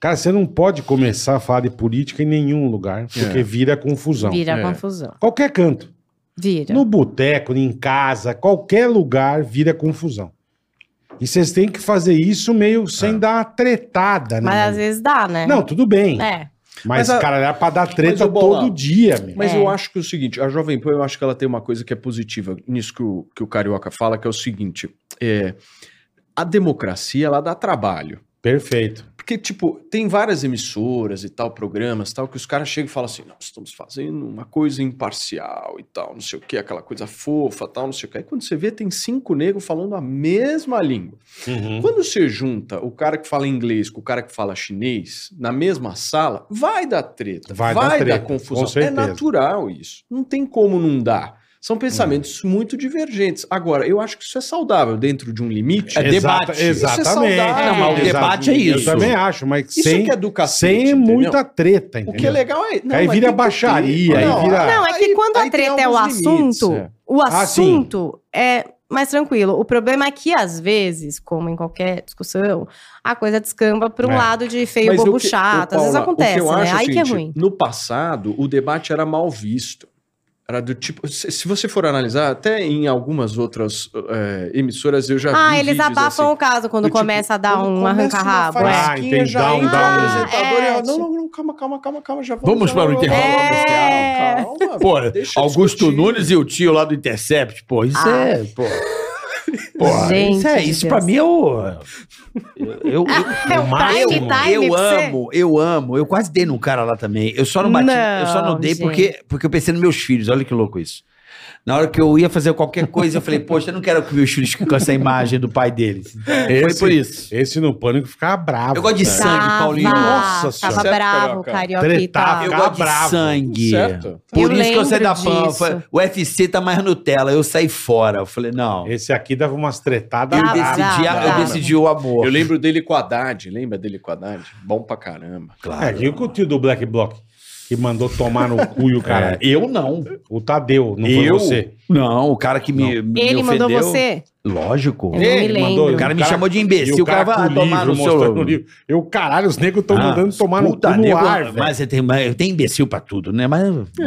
Speaker 4: Cara, você não pode começar a falar de política em nenhum lugar, porque vira confusão.
Speaker 2: Vira
Speaker 7: é.
Speaker 2: confusão.
Speaker 4: Qualquer canto.
Speaker 2: Vira.
Speaker 4: No boteco, em casa, qualquer lugar vira confusão. E vocês têm que fazer isso meio sem
Speaker 7: É.
Speaker 4: dar tretada, né?
Speaker 2: Mas às vezes dá, né?
Speaker 4: Não, tudo bem.
Speaker 2: É.
Speaker 4: Mas,
Speaker 7: Mas a-
Speaker 4: cara, dá pra dar
Speaker 7: Mas
Speaker 4: treta
Speaker 7: o Bolão-
Speaker 4: todo dia, meu.
Speaker 7: Mas
Speaker 2: É.
Speaker 7: eu acho que é o seguinte, a Jovem Pan, eu acho que ela tem uma coisa que é positiva nisso que o, que o Carioca fala, que é o seguinte, é, a democracia, ela dá trabalho.
Speaker 4: Perfeito.
Speaker 7: Porque, tipo, tem várias emissoras e tal, programas e tal, que os caras chegam e falam assim, nós estamos fazendo uma coisa imparcial e tal, não sei o que, aquela coisa fofa tal, não sei o que. Aí quando você vê, tem cinco negros falando a mesma língua.
Speaker 4: Uhum.
Speaker 7: Quando você junta o cara que fala inglês com o cara que fala chinês na mesma sala, vai dar treta,
Speaker 4: Vai
Speaker 7: vai,
Speaker 4: dar treta,
Speaker 7: dar
Speaker 4: com
Speaker 7: confusão. É
Speaker 4: certeza. Hum.
Speaker 7: natural isso. Não tem como não dar. São pensamentos muito divergentes. Agora, eu acho que isso é saudável dentro de um limite.
Speaker 3: É
Speaker 4: Exata-
Speaker 3: debate.
Speaker 4: Exatamente.
Speaker 7: Isso é saudável.
Speaker 3: Não, mas o
Speaker 4: Exato.
Speaker 3: debate é
Speaker 4: Eu
Speaker 3: isso.
Speaker 4: também acho, mas
Speaker 7: Isso
Speaker 4: sem,
Speaker 7: que é do cacete,
Speaker 4: sem
Speaker 7: entendeu?
Speaker 4: muita treta,
Speaker 7: O
Speaker 4: entendeu?
Speaker 7: que é legal é.
Speaker 4: Aí
Speaker 7: mas
Speaker 4: vira
Speaker 7: tem que ter.
Speaker 4: baixaria, aí vira-
Speaker 2: Não, é que quando a
Speaker 7: aí tem
Speaker 2: treta é o
Speaker 7: alguns limites,
Speaker 2: assunto,
Speaker 7: é.
Speaker 2: o
Speaker 4: Ah, sim.
Speaker 2: assunto é mais tranquilo. O problema é que, às vezes, como em qualquer discussão, a coisa descamba para um
Speaker 4: É.
Speaker 2: lado de feio
Speaker 7: Mas o
Speaker 2: bobo
Speaker 7: que-
Speaker 2: chato.
Speaker 7: ô,
Speaker 2: às vezes
Speaker 7: Paula, o que
Speaker 2: acontece,
Speaker 7: eu
Speaker 2: né?
Speaker 7: acho
Speaker 2: Aí que é
Speaker 7: seguinte,
Speaker 2: ruim.
Speaker 7: No passado, o debate era mal visto. Era do tipo. Se se você for analisar, até em algumas outras eh, emissoras eu já vi.
Speaker 2: Ah, eles
Speaker 7: vídeos
Speaker 2: abafam
Speaker 7: assim.
Speaker 2: o caso quando
Speaker 7: do tipo,
Speaker 2: começa a dar
Speaker 7: quando
Speaker 2: um
Speaker 7: começa uma
Speaker 2: arranca-rabo.
Speaker 4: fase-
Speaker 2: é.
Speaker 4: Ah,
Speaker 7: Quem
Speaker 4: entendi, dá um-
Speaker 7: entra
Speaker 4: dá um-
Speaker 7: apresentador e
Speaker 2: É,
Speaker 7: ela, não, não, não, calma, calma, calma, calma, já
Speaker 3: Vamos para o
Speaker 7: já-
Speaker 3: intervalo
Speaker 7: calma,
Speaker 2: É.
Speaker 7: calma, calma,
Speaker 3: Pô,
Speaker 7: deixa eu
Speaker 3: Augusto
Speaker 7: discutir.
Speaker 3: Nunes e o tio lá do Intercept, pô, isso
Speaker 2: Ah.
Speaker 3: é. Pô, Pô,
Speaker 2: Gente
Speaker 3: isso é,
Speaker 2: de
Speaker 3: isso
Speaker 2: Deus.
Speaker 3: pra mim é o. Eu, eu,
Speaker 2: É o
Speaker 3: eu,
Speaker 2: prime time
Speaker 3: assim, eu
Speaker 2: pra você.
Speaker 3: amo, eu amo. Eu quase dei num cara lá também. Eu só não bati, eu só não
Speaker 2: Não,
Speaker 3: dei
Speaker 2: gente.
Speaker 3: porque, porque eu pensei nos meus filhos. Olha que louco isso. Na hora que eu ia fazer qualquer coisa, eu falei, poxa, eu não quero que meus filhos fiquem com essa imagem do pai deles. É, Foi
Speaker 4: Esse-
Speaker 3: por isso.
Speaker 4: Esse no pânico ficava bravo. né?
Speaker 3: Eu gosto de
Speaker 4: cara.
Speaker 3: sangue, Paulinho.
Speaker 4: Nossa
Speaker 2: Tava
Speaker 7: Senhora.
Speaker 2: bravo,
Speaker 7: Certo,
Speaker 2: carioquita.
Speaker 4: Tretava.
Speaker 3: Eu
Speaker 4: Ficar
Speaker 3: gosto
Speaker 4: bravo.
Speaker 3: de sangue.
Speaker 7: Certo.
Speaker 3: Por
Speaker 2: Eu
Speaker 3: isso que eu saí da
Speaker 2: lembro
Speaker 3: PAN.
Speaker 2: disso.
Speaker 3: Foi- O UFC tá mais Nutella. Eu saí fora. Eu falei, não.
Speaker 4: Esse aqui dava umas tretadas
Speaker 3: Eu
Speaker 2: Dá,
Speaker 4: bravas.
Speaker 2: dá,
Speaker 3: decidi,
Speaker 2: dá.
Speaker 3: eu decidi o amor.
Speaker 7: Eu lembro dele com a Haddad, lembra dele com a Haddad? Bom pra caramba.
Speaker 4: É, aqui o tio do Black Block, que mandou tomar no cu e o cara.
Speaker 3: É, eu não.
Speaker 4: O Tadeu, não foi você.
Speaker 3: Não, o cara que me, me
Speaker 2: Ele mandou
Speaker 3: ofendeu-
Speaker 2: você?
Speaker 3: Lógico.
Speaker 2: Eu não me lembro.
Speaker 4: mandou-
Speaker 3: O cara me chamou de imbecil,
Speaker 4: e
Speaker 3: o cara vai
Speaker 4: com
Speaker 3: tomar
Speaker 4: livro,
Speaker 3: no seu-
Speaker 4: mostrando o livro. Eu, caralho, os negros estão mandando tomar no cu
Speaker 3: Ah, puta,
Speaker 4: no
Speaker 3: nego,
Speaker 4: ar, velho. É.
Speaker 3: Mas tem, mas tem imbecil pra tudo, né? Mas,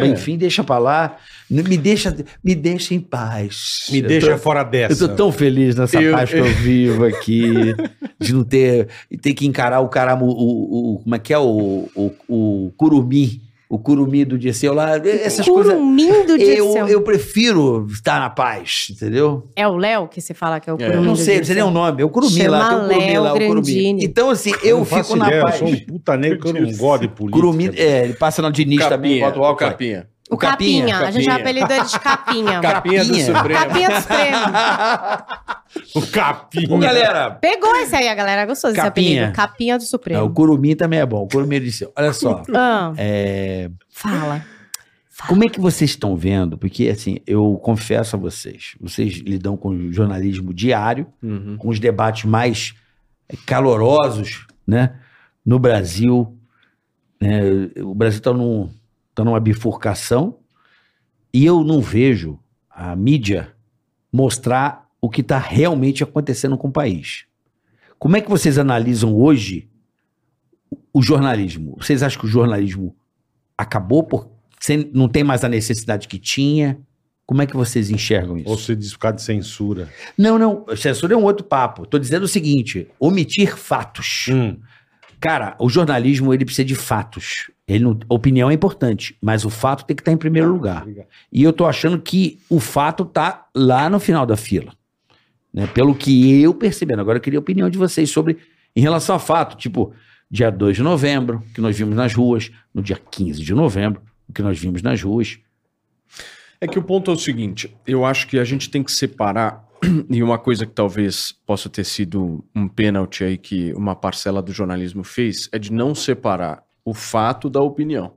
Speaker 3: enfim, deixa pra lá. N- Me deixa, me deixa em paz.
Speaker 4: Me
Speaker 3: Eu
Speaker 4: deixa
Speaker 3: tô-
Speaker 4: fora dessa.
Speaker 3: Eu tô tão feliz nessa
Speaker 7: Eu-
Speaker 3: paz que eu vivo aqui, de não ter, ter que encarar o cara, o, o- o- como é que é, o, o, o curumim, o curumim do Dirceu lá, essas coisas.
Speaker 2: Curumim do
Speaker 3: Eu,
Speaker 2: Dirceu.
Speaker 3: eu prefiro estar na paz, entendeu?
Speaker 2: É o Léo que você fala que é o
Speaker 7: É.
Speaker 2: Curumim
Speaker 3: Eu não
Speaker 2: do
Speaker 3: sei, não
Speaker 2: Dirceu?
Speaker 3: sei nem o nome, é o curumim lá, tem o
Speaker 2: Chama
Speaker 3: curumim
Speaker 2: Léo
Speaker 3: lá, o curumim.
Speaker 2: Grandini.
Speaker 3: Então, assim, eu,
Speaker 4: Não faço
Speaker 3: fico na
Speaker 4: ideia,
Speaker 3: paz.
Speaker 4: Eu sou um puta negro que eu não gosto de política.
Speaker 3: Curumim, é, ele passa no Diniz também, bota o
Speaker 7: o
Speaker 3: álcool.
Speaker 7: Capinha.
Speaker 2: O Capinha. A gente
Speaker 7: Capinha.
Speaker 2: apelidou ele de Capinha.
Speaker 7: Capinha do
Speaker 3: Capinha.
Speaker 7: Supremo.
Speaker 2: Capinha do Supremo.
Speaker 4: O capim.
Speaker 3: Ô, galera,
Speaker 2: Pegou esse aí, a galera gostou desse
Speaker 3: Capinha.
Speaker 2: apelido. Capinha do Supremo.
Speaker 3: não, o curumim também é bom, o curumim disse, olha só,
Speaker 2: Ah,
Speaker 3: é,
Speaker 2: Fala.
Speaker 3: como é que vocês estão vendo? Porque, assim, eu confesso a vocês, vocês lidam com o jornalismo diário,
Speaker 7: Uhum.
Speaker 3: com os debates mais calorosos, né? No Brasil, né, o Brasil está num, tá numa bifurcação e eu não vejo a mídia mostrar o que está realmente acontecendo com o país. Como é que vocês analisam hoje o jornalismo? Vocês acham que o jornalismo acabou por sem- não tem mais a necessidade que tinha? Como é que vocês enxergam isso?
Speaker 4: Ou se diz por causa de censura.
Speaker 3: Não, não. Censura é um outro papo. Tô dizendo o seguinte: omitir fatos.
Speaker 4: Hum,
Speaker 3: Cara, o jornalismo ele precisa de fatos. Ele não- opinião é importante, mas o fato tem que estar em primeiro lugar.
Speaker 4: obrigado.
Speaker 3: E eu tô achando que o fato tá lá no final da fila. né? Pelo que eu percebendo. Agora eu queria a opinião de vocês sobre em relação a fato, tipo, dia 2 de novembro, que nós vimos nas ruas, no dia 15 de novembro, o que nós vimos nas ruas.
Speaker 7: É que o ponto é o seguinte, eu acho que a gente tem que separar, e uma coisa que talvez possa ter sido um pênalti aí que uma parcela do jornalismo fez, é de não separar o fato da opinião.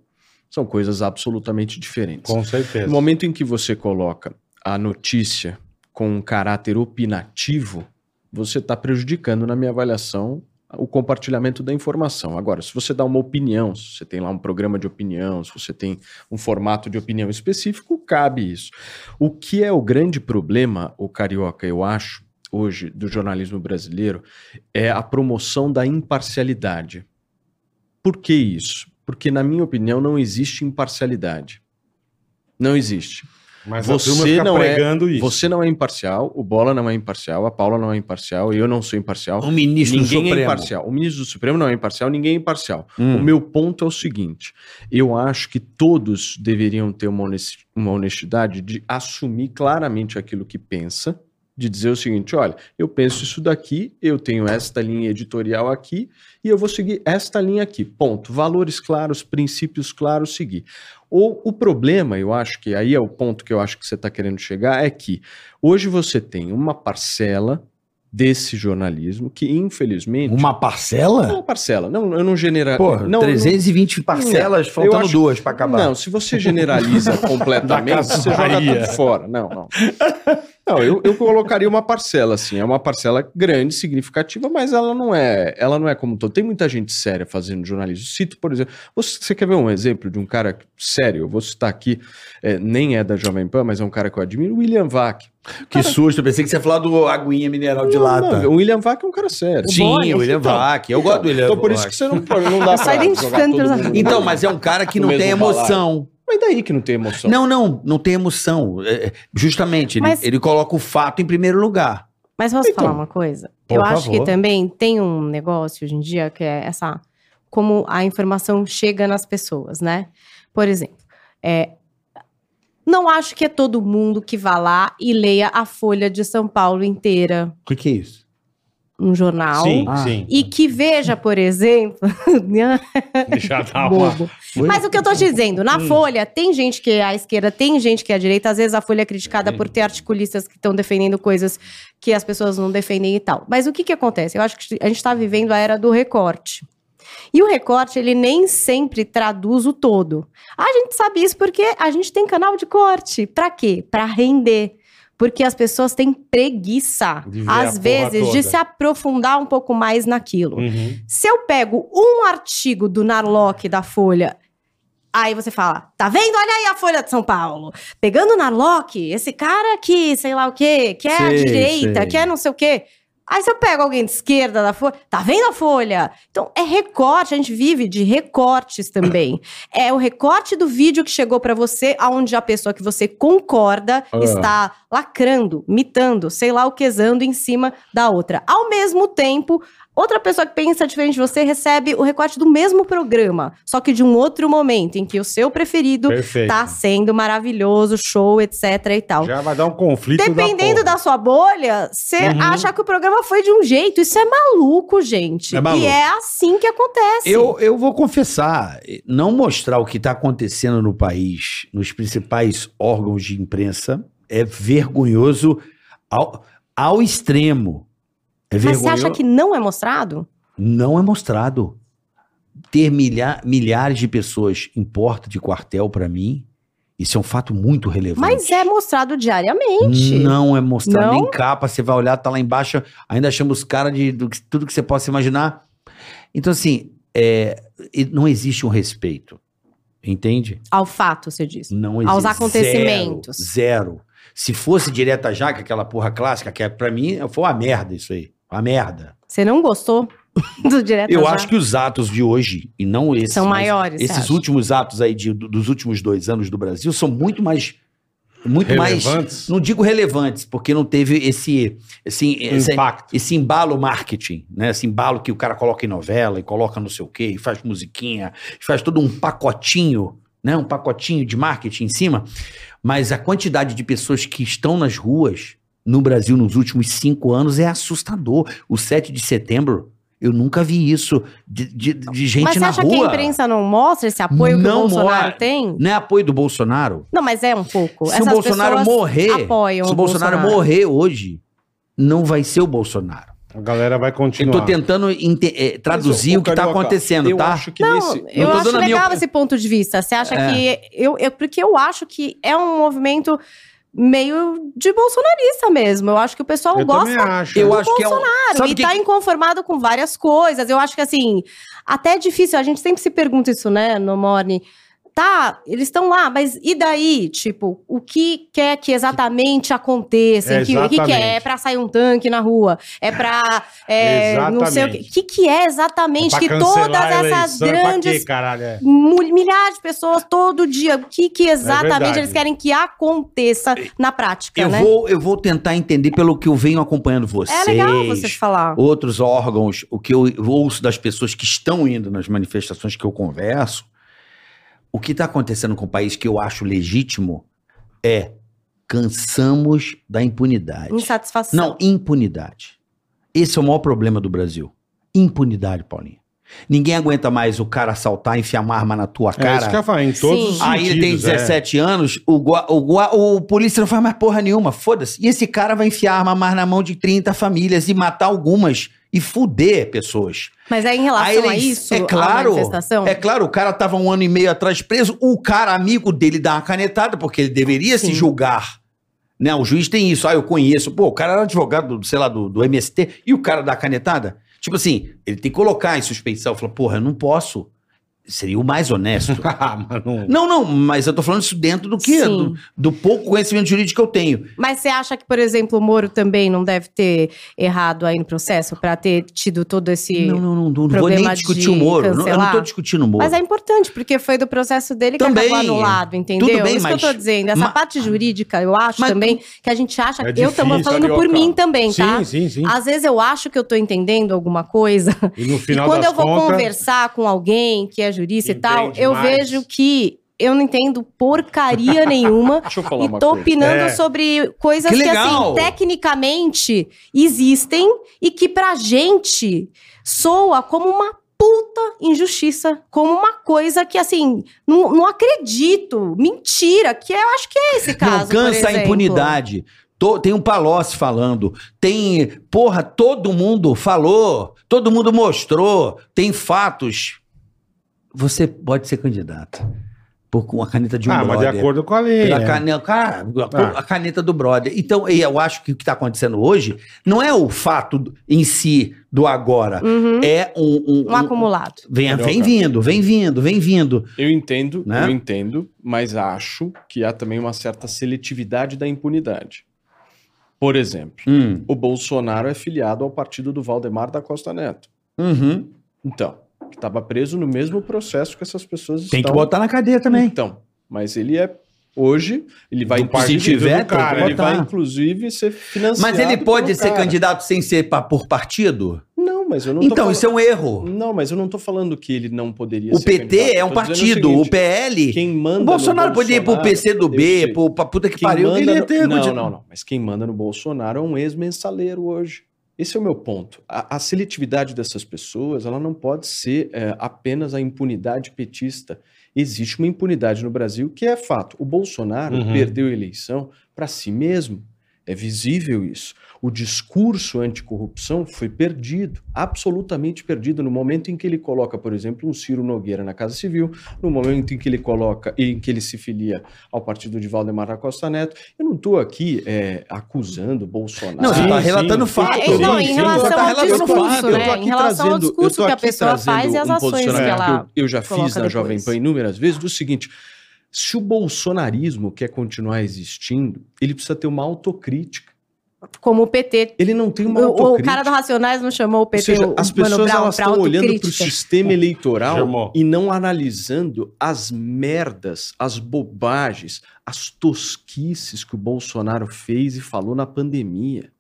Speaker 7: São coisas absolutamente diferentes.
Speaker 4: Com certeza.
Speaker 7: No momento em que você coloca a notícia com um caráter opinativo, você está prejudicando, na minha avaliação, o compartilhamento da informação. Agora, se você dá uma opinião, se você tem lá um programa de opinião, se você tem um formato de opinião específico, cabe isso. O que é o grande problema, o carioca, eu acho, hoje, do jornalismo brasileiro, é a promoção da imparcialidade. Por que isso? Porque, na minha opinião, não existe imparcialidade. Não existe.
Speaker 4: Mas
Speaker 7: Você
Speaker 4: a turma fica
Speaker 7: não é-
Speaker 4: pregando isso.
Speaker 7: Você não é imparcial, o Bola não é imparcial, a Paula não é imparcial, eu não sou imparcial.
Speaker 3: O ministro
Speaker 7: ninguém
Speaker 3: Supremo. Hum.
Speaker 7: é imparcial. O ministro do Supremo não é imparcial, ninguém é imparcial. O meu ponto é o seguinte: eu acho que todos deveriam ter uma honesti- uma honestidade de assumir claramente aquilo que pensa, de dizer o seguinte: olha, eu penso isso daqui, eu tenho esta linha editorial aqui e eu vou seguir esta linha aqui. Ponto. Valores claros, princípios claros, seguir. Ou o problema, eu acho que aí é o ponto que eu acho que você está querendo chegar, é que hoje você tem uma parcela desse jornalismo que, infelizmente.
Speaker 3: Uma parcela?
Speaker 7: Não, parcela. Não, eu não genera.
Speaker 3: Porra,
Speaker 7: não,
Speaker 3: 320 parcelas, faltando
Speaker 7: acho-
Speaker 3: duas pra
Speaker 7: não,
Speaker 3: acabar.
Speaker 7: não, se você generaliza
Speaker 4: Da
Speaker 7: completamente,
Speaker 4: Casa
Speaker 7: você joga
Speaker 4: Bahia.
Speaker 7: tudo fora. Não, não. Não, eu, eu colocaria uma parcela, assim. É uma parcela grande, significativa, mas ela não é. Ela não é como um todo. Tem muita gente séria fazendo jornalismo. Cito, por exemplo. Você, você quer ver um exemplo de um cara sério? Eu vou citar aqui, é, nem é da Jovem Pan, mas é um cara que eu admiro, William Vac.
Speaker 2: Tá
Speaker 3: Que susto, eu pensei que você ia falar do aguinha mineral de lata.
Speaker 7: Não, o William Vac é um cara sério.
Speaker 3: Sim,
Speaker 2: Boni,
Speaker 3: o tá- William
Speaker 7: então.
Speaker 3: Vac. Eu gosto do William
Speaker 7: Então, por isso
Speaker 3: Vac.
Speaker 7: que você não pode. Não dá
Speaker 2: Eu só
Speaker 7: pra jogar
Speaker 2: identificando
Speaker 7: todo
Speaker 2: pelas-
Speaker 7: mundo.
Speaker 3: Então, mas é um cara que
Speaker 7: No
Speaker 3: não tem
Speaker 7: mesmo balaio.
Speaker 3: emoção.
Speaker 7: Mas daí que não tem emoção.
Speaker 3: Não, não, não tem emoção. É, é, justamente, ele,
Speaker 2: Mas-
Speaker 3: ele coloca o fato em primeiro lugar.
Speaker 2: Mas posso
Speaker 7: Então,
Speaker 2: falar uma coisa?
Speaker 3: por
Speaker 2: Eu acho
Speaker 3: favor.
Speaker 2: que também tem um negócio hoje em dia que é essa como a informação chega nas pessoas, né? Por exemplo, é, não acho que é todo mundo que vá lá e leia a Folha de São Paulo inteira,
Speaker 3: O que, que é isso?
Speaker 2: um jornal.
Speaker 4: Sim,
Speaker 3: Ah.
Speaker 4: sim.
Speaker 2: E que veja, por exemplo. Né?
Speaker 4: Deixa eu dar uma...
Speaker 2: bobo. Mas o que eu tô dizendo, na
Speaker 4: Hum.
Speaker 2: Folha tem gente que é à esquerda, tem gente que é à direita. Às vezes a Folha é criticada por ter articulistas que estão defendendo coisas que as pessoas não defendem e tal. Mas o que que acontece? Eu acho que a gente tá vivendo a era do recorte. E o recorte, ele nem sempre traduz o todo. A gente sabe isso porque a gente tem canal de corte. Pra quê? Pra render. Porque as pessoas têm preguiça,
Speaker 4: De ver a
Speaker 2: às
Speaker 4: porra
Speaker 2: vezes,
Speaker 4: toda.
Speaker 2: de se aprofundar um pouco mais naquilo.
Speaker 4: Uhum.
Speaker 2: Se eu pego um artigo do Narlock da Folha, aí você fala, tá vendo? Olha aí a Folha de São Paulo. Pegando o Narlock, esse cara que, sei lá o quê, que é à
Speaker 3: Sei,
Speaker 2: direita,
Speaker 3: sei.
Speaker 2: que é não sei o quê. Aí se eu pego alguém de esquerda da Folha, tá vendo a Folha? Então é recorte, a gente vive de recortes também. É o recorte do vídeo que chegou pra você, aonde a pessoa que você concorda
Speaker 3: Ah.
Speaker 2: está lacrando, mitando, sei lá o quesando em cima da outra. Ao mesmo tempo, outra pessoa que pensa diferente de você recebe o recorte do mesmo programa, só que de um outro momento, em que o seu preferido
Speaker 4: Perfeito.
Speaker 2: tá sendo maravilhoso, show, etc e tal.
Speaker 4: Já vai dar um conflito
Speaker 2: Dependendo
Speaker 4: da,
Speaker 2: da, sua bolha, você
Speaker 4: Uhum.
Speaker 2: acha que o programa foi de um jeito. Isso é maluco, gente.
Speaker 3: É maluco.
Speaker 2: E é assim que acontece.
Speaker 3: Eu, eu vou confessar, não mostrar o que está acontecendo no país, nos principais órgãos de imprensa, é vergonhoso ao, ao extremo. É
Speaker 2: Mas você
Speaker 3: vergonhoso.
Speaker 2: acha que não é mostrado?
Speaker 3: Não é mostrado. Ter milha- milhares de pessoas em porta de quartel, para mim, isso é um fato muito relevante.
Speaker 2: Mas é mostrado diariamente.
Speaker 3: Não é mostrado
Speaker 2: Não?
Speaker 3: nem capa. Você vai olhar, tá lá embaixo, ainda chama os caras de do que- tudo que você possa imaginar. Então, assim, é, e não existe um respeito. Entende?
Speaker 2: Ao fato, você diz.
Speaker 3: Não existe.
Speaker 2: Aos acontecimentos.
Speaker 3: Zero. zero. Se fosse direta já, que aquela porra clássica, que é, pra mim foi uma merda isso aí. Uma merda.
Speaker 2: Você não gostou do direto
Speaker 3: Eu
Speaker 2: já?
Speaker 3: acho que os atos de hoje, e não esses.
Speaker 2: são
Speaker 3: mas
Speaker 2: maiores. você
Speaker 3: Esses
Speaker 2: acha?
Speaker 3: últimos atos aí de- do- dos últimos dois anos do Brasil são muito mais. Muito mais
Speaker 4: Relevantes?
Speaker 3: não digo relevantes, porque não teve esse, assim, esse,
Speaker 4: Um impacto.
Speaker 3: esse embalo marketing, né? Esse embalo que o cara coloca em novela e coloca não sei o quê, e faz musiquinha, e faz todo um pacotinho, né? Um pacotinho de marketing em cima. Mas a quantidade de pessoas que estão nas ruas no Brasil nos últimos cinco anos é assustador. O 7 de setembro, eu nunca vi isso de, de- de gente
Speaker 2: Mas você
Speaker 3: na
Speaker 2: acha
Speaker 3: rua.
Speaker 2: que é a imprensa não mostra esse apoio que o
Speaker 3: Não
Speaker 2: Bolsonaro
Speaker 3: mostra.
Speaker 2: tem?
Speaker 3: Não é apoio do Bolsonaro?
Speaker 2: Não, mas é um pouco.
Speaker 3: Se
Speaker 2: Essas
Speaker 3: o Bolsonaro
Speaker 2: pessoas
Speaker 3: morrer,
Speaker 2: apoiam
Speaker 3: se
Speaker 2: o
Speaker 3: o Bolsonaro,
Speaker 2: Bolsonaro.
Speaker 3: morrer hoje, não vai ser o Bolsonaro.
Speaker 4: A galera vai
Speaker 3: Eu
Speaker 4: continuar.
Speaker 3: tô tentando inte- eh, traduzir
Speaker 7: Mas, ô,
Speaker 3: o que tá
Speaker 7: Carioca,
Speaker 3: acontecendo,
Speaker 7: Eu
Speaker 3: tá?
Speaker 7: acho que
Speaker 2: Não,
Speaker 7: nesse.
Speaker 2: eu
Speaker 3: tô
Speaker 2: acho
Speaker 3: dando a minha
Speaker 2: legal
Speaker 3: op-
Speaker 2: esse ponto de vista. Você acha
Speaker 3: É.
Speaker 2: que. Eu, eu- porque eu acho que é um movimento meio de bolsonarista mesmo. Eu acho que o pessoal
Speaker 4: Eu
Speaker 2: gosta
Speaker 4: também acho.
Speaker 3: Eu
Speaker 2: do
Speaker 3: acho que é um.
Speaker 2: Claro,
Speaker 3: Sabe
Speaker 2: e
Speaker 3: que-
Speaker 2: tá inconformado com várias coisas. Eu acho que assim, até é difícil, a gente sempre se pergunta isso, né, no Morning. tá, eles estão lá, mas e daí? Tipo, o que quer que exatamente aconteça?
Speaker 4: É,
Speaker 2: O que- O que, que é?
Speaker 4: exatamente.
Speaker 2: É pra sair um tanque na rua? É pra. é, não sei o que. O
Speaker 4: Exatamente.
Speaker 2: que, que é exatamente
Speaker 4: Pra
Speaker 2: que
Speaker 4: cancelar
Speaker 2: todas
Speaker 4: a
Speaker 2: essas
Speaker 4: eleição, é pra
Speaker 2: grandes
Speaker 4: quê, caralho? É.
Speaker 2: mu- milhares de pessoas todo dia. O que, que exatamente
Speaker 4: verdade.
Speaker 2: eles querem que aconteça na prática,
Speaker 3: Eu
Speaker 2: né?
Speaker 3: vou, eu vou tentar entender pelo que eu venho acompanhando vocês.
Speaker 2: É legal você falar.
Speaker 3: Outros órgãos, o que eu ouço das pessoas que estão indo nas manifestações que eu converso, o que está acontecendo com o país que eu acho legítimo é cansamos da impunidade.
Speaker 2: Insatisfação.
Speaker 3: Não, impunidade. Esse é o maior problema do Brasil. Impunidade, Paulinho. Ninguém aguenta mais o cara assaltar, enfiar uma arma na tua
Speaker 4: É isso que eu
Speaker 3: cara.
Speaker 4: ia falar, em
Speaker 2: Sim.
Speaker 4: todos os
Speaker 3: Aí ele tem
Speaker 4: sentidos, é.
Speaker 3: 17 anos, o, gua- o, gua- o polícia não faz mais porra nenhuma, foda-se. E esse cara vai enfiar arma mais na mão de 30 famílias e matar algumas e fuder pessoas.
Speaker 2: Mas é em
Speaker 3: A
Speaker 2: relação
Speaker 3: ele-
Speaker 2: a, isso,
Speaker 3: é
Speaker 2: a
Speaker 3: claro,
Speaker 2: manifestação.
Speaker 3: É claro, o cara tava um ano e meio atrás preso, o cara amigo dele dá uma canetada, porque ele deveria se julgar. Né? O juiz tem isso, ah, eu conheço. Pô, o cara era advogado, do, sei lá, do, do MST, e o cara dá a canetada? Tipo assim, ele tem que colocar em suspeição. Fala, porra, eu não posso. Seria o mais honesto.
Speaker 4: Ah, mas não-
Speaker 3: não, não, mas eu tô falando isso dentro do quê?
Speaker 2: Sim.
Speaker 3: Do, do pouco conhecimento jurídico que eu tenho.
Speaker 2: Mas você acha que, por exemplo, o Moro também não deve ter errado aí no processo pra ter tido todo esse.
Speaker 3: Não, não, não, não vou
Speaker 2: Problema
Speaker 3: nem
Speaker 2: de
Speaker 3: discutir o Moro. Não, eu não tô
Speaker 2: cancelar?
Speaker 3: discutindo o Moro.
Speaker 2: Mas é importante, porque foi do processo dele que
Speaker 3: Também.
Speaker 2: acabou anulado, entendeu? É
Speaker 3: Tudo bem,
Speaker 2: Isso
Speaker 3: mas-
Speaker 2: que eu tô dizendo. Essa
Speaker 3: ma-
Speaker 2: parte jurídica, eu acho
Speaker 3: Mas-
Speaker 2: também que a gente acha.
Speaker 4: É
Speaker 2: eu tô
Speaker 4: difícil,
Speaker 2: falando por
Speaker 4: Carioca.
Speaker 2: mim também, tá?
Speaker 4: Sim, sim, sim.
Speaker 2: Às vezes eu acho que eu tô entendendo alguma coisa.
Speaker 4: E no
Speaker 2: E
Speaker 4: final
Speaker 2: quando
Speaker 4: das
Speaker 2: eu vou
Speaker 4: contas,
Speaker 2: conversar com alguém que é jurista e
Speaker 4: Entende
Speaker 2: tal, eu
Speaker 4: mais.
Speaker 2: vejo que eu não entendo porcaria nenhuma
Speaker 7: Deixa eu
Speaker 2: e tô opinando
Speaker 4: É.
Speaker 2: sobre coisas
Speaker 3: Que
Speaker 2: que,
Speaker 3: legal!
Speaker 2: assim, tecnicamente existem e que pra gente soa como uma puta injustiça, como uma coisa que, assim, não, não acredito, mentira, que eu acho que é esse caso,
Speaker 3: não cansa
Speaker 2: por
Speaker 3: a
Speaker 2: exemplo.
Speaker 3: impunidade. Tô- tem um Palocci falando, tem. Porra, todo mundo falou, todo mundo mostrou, tem fatos. Você pode ser candidato por com a caneta de um
Speaker 4: Ah, mas de
Speaker 3: brother.
Speaker 4: acordo com a lei.
Speaker 3: pela
Speaker 4: né?
Speaker 3: cane- cara,
Speaker 4: Ah.
Speaker 3: a caneta do brother. Então, e eu acho que o que está acontecendo hoje não é o fato em si do agora.
Speaker 2: Uhum,
Speaker 3: É um. um-
Speaker 2: um acumulado.
Speaker 3: Vem,
Speaker 4: Melhor,
Speaker 3: vem
Speaker 4: cara.
Speaker 3: vindo, vem vindo, vem vindo.
Speaker 7: Eu entendo,
Speaker 3: Né?
Speaker 7: eu entendo, mas acho que há também uma certa seletividade da impunidade. Por exemplo,
Speaker 3: Hum.
Speaker 7: o Bolsonaro é filiado ao partido do Valdemar da Costa Neto.
Speaker 3: Uhum.
Speaker 7: Então, estava preso no mesmo processo que essas pessoas
Speaker 3: Tem que
Speaker 7: estão.
Speaker 3: botar na cadeia também.
Speaker 7: Então, mas ele é hoje, ele vai
Speaker 4: Do partido
Speaker 7: inclusive,
Speaker 4: do
Speaker 3: tiver,
Speaker 4: cara,
Speaker 3: tem que
Speaker 7: ele vai
Speaker 3: botar.
Speaker 7: inclusive ser financiado.
Speaker 3: Mas ele pode
Speaker 7: pelo
Speaker 3: ser
Speaker 7: cara.
Speaker 3: candidato sem ser pa- por partido?
Speaker 7: Não, mas eu não tô
Speaker 3: então, isso é um erro.
Speaker 7: Não, mas eu não tô falando que ele não poderia
Speaker 3: O
Speaker 7: ser
Speaker 3: PT
Speaker 7: candidato.
Speaker 3: é
Speaker 7: Eu
Speaker 3: um
Speaker 7: tô dizendo
Speaker 3: partido, o
Speaker 7: seguinte,
Speaker 3: PL.
Speaker 7: quem manda
Speaker 3: O
Speaker 7: no
Speaker 3: Bolsonaro poderia ir pro
Speaker 7: Bolsonaro-
Speaker 3: PC do
Speaker 7: eu
Speaker 3: B,
Speaker 7: sei.
Speaker 3: pro, pra puta que
Speaker 7: Quem
Speaker 3: pariu.
Speaker 7: manda
Speaker 3: Ele ia
Speaker 7: no-
Speaker 3: ter
Speaker 7: não,
Speaker 3: condição.
Speaker 7: não, não. Mas quem manda no Bolsonaro é um ex-mensaleiro hoje. Esse é o meu ponto. A, a seletividade dessas pessoas, ela não pode ser é, apenas a impunidade petista. Existe uma impunidade no Brasil que é fato. O Bolsonaro
Speaker 4: Uhum.
Speaker 7: perdeu a eleição para si mesmo. É visível isso. O discurso anticorrupção foi perdido, absolutamente perdido, no momento em que ele coloca, por exemplo, um Ciro Nogueira na Casa Civil, no momento em que ele coloca, em que ele se filia ao partido de Valdemar da Costa Neto. Eu não estou aqui é, acusando o Bolsonaro.
Speaker 3: Não, você
Speaker 4: Sim,
Speaker 3: tá
Speaker 4: sim.
Speaker 3: relatando fato.
Speaker 2: É, não, em
Speaker 4: sim,
Speaker 2: relação
Speaker 4: tá
Speaker 2: ao
Speaker 3: relatando
Speaker 2: discurso,
Speaker 3: fato.
Speaker 7: Eu tô
Speaker 2: né?
Speaker 7: aqui
Speaker 2: Em relação ao
Speaker 7: trazendo-
Speaker 2: discurso
Speaker 7: eu tô
Speaker 2: que a
Speaker 7: aqui
Speaker 2: pessoa faz
Speaker 7: trazendo
Speaker 2: e as
Speaker 7: um
Speaker 2: ações que
Speaker 7: posicionamento
Speaker 2: ela.
Speaker 7: Eu, eu já
Speaker 2: coloca
Speaker 7: fiz na
Speaker 2: depois.
Speaker 7: Jovem Pan inúmeras vezes do seguinte: se o bolsonarismo quer continuar existindo, ele precisa ter uma autocrítica.
Speaker 2: Como o PT.
Speaker 7: Ele não tem uma
Speaker 2: O, o
Speaker 7: autocrítica.
Speaker 2: cara do Racionais não chamou o
Speaker 7: Ou
Speaker 2: PT.
Speaker 7: seja,
Speaker 2: o
Speaker 7: as
Speaker 2: Mano
Speaker 7: pessoas
Speaker 2: Brown,
Speaker 7: elas
Speaker 2: pra
Speaker 7: estão olhando para o
Speaker 2: autocrítica.
Speaker 7: sistema eleitoral
Speaker 4: Chamou.
Speaker 7: e não analisando as merdas, as bobagens, as tosquices que o Bolsonaro fez e falou na pandemia.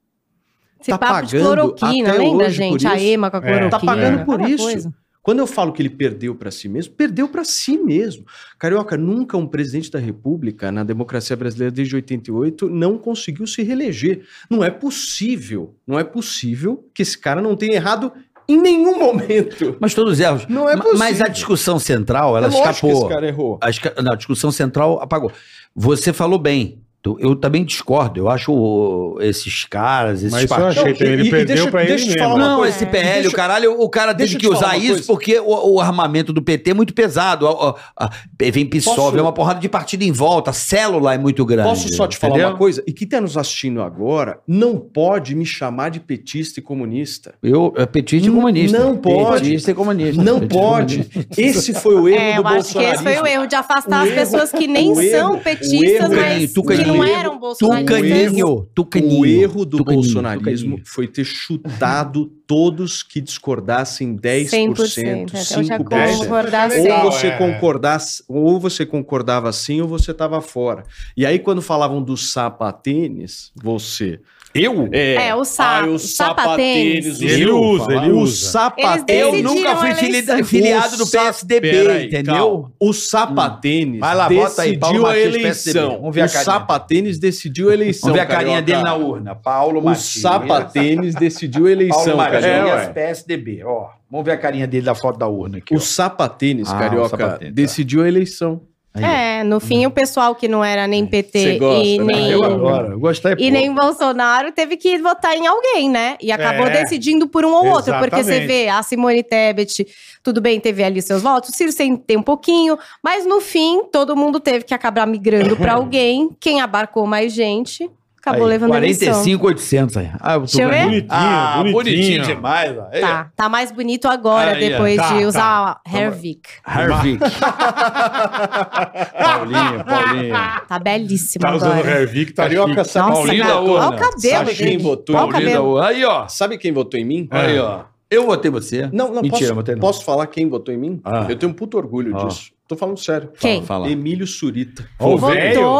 Speaker 2: Esse
Speaker 7: tá
Speaker 2: papo de
Speaker 7: pagando
Speaker 2: cloroquina,
Speaker 7: até
Speaker 2: lembra,
Speaker 7: hoje por
Speaker 2: gente? A
Speaker 7: isso.
Speaker 2: EMA com a
Speaker 4: É.
Speaker 2: cloroquina.
Speaker 7: Tá pagando por
Speaker 2: Cada
Speaker 7: isso.
Speaker 2: coisa.
Speaker 7: Quando eu falo que ele perdeu para si mesmo, perdeu para si mesmo. Carioca, nunca um presidente da República na democracia brasileira desde 88 não conseguiu se reeleger. Não é possível, não é possível que esse cara não tenha errado em nenhum momento.
Speaker 3: Mas todos erros.
Speaker 7: Não é
Speaker 3: Ma-
Speaker 7: possível.
Speaker 3: Mas a discussão central, ela
Speaker 7: é lógico que esse
Speaker 3: escapou.
Speaker 7: cara errou.
Speaker 3: A, esca- não, a discussão central apagou. Você falou bem. Tu- Eu também discordo. Eu acho ô, esses caras, esses
Speaker 4: Mas isso eu
Speaker 3: partidos.
Speaker 4: achei
Speaker 6: Não,
Speaker 4: também. Ele
Speaker 7: e- e
Speaker 4: perdeu
Speaker 7: deixa-
Speaker 4: pra ele
Speaker 7: deixa eu te
Speaker 4: mesmo.
Speaker 7: falar uma
Speaker 3: Não,
Speaker 7: coisa.
Speaker 3: esse PL,
Speaker 7: É, Deixa-
Speaker 3: o caralho, o cara
Speaker 7: deixa
Speaker 3: teve
Speaker 7: eu
Speaker 3: que
Speaker 7: te falar
Speaker 3: usar
Speaker 7: uma
Speaker 3: isso
Speaker 7: coisa.
Speaker 3: porque o, o armamento do PT é muito pesado. A- a- a- vem PSOL,
Speaker 7: Posso-
Speaker 3: vem uma porrada de partido em volta, a célula é muito grande.
Speaker 7: Posso só te falar
Speaker 3: entendeu?
Speaker 7: uma coisa? E quem está nos assistindo agora não pode me chamar de petista e comunista.
Speaker 3: Eu, é petista e
Speaker 7: Não
Speaker 3: comunista.
Speaker 7: pode.
Speaker 3: Petista e comunista.
Speaker 7: Não
Speaker 3: Petista e
Speaker 7: pode.
Speaker 3: comunista.
Speaker 7: Esse foi o erro
Speaker 2: É,
Speaker 7: do
Speaker 2: eu acho que esse foi o
Speaker 7: bolsonarismo.
Speaker 2: erro de afastar
Speaker 7: O
Speaker 2: as
Speaker 7: erro-
Speaker 2: pessoas que nem
Speaker 7: o erro- é
Speaker 2: são
Speaker 7: o erro-
Speaker 2: petistas, mas que não
Speaker 3: Tucaninho.
Speaker 2: eram bolsonaristas.
Speaker 3: Tucaninho, tucaninho.
Speaker 7: O erro do
Speaker 3: tucaninho,
Speaker 7: bolsonarismo
Speaker 3: tucaninho.
Speaker 7: foi ter chutado todos que discordassem 10%,
Speaker 2: 100%. é, Eu já
Speaker 7: 5%.
Speaker 2: concordar
Speaker 4: Ou
Speaker 7: Ou
Speaker 4: Legal,
Speaker 7: você,
Speaker 4: é.
Speaker 7: concordasse, ou você concordava sim ou você estava fora. E aí, quando falavam dos sapatênis, você. Eu?
Speaker 2: É, o sa-
Speaker 7: Ah,
Speaker 2: o
Speaker 7: os sapatênis.
Speaker 2: sapatênis.
Speaker 7: os-
Speaker 4: Ele
Speaker 7: eu
Speaker 4: usa,
Speaker 7: falar.
Speaker 4: ele
Speaker 7: O
Speaker 4: usa.
Speaker 7: sapatênis.
Speaker 2: Eles
Speaker 3: Eu
Speaker 2: decidiram
Speaker 3: nunca fui
Speaker 2: a eleição.
Speaker 3: fili- filiado do
Speaker 7: Nossa,
Speaker 3: PSDB,
Speaker 7: Peraí,
Speaker 3: entendeu?
Speaker 7: calma. O sapatênis
Speaker 3: Vai lá, bota aí, Paulo
Speaker 7: decidiu a
Speaker 3: Matias, PSDB.
Speaker 7: eleição.
Speaker 3: Vamos ver a
Speaker 7: o
Speaker 3: carinha.
Speaker 7: sapatênis decidiu a eleição.
Speaker 3: Vamos ver a carinha dele
Speaker 7: Carioca.
Speaker 3: na urna. Paulo
Speaker 7: O
Speaker 3: Matias.
Speaker 7: sapatênis decidiu a
Speaker 3: Paulo é,
Speaker 7: eleição,
Speaker 3: Matias,
Speaker 7: Carioca.
Speaker 3: PSDB. Ó, vamos ver a carinha dele da foto da urna aqui.
Speaker 7: O sapatênis,
Speaker 3: Ah, o
Speaker 7: Carioca,
Speaker 3: sapatênis, tá.
Speaker 7: decidiu a eleição.
Speaker 2: É, no fim, o pessoal que não era nem PT
Speaker 7: Você gosta,
Speaker 2: e
Speaker 7: né?
Speaker 2: nem.
Speaker 7: Eu
Speaker 3: agora. Gostei.
Speaker 2: E nem Bolsonaro teve que votar em alguém, né? E acabou
Speaker 4: É.
Speaker 2: decidindo por um ou outro. Porque você
Speaker 4: Exatamente.
Speaker 2: vê a Simone Tebet, tudo bem, teve ali seus votos. O Ciro sem- tem um pouquinho. Mas no fim, todo mundo teve que acabar migrando pra alguém. Quem abarcou mais gente, acabou levando a eleição.
Speaker 3: 45,800 aí. Ah,
Speaker 2: Deixa eu ver.
Speaker 4: Bonitinho, bonitinho.
Speaker 3: demais. ó. Ei,
Speaker 2: Tá, tá mais bonito agora,
Speaker 3: É, Aí, é. ó.
Speaker 2: depois
Speaker 4: Tá,
Speaker 2: de
Speaker 4: tá.
Speaker 2: usar a Hervik.
Speaker 3: Harvick.
Speaker 4: Ah,
Speaker 3: Paulinho, Paulinho.
Speaker 2: Tá belíssimo
Speaker 4: Tá usando o
Speaker 2: agora.
Speaker 4: Hervic, tá
Speaker 3: Carioca
Speaker 4: chique.
Speaker 7: Sabe,
Speaker 2: Nossa,
Speaker 3: Paulinho
Speaker 2: cara,
Speaker 3: da Urna.
Speaker 2: olha o cabelo
Speaker 7: sabe quem
Speaker 2: dele.
Speaker 7: votou?
Speaker 2: Qual o
Speaker 3: Paulinho da
Speaker 2: cabelo?
Speaker 3: Urna. Aí, ó.
Speaker 7: Ah, Sabe quem votou em mim?
Speaker 3: Aí, ó. Eu votei você.
Speaker 7: Não, não,
Speaker 3: Ah, é. Mentira,
Speaker 7: posso,
Speaker 3: votei não.
Speaker 7: posso falar quem votou em mim?
Speaker 3: Ah.
Speaker 7: Eu tenho um puto orgulho
Speaker 3: Ah.
Speaker 7: disso. Tô falando sério.
Speaker 2: Quem?
Speaker 3: Fala.
Speaker 7: Emílio Surita.
Speaker 4: Ó, o
Speaker 2: Votou!
Speaker 4: velho.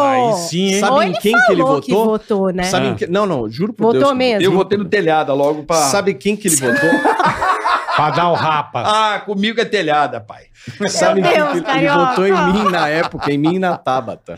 Speaker 4: Aí sim, hein?
Speaker 7: Sabe
Speaker 2: Ou
Speaker 7: em
Speaker 2: ele
Speaker 7: quem que ele
Speaker 2: Falou
Speaker 7: votou?
Speaker 2: que votou, né?
Speaker 7: Sabe
Speaker 3: Ah.
Speaker 7: em que... Não, não, juro por
Speaker 2: Votou
Speaker 7: Deus. que-
Speaker 2: mesmo?
Speaker 3: Eu votei no telhada logo pra...
Speaker 7: Sabe quem que ele votou?
Speaker 4: Pra dar o rapa.
Speaker 3: Ah, comigo é telhada, pai.
Speaker 7: Sabe em quem
Speaker 2: Deus,
Speaker 7: que ele- ele
Speaker 2: carioca.
Speaker 7: votou em mim na época, em mim e na Tabata.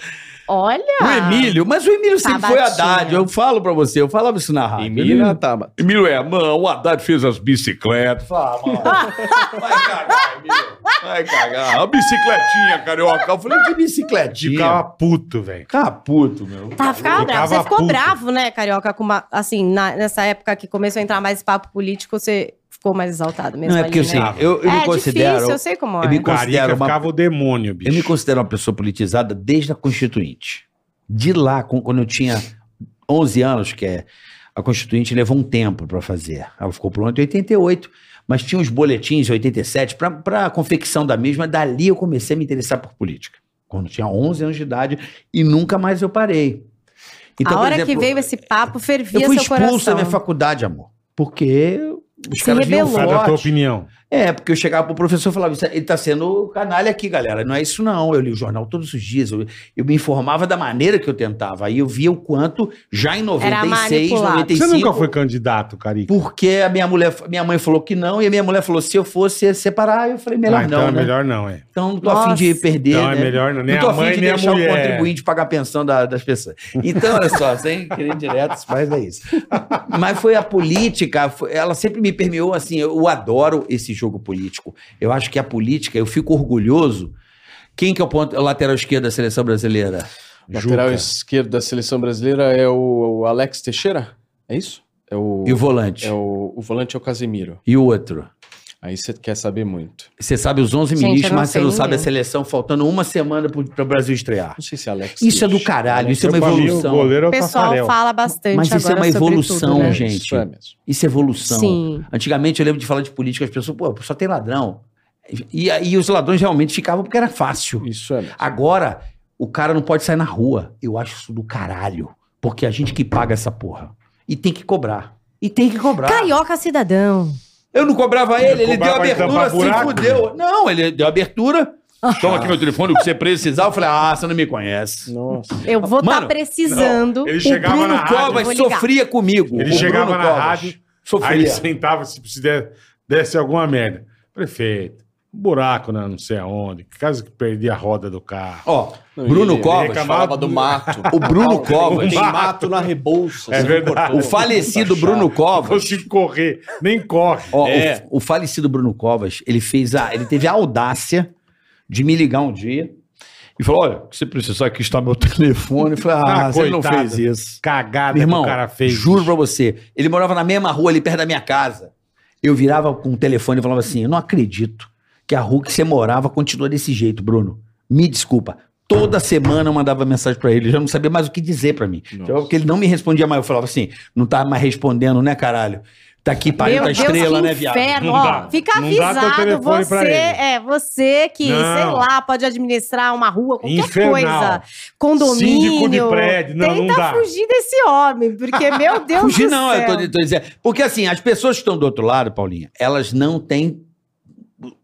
Speaker 2: Olha!
Speaker 3: O Emílio, mas o Emílio sempre foi
Speaker 2: Sabatinha.
Speaker 3: Haddad. Eu falo pra você, eu falava isso na rádio.
Speaker 7: Em mim e na
Speaker 3: Emílio,
Speaker 7: Tabata.
Speaker 8: Emílio é a mão, o Haddad fez as bicicletas.
Speaker 3: Ah,
Speaker 8: Fala, mano. Vai cagar, Emílio. Vai cagar. A bicicletinha, carioca. Eu falei, que
Speaker 4: Ficava
Speaker 8: bicicletinha?
Speaker 4: puto, velho.
Speaker 8: Caputo, meu.
Speaker 2: Tá, ficava bravo. Você
Speaker 4: Ficava
Speaker 2: ficou
Speaker 4: puto.
Speaker 2: bravo, né, Carioca? Com uma- assim, na- nessa época que começou a entrar mais papo político, você ficou mais exaltado mesmo.
Speaker 3: Não, é
Speaker 2: ali,
Speaker 3: porque assim,
Speaker 2: né?
Speaker 3: eu, eu
Speaker 2: é
Speaker 3: me considero...
Speaker 2: difícil, eu sei como é.
Speaker 3: eu me
Speaker 4: O Carica
Speaker 3: Considero uma-
Speaker 4: ficava o demônio, bicho.
Speaker 3: Eu me considero uma pessoa politizada desde a Constituinte. De lá, com- quando eu tinha 11 anos, que é, a Constituinte levou um tempo para fazer. Ela ficou pronta em 88, mas tinha uns boletins em 87 para a confecção da mesma. Dali eu comecei a me interessar por política. Quando eu tinha 11 anos de idade e nunca mais eu parei.
Speaker 2: a
Speaker 3: então, por
Speaker 2: hora que
Speaker 3: exemplo,
Speaker 2: veio esse papo, fervia
Speaker 3: Eu fui
Speaker 2: seu
Speaker 3: expulso da
Speaker 2: coração.
Speaker 3: minha faculdade, amor. Porque os
Speaker 2: Se
Speaker 3: caras vinham
Speaker 2: rebelou.
Speaker 4: Sabe a tua
Speaker 3: forte.
Speaker 4: opinião.
Speaker 3: É, porque eu chegava pro professor e falava, "Isso- ele tá sendo canalha aqui, galera. Não é isso não, eu li o jornal todos os dias, eu, eu me informava da maneira que eu tentava, aí eu via o quanto, já em 96,
Speaker 2: manipulado.
Speaker 3: 95...
Speaker 4: Você nunca foi candidato, Carica?
Speaker 3: Porque a minha, mulher, minha mãe falou que não, e a minha mulher falou, se eu fosse separar, eu falei, melhor não,
Speaker 4: Ah, então é
Speaker 3: né?
Speaker 4: melhor não, é.
Speaker 3: Então não tô afim de
Speaker 2: Nossa.
Speaker 3: perder,
Speaker 4: Então
Speaker 3: né?
Speaker 4: é melhor não. Nem
Speaker 3: não tô
Speaker 4: a
Speaker 3: afim
Speaker 4: mãe,
Speaker 3: de
Speaker 4: nem a
Speaker 3: deixar o
Speaker 4: mulher.
Speaker 3: contribuinte pagar a pensão da- das pessoas. Então, olha só, sem querer direto, mas é isso. Mas foi a política, foi- ela sempre me permeou assim. Eu adoro esse jogo político. Eu acho que a política, eu fico orgulhoso. Quem que é o, ponto, o lateral esquerdo da seleção brasileira?
Speaker 7: Lateral
Speaker 4: Juca.
Speaker 7: esquerdo da seleção brasileira é o, o Alex Teixeira? É isso? É o,
Speaker 3: E o volante?
Speaker 7: é o, o volante é o Casemiro.
Speaker 3: E o outro?
Speaker 7: Aí você quer saber muito.
Speaker 3: Você sabe os 11
Speaker 2: Gente, eu
Speaker 3: ministros,
Speaker 2: não
Speaker 3: mas você
Speaker 2: sei
Speaker 3: não sabe a
Speaker 2: ninguém.
Speaker 3: seleção, faltando uma semana para o Brasil estrear.
Speaker 7: Não sei se é Alex.
Speaker 3: Isso é do
Speaker 7: Teixeira.
Speaker 3: caralho, isso é uma
Speaker 4: Eu, pra mim, O
Speaker 3: evolução.
Speaker 4: goleiro
Speaker 2: O
Speaker 4: é o
Speaker 2: pessoal
Speaker 4: Tafarel.
Speaker 2: fala bastante
Speaker 3: Mas isso é
Speaker 2: agora
Speaker 3: uma
Speaker 2: sobre
Speaker 3: evolução,
Speaker 2: tudo, né?
Speaker 3: gente.
Speaker 7: Isso é mesmo.
Speaker 3: Isso é evolução.
Speaker 2: Sim.
Speaker 3: Antigamente eu lembro de falar de política, as pessoas, pô, só tem ladrão. E, e os ladrões realmente ficavam porque era fácil.
Speaker 7: Isso é mesmo.
Speaker 3: Agora, o cara não pode sair na rua. Eu acho isso do caralho. Porque é a gente que paga essa porra. E tem que cobrar. E tem que cobrar.
Speaker 2: Carioca cidadão.
Speaker 3: Eu não cobrava ele, ele deu
Speaker 4: Cobrava pra
Speaker 3: abertura,
Speaker 4: tampar
Speaker 3: se
Speaker 4: buraco,
Speaker 3: fudeu. Não, ele deu abertura. né? Toma aqui meu telefone, o que você precisar. Eu falei, ah, você não me conhece.
Speaker 7: Nossa.
Speaker 2: Eu vou estar
Speaker 3: Mano,
Speaker 2: precisando.
Speaker 4: Ele chegava
Speaker 3: o Bruno
Speaker 4: na rádio.
Speaker 2: Eu vou
Speaker 3: Covas
Speaker 2: ligar.
Speaker 3: sofria comigo.
Speaker 4: Ele
Speaker 3: O
Speaker 4: chegava
Speaker 3: Bruno
Speaker 4: na
Speaker 3: Covas
Speaker 4: rádio, Aí
Speaker 3: Sofria.
Speaker 4: ele sentava, se se der- desse alguma merda. Prefeito, um buraco na não sei aonde, caso que perdi a roda do carro.
Speaker 3: Ó,
Speaker 7: Não,
Speaker 3: Bruno
Speaker 7: ele-
Speaker 3: Covas.
Speaker 7: Ele falava do mato.
Speaker 3: O Bruno Covas.
Speaker 7: Tem mato na Rebouça.
Speaker 4: É verdade.
Speaker 3: O falecido Bruno
Speaker 4: Não
Speaker 3: Covas.
Speaker 4: consigo correr, nem corre.
Speaker 3: Ó,
Speaker 7: É.
Speaker 3: o, o falecido Bruno Covas, ele fez a. Ele teve a audácia de me ligar um dia
Speaker 8: e falou: olha, se você precisar, aqui está meu telefone. Eu falei, ah,
Speaker 4: Ah,
Speaker 8: você não
Speaker 4: coitado.
Speaker 8: fez isso.
Speaker 4: Cagada
Speaker 3: Meu irmão,
Speaker 4: que o cara fez.
Speaker 3: juro pra você. Ele morava na mesma rua ali perto da minha casa. Eu virava com o telefone e falava assim: Eu não acredito que a rua que você morava continua desse jeito, Bruno. Me desculpa. Toda semana eu mandava mensagem pra ele, eu já não sabia mais o que dizer pra mim.
Speaker 7: Nossa.
Speaker 3: Porque ele não me respondia mais. Eu falava assim: não tá mais respondendo, né, caralho? Tá aqui 40
Speaker 2: Meu Deus,
Speaker 3: estrela,
Speaker 2: que
Speaker 3: né, viado?
Speaker 2: inferno.
Speaker 4: Não
Speaker 2: ó.
Speaker 4: dá.
Speaker 2: fica
Speaker 4: Não dá teu
Speaker 2: avisado,
Speaker 4: telefone pra
Speaker 2: você,
Speaker 4: ele.
Speaker 2: é, você que,
Speaker 4: Não.
Speaker 2: sei lá, pode administrar uma rua, qualquer
Speaker 4: Infernal.
Speaker 2: coisa. Condomínio.
Speaker 4: Síndico de prédio. Não,
Speaker 2: tenta
Speaker 4: não dá.
Speaker 2: fugir desse homem, porque, meu Deus
Speaker 3: Fugir
Speaker 2: do
Speaker 3: não,
Speaker 2: céu.
Speaker 3: eu tô, tô dizendo. Porque assim, as pessoas que estão do outro lado, Paulinha, elas não têm.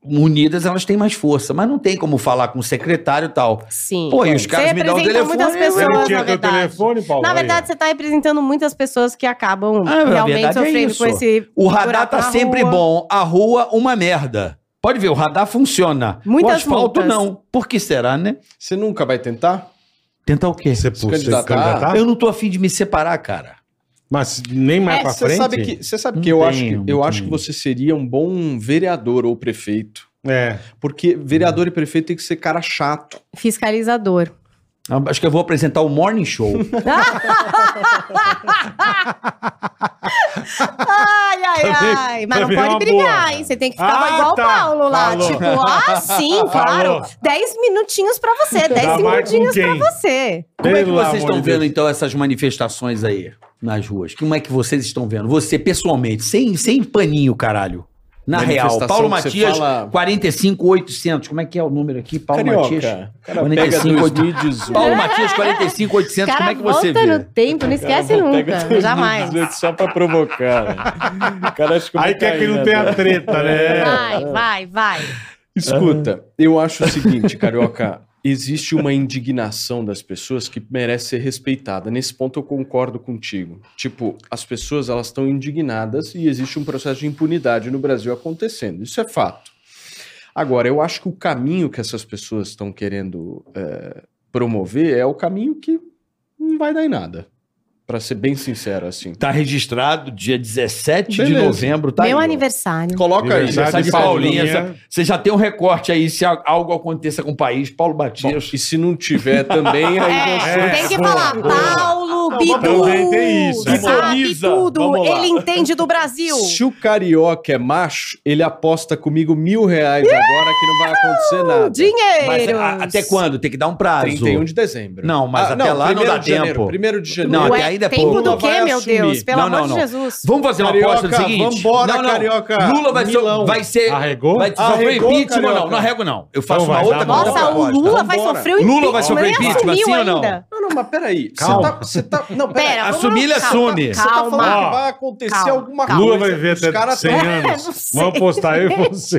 Speaker 3: Unidas, elas têm mais força, mas não tem como falar com o secretário e tal.
Speaker 2: Sim.
Speaker 3: Pô, e os caras
Speaker 2: Você
Speaker 3: me dão o
Speaker 2: representa
Speaker 3: telefone,
Speaker 2: muitas
Speaker 3: eu-
Speaker 4: Você
Speaker 2: pessoas,
Speaker 4: não
Speaker 2: na
Speaker 4: tinha teu
Speaker 2: verdade.
Speaker 4: telefone, Paulo?
Speaker 2: Na verdade, você está representando muitas pessoas que acabam
Speaker 3: Ah, na
Speaker 2: realmente
Speaker 3: verdade é
Speaker 2: sofrendo
Speaker 3: isso.
Speaker 2: com esse.
Speaker 3: O radar
Speaker 2: buraco
Speaker 3: tá
Speaker 2: na
Speaker 3: sempre
Speaker 2: rua.
Speaker 3: bom, a rua uma merda. Pode ver, o radar funciona. o
Speaker 2: Muitas
Speaker 3: asfalto
Speaker 2: multas.
Speaker 3: não. Por que será, né?
Speaker 7: Você nunca vai tentar?
Speaker 3: Tentar o quê?
Speaker 4: Você, pô, você se
Speaker 7: candidatar-
Speaker 4: candidatar?
Speaker 3: Eu não tô afim de me separar, cara.
Speaker 4: Mas nem mais
Speaker 7: É,
Speaker 4: pra
Speaker 7: você
Speaker 4: frente?
Speaker 7: sabe que, você sabe
Speaker 3: Não
Speaker 7: que eu
Speaker 3: tem,
Speaker 7: acho que,
Speaker 3: não
Speaker 7: eu acho
Speaker 3: tem.
Speaker 7: que você seria um bom vereador ou prefeito.
Speaker 4: É.
Speaker 7: Porque vereador e prefeito tem que ser cara chato.
Speaker 2: Fiscalizador.
Speaker 3: Ah, Acho que eu vou apresentar o Morning Show.
Speaker 2: Ai, ai,
Speaker 3: Tá
Speaker 4: Também-
Speaker 2: ai. Mas não
Speaker 4: também é
Speaker 2: pode
Speaker 4: uma
Speaker 2: brigar,
Speaker 4: boa.
Speaker 2: hein? Você tem que ficar
Speaker 4: Ah,
Speaker 2: igual
Speaker 4: tá.
Speaker 2: o Paulo lá.
Speaker 4: Falou.
Speaker 2: Tipo, ah, sim, claro.
Speaker 4: Falou.
Speaker 2: Dez minutinhos pra você,
Speaker 4: Dá
Speaker 2: dez
Speaker 4: mais com
Speaker 2: segundinhos pra
Speaker 4: quem?
Speaker 2: você.
Speaker 3: Como é que
Speaker 4: Pelo amor
Speaker 3: vocês estão
Speaker 4: de
Speaker 3: vendo,
Speaker 4: Deus.
Speaker 3: então, essas manifestações aí nas ruas? Como é que vocês estão vendo? Você, pessoalmente, sem, sem paninho, caralho. Na real,
Speaker 7: Manifestação
Speaker 3: Paulo
Speaker 7: que você
Speaker 3: Matias,
Speaker 7: fala-
Speaker 3: 45800. Como é que é o número aqui? Paulo Matias.
Speaker 7: Carioca. Cara, pega
Speaker 3: 45,
Speaker 7: 2018.
Speaker 3: Paulo Matias, 45800. Como é que você
Speaker 2: volta
Speaker 3: vê?
Speaker 2: no tempo, não esquece
Speaker 7: Cara,
Speaker 2: nunca. Jamais.
Speaker 7: 2018 Só pra provocar. né? O cara acha eu
Speaker 4: Aí
Speaker 7: vou
Speaker 4: quer que
Speaker 7: cair,
Speaker 4: não
Speaker 7: né?
Speaker 4: tenha treta,
Speaker 3: É.
Speaker 4: né?
Speaker 2: Vai, vai, vai.
Speaker 7: Escuta, eu acho o seguinte, Carioca. Existe uma indignação das pessoas que merece ser respeitada. Nesse ponto eu concordo contigo. Tipo, as pessoas elas estão indignadas e existe um processo de impunidade no Brasil acontecendo. Isso é fato. Agora, eu acho que o caminho que essas pessoas estão querendo eh, promover é o caminho que não vai dar em nada. Pra ser bem sincero, assim.
Speaker 3: Tá registrado dia 17 de
Speaker 7: Beleza.
Speaker 3: novembro, tá?
Speaker 2: Meu
Speaker 3: aí, ó.
Speaker 2: aniversário.
Speaker 7: Coloca aí.
Speaker 4: Aniversário
Speaker 3: Sai
Speaker 4: de
Speaker 3: de Paulinha.
Speaker 4: Paulinha.
Speaker 3: sa- Você já tem um recorte aí se a- algo aconteça com o país. Paulo
Speaker 7: Bom,
Speaker 3: Matias.
Speaker 7: e se não tiver também, aí
Speaker 2: É,
Speaker 4: É,
Speaker 2: tem que
Speaker 4: boa,
Speaker 2: falar
Speaker 4: boa.
Speaker 2: Paulo, Bidu,
Speaker 4: também tem isso,
Speaker 2: que
Speaker 4: né?
Speaker 2: sabe
Speaker 7: Sintoniza,
Speaker 2: tudo,
Speaker 7: vamos lá.
Speaker 2: ele entende do Brasil.
Speaker 7: Se o carioca é macho, ele aposta comigo mil reais agora que não vai acontecer nada.
Speaker 3: Mas,
Speaker 2: Dinheiro.
Speaker 3: a- até quando? Tem que dar um prazo.
Speaker 7: 31 de dezembro. Ah,
Speaker 3: Não, mas até lá não
Speaker 7: primeiro
Speaker 3: dá
Speaker 7: de janeiro,
Speaker 3: tempo.
Speaker 7: Primeiro de janeiro.
Speaker 3: Não,
Speaker 2: Ué,
Speaker 3: até ainda é
Speaker 2: tempo
Speaker 3: pouco.
Speaker 2: do quê,
Speaker 7: Vai
Speaker 2: meu
Speaker 7: assumir.
Speaker 2: Deus? Pelo
Speaker 3: Não,
Speaker 2: amor
Speaker 3: não,
Speaker 2: de
Speaker 3: não.
Speaker 2: Jesus.
Speaker 3: Vamos fazer uma
Speaker 7: Carioca,
Speaker 3: aposta do seguinte.
Speaker 7: vambora, Carioca.
Speaker 3: Lula vai, so,
Speaker 7: Milão.
Speaker 3: vai ser.
Speaker 4: Arregou?
Speaker 3: Vai sofrer
Speaker 7: Arregou,
Speaker 3: impeachment ou não?
Speaker 7: Carioca.
Speaker 3: Não arrego, não. Eu faço
Speaker 4: Então
Speaker 3: uma
Speaker 4: vai,
Speaker 3: outra
Speaker 4: tá bom.
Speaker 2: Nossa,
Speaker 3: contra-
Speaker 2: o Lula vai
Speaker 7: Vambora.
Speaker 2: sofrer o
Speaker 3: Lula vai sofrer
Speaker 2: nem
Speaker 3: impeachment,
Speaker 2: assumiu
Speaker 3: sim ou não?
Speaker 2: ainda.
Speaker 7: Não, não, mas peraí. Você
Speaker 4: Calma.
Speaker 7: tá, você tá. Não,
Speaker 2: Pera,
Speaker 7: pera.
Speaker 2: vamos-
Speaker 3: Assumir, ele
Speaker 2: calma,
Speaker 3: assume.
Speaker 7: Você tá falando
Speaker 2: Calma.
Speaker 7: que vai acontecer
Speaker 2: Calma.
Speaker 7: alguma coisa.
Speaker 4: Lula vai ver
Speaker 7: Os
Speaker 4: até
Speaker 7: caras
Speaker 4: 100
Speaker 7: tão-
Speaker 2: não
Speaker 4: anos.
Speaker 2: sei.
Speaker 4: Vamos apostar eu e você.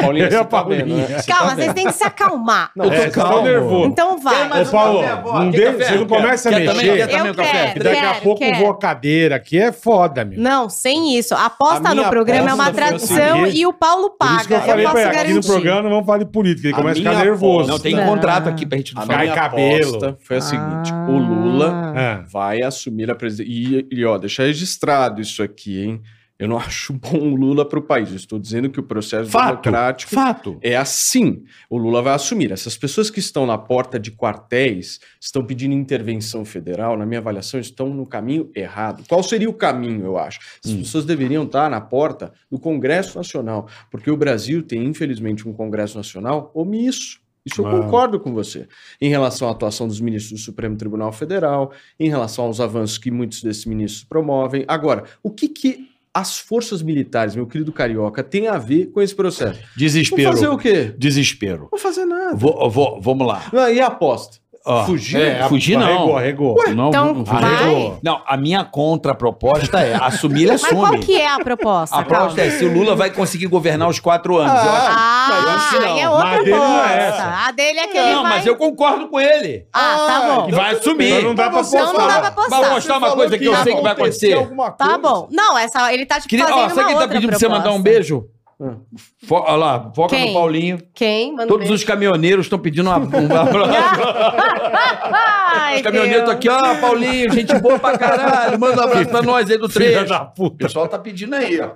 Speaker 7: Paulinha,
Speaker 4: Eu e a
Speaker 7: você tá vendo,
Speaker 4: Paulinha. É,
Speaker 7: né? Você tá
Speaker 2: Calma,
Speaker 7: vendo.
Speaker 2: vocês têm que se acalmar.
Speaker 7: Não,
Speaker 4: Eu tô
Speaker 7: é,
Speaker 4: calmo.
Speaker 7: tá nervoso.
Speaker 2: Então vai.
Speaker 4: Ô, Paulo, não dê, você não começa a
Speaker 3: Quer também?
Speaker 4: mexer.
Speaker 3: Quer também
Speaker 2: Eu
Speaker 3: o café?
Speaker 4: que
Speaker 2: quero.
Speaker 4: daqui a pouco
Speaker 2: quero.
Speaker 4: voa a cadeira aqui. É foda, meu.
Speaker 2: Não, sem isso. A
Speaker 7: A
Speaker 2: Aposta
Speaker 7: minha
Speaker 2: no programa é uma
Speaker 7: aposta foi o
Speaker 2: tradição
Speaker 4: seguinte,
Speaker 2: e o Paulo
Speaker 4: Por isso que
Speaker 2: paga.
Speaker 4: eu
Speaker 2: Eu,
Speaker 4: falei
Speaker 2: posso
Speaker 4: pra ele, aqui
Speaker 2: garantir.
Speaker 4: no programa não vale política. Ele
Speaker 7: A
Speaker 4: começa a ficar
Speaker 7: minha
Speaker 4: nervoso.
Speaker 7: aposta-
Speaker 3: Não, tem
Speaker 2: Não.
Speaker 3: contrato aqui pra gente não
Speaker 7: A
Speaker 3: falar.
Speaker 4: Cai
Speaker 7: minha
Speaker 4: cabelo.
Speaker 7: aposta foi
Speaker 2: é Ah.
Speaker 7: a seguinte: o Lula
Speaker 4: Ah.
Speaker 7: vai assumir a presidência. E, e, ó, deixar registrado isso aqui, hein? Eu não acho bom o Lula para o país. Eu estou dizendo que o processo
Speaker 3: Fato.
Speaker 7: democrático
Speaker 3: Fato.
Speaker 7: é assim. O Lula vai assumir. Essas pessoas que estão na porta de quartéis, estão pedindo intervenção federal, na minha avaliação, estão no caminho errado. Qual seria o caminho, eu acho? As pessoas deveriam estar na porta do Congresso Nacional, porque o Brasil tem, infelizmente, um Congresso Nacional omisso. Isso eu
Speaker 4: Ah.
Speaker 7: concordo com você. Em relação à atuação dos ministros do Supremo Tribunal Federal, em relação aos avanços que muitos desses ministros promovem. Agora, o que, que as forças militares, meu querido carioca, têm a ver com esse processo? Vou fazer
Speaker 3: Desespero.
Speaker 7: o quê?
Speaker 3: Desespero.
Speaker 7: Vou fazer nada.
Speaker 3: Vou- vou- Vamos lá.
Speaker 7: Não, e a aposta?
Speaker 3: Ó,
Speaker 7: Fugir?
Speaker 3: é, Fugir não.
Speaker 4: Arregou, arregou.
Speaker 3: Não,
Speaker 2: Então
Speaker 3: não-
Speaker 2: vai.
Speaker 4: Arregou.
Speaker 3: Não, a minha contraproposta é assumir, ele
Speaker 2: Mas qual
Speaker 3: assume.
Speaker 2: que é a proposta?
Speaker 3: A proposta
Speaker 2: Calma.
Speaker 3: é se o Lula vai conseguir governar os quatro anos. Eu acho-
Speaker 2: Ah,
Speaker 3: Não, eu acho que
Speaker 2: aí é
Speaker 3: não.
Speaker 2: outra
Speaker 4: Mas dele não é essa.
Speaker 2: aposta. A dele é que ele
Speaker 3: não,
Speaker 2: vai...
Speaker 3: mas eu concordo com ele.
Speaker 2: Ah, tá bom.
Speaker 3: Que vai assumir.
Speaker 4: Então não dá pra apostar.
Speaker 2: Então não dá pra apostar.
Speaker 3: Mas vou mostrar uma coisa que eu sei que vai acontecer.
Speaker 2: Tá bom. Não, essa, ele tá te
Speaker 3: Queria,
Speaker 2: fazendo
Speaker 3: ó,
Speaker 2: uma
Speaker 3: sabe quem tá
Speaker 2: outra
Speaker 3: pedindo pra você mandar um
Speaker 2: proposta.
Speaker 3: beijo?
Speaker 4: Hum.
Speaker 3: Fo- Olha lá, foca
Speaker 2: Quem?
Speaker 3: no Paulinho.
Speaker 2: Quem? Manda um
Speaker 3: Todos
Speaker 2: beijo.
Speaker 3: os caminhoneiros estão pedindo uma bomba.
Speaker 2: Ai,
Speaker 3: os caminhoneiros estão
Speaker 2: Deus.
Speaker 3: aqui, ó, Paulinho, gente boa pra caralho. Manda um abraço pra nós aí do
Speaker 4: Filha
Speaker 3: trecho.
Speaker 4: da
Speaker 3: O
Speaker 4: puta.
Speaker 3: pessoal tá pedindo aí, ó.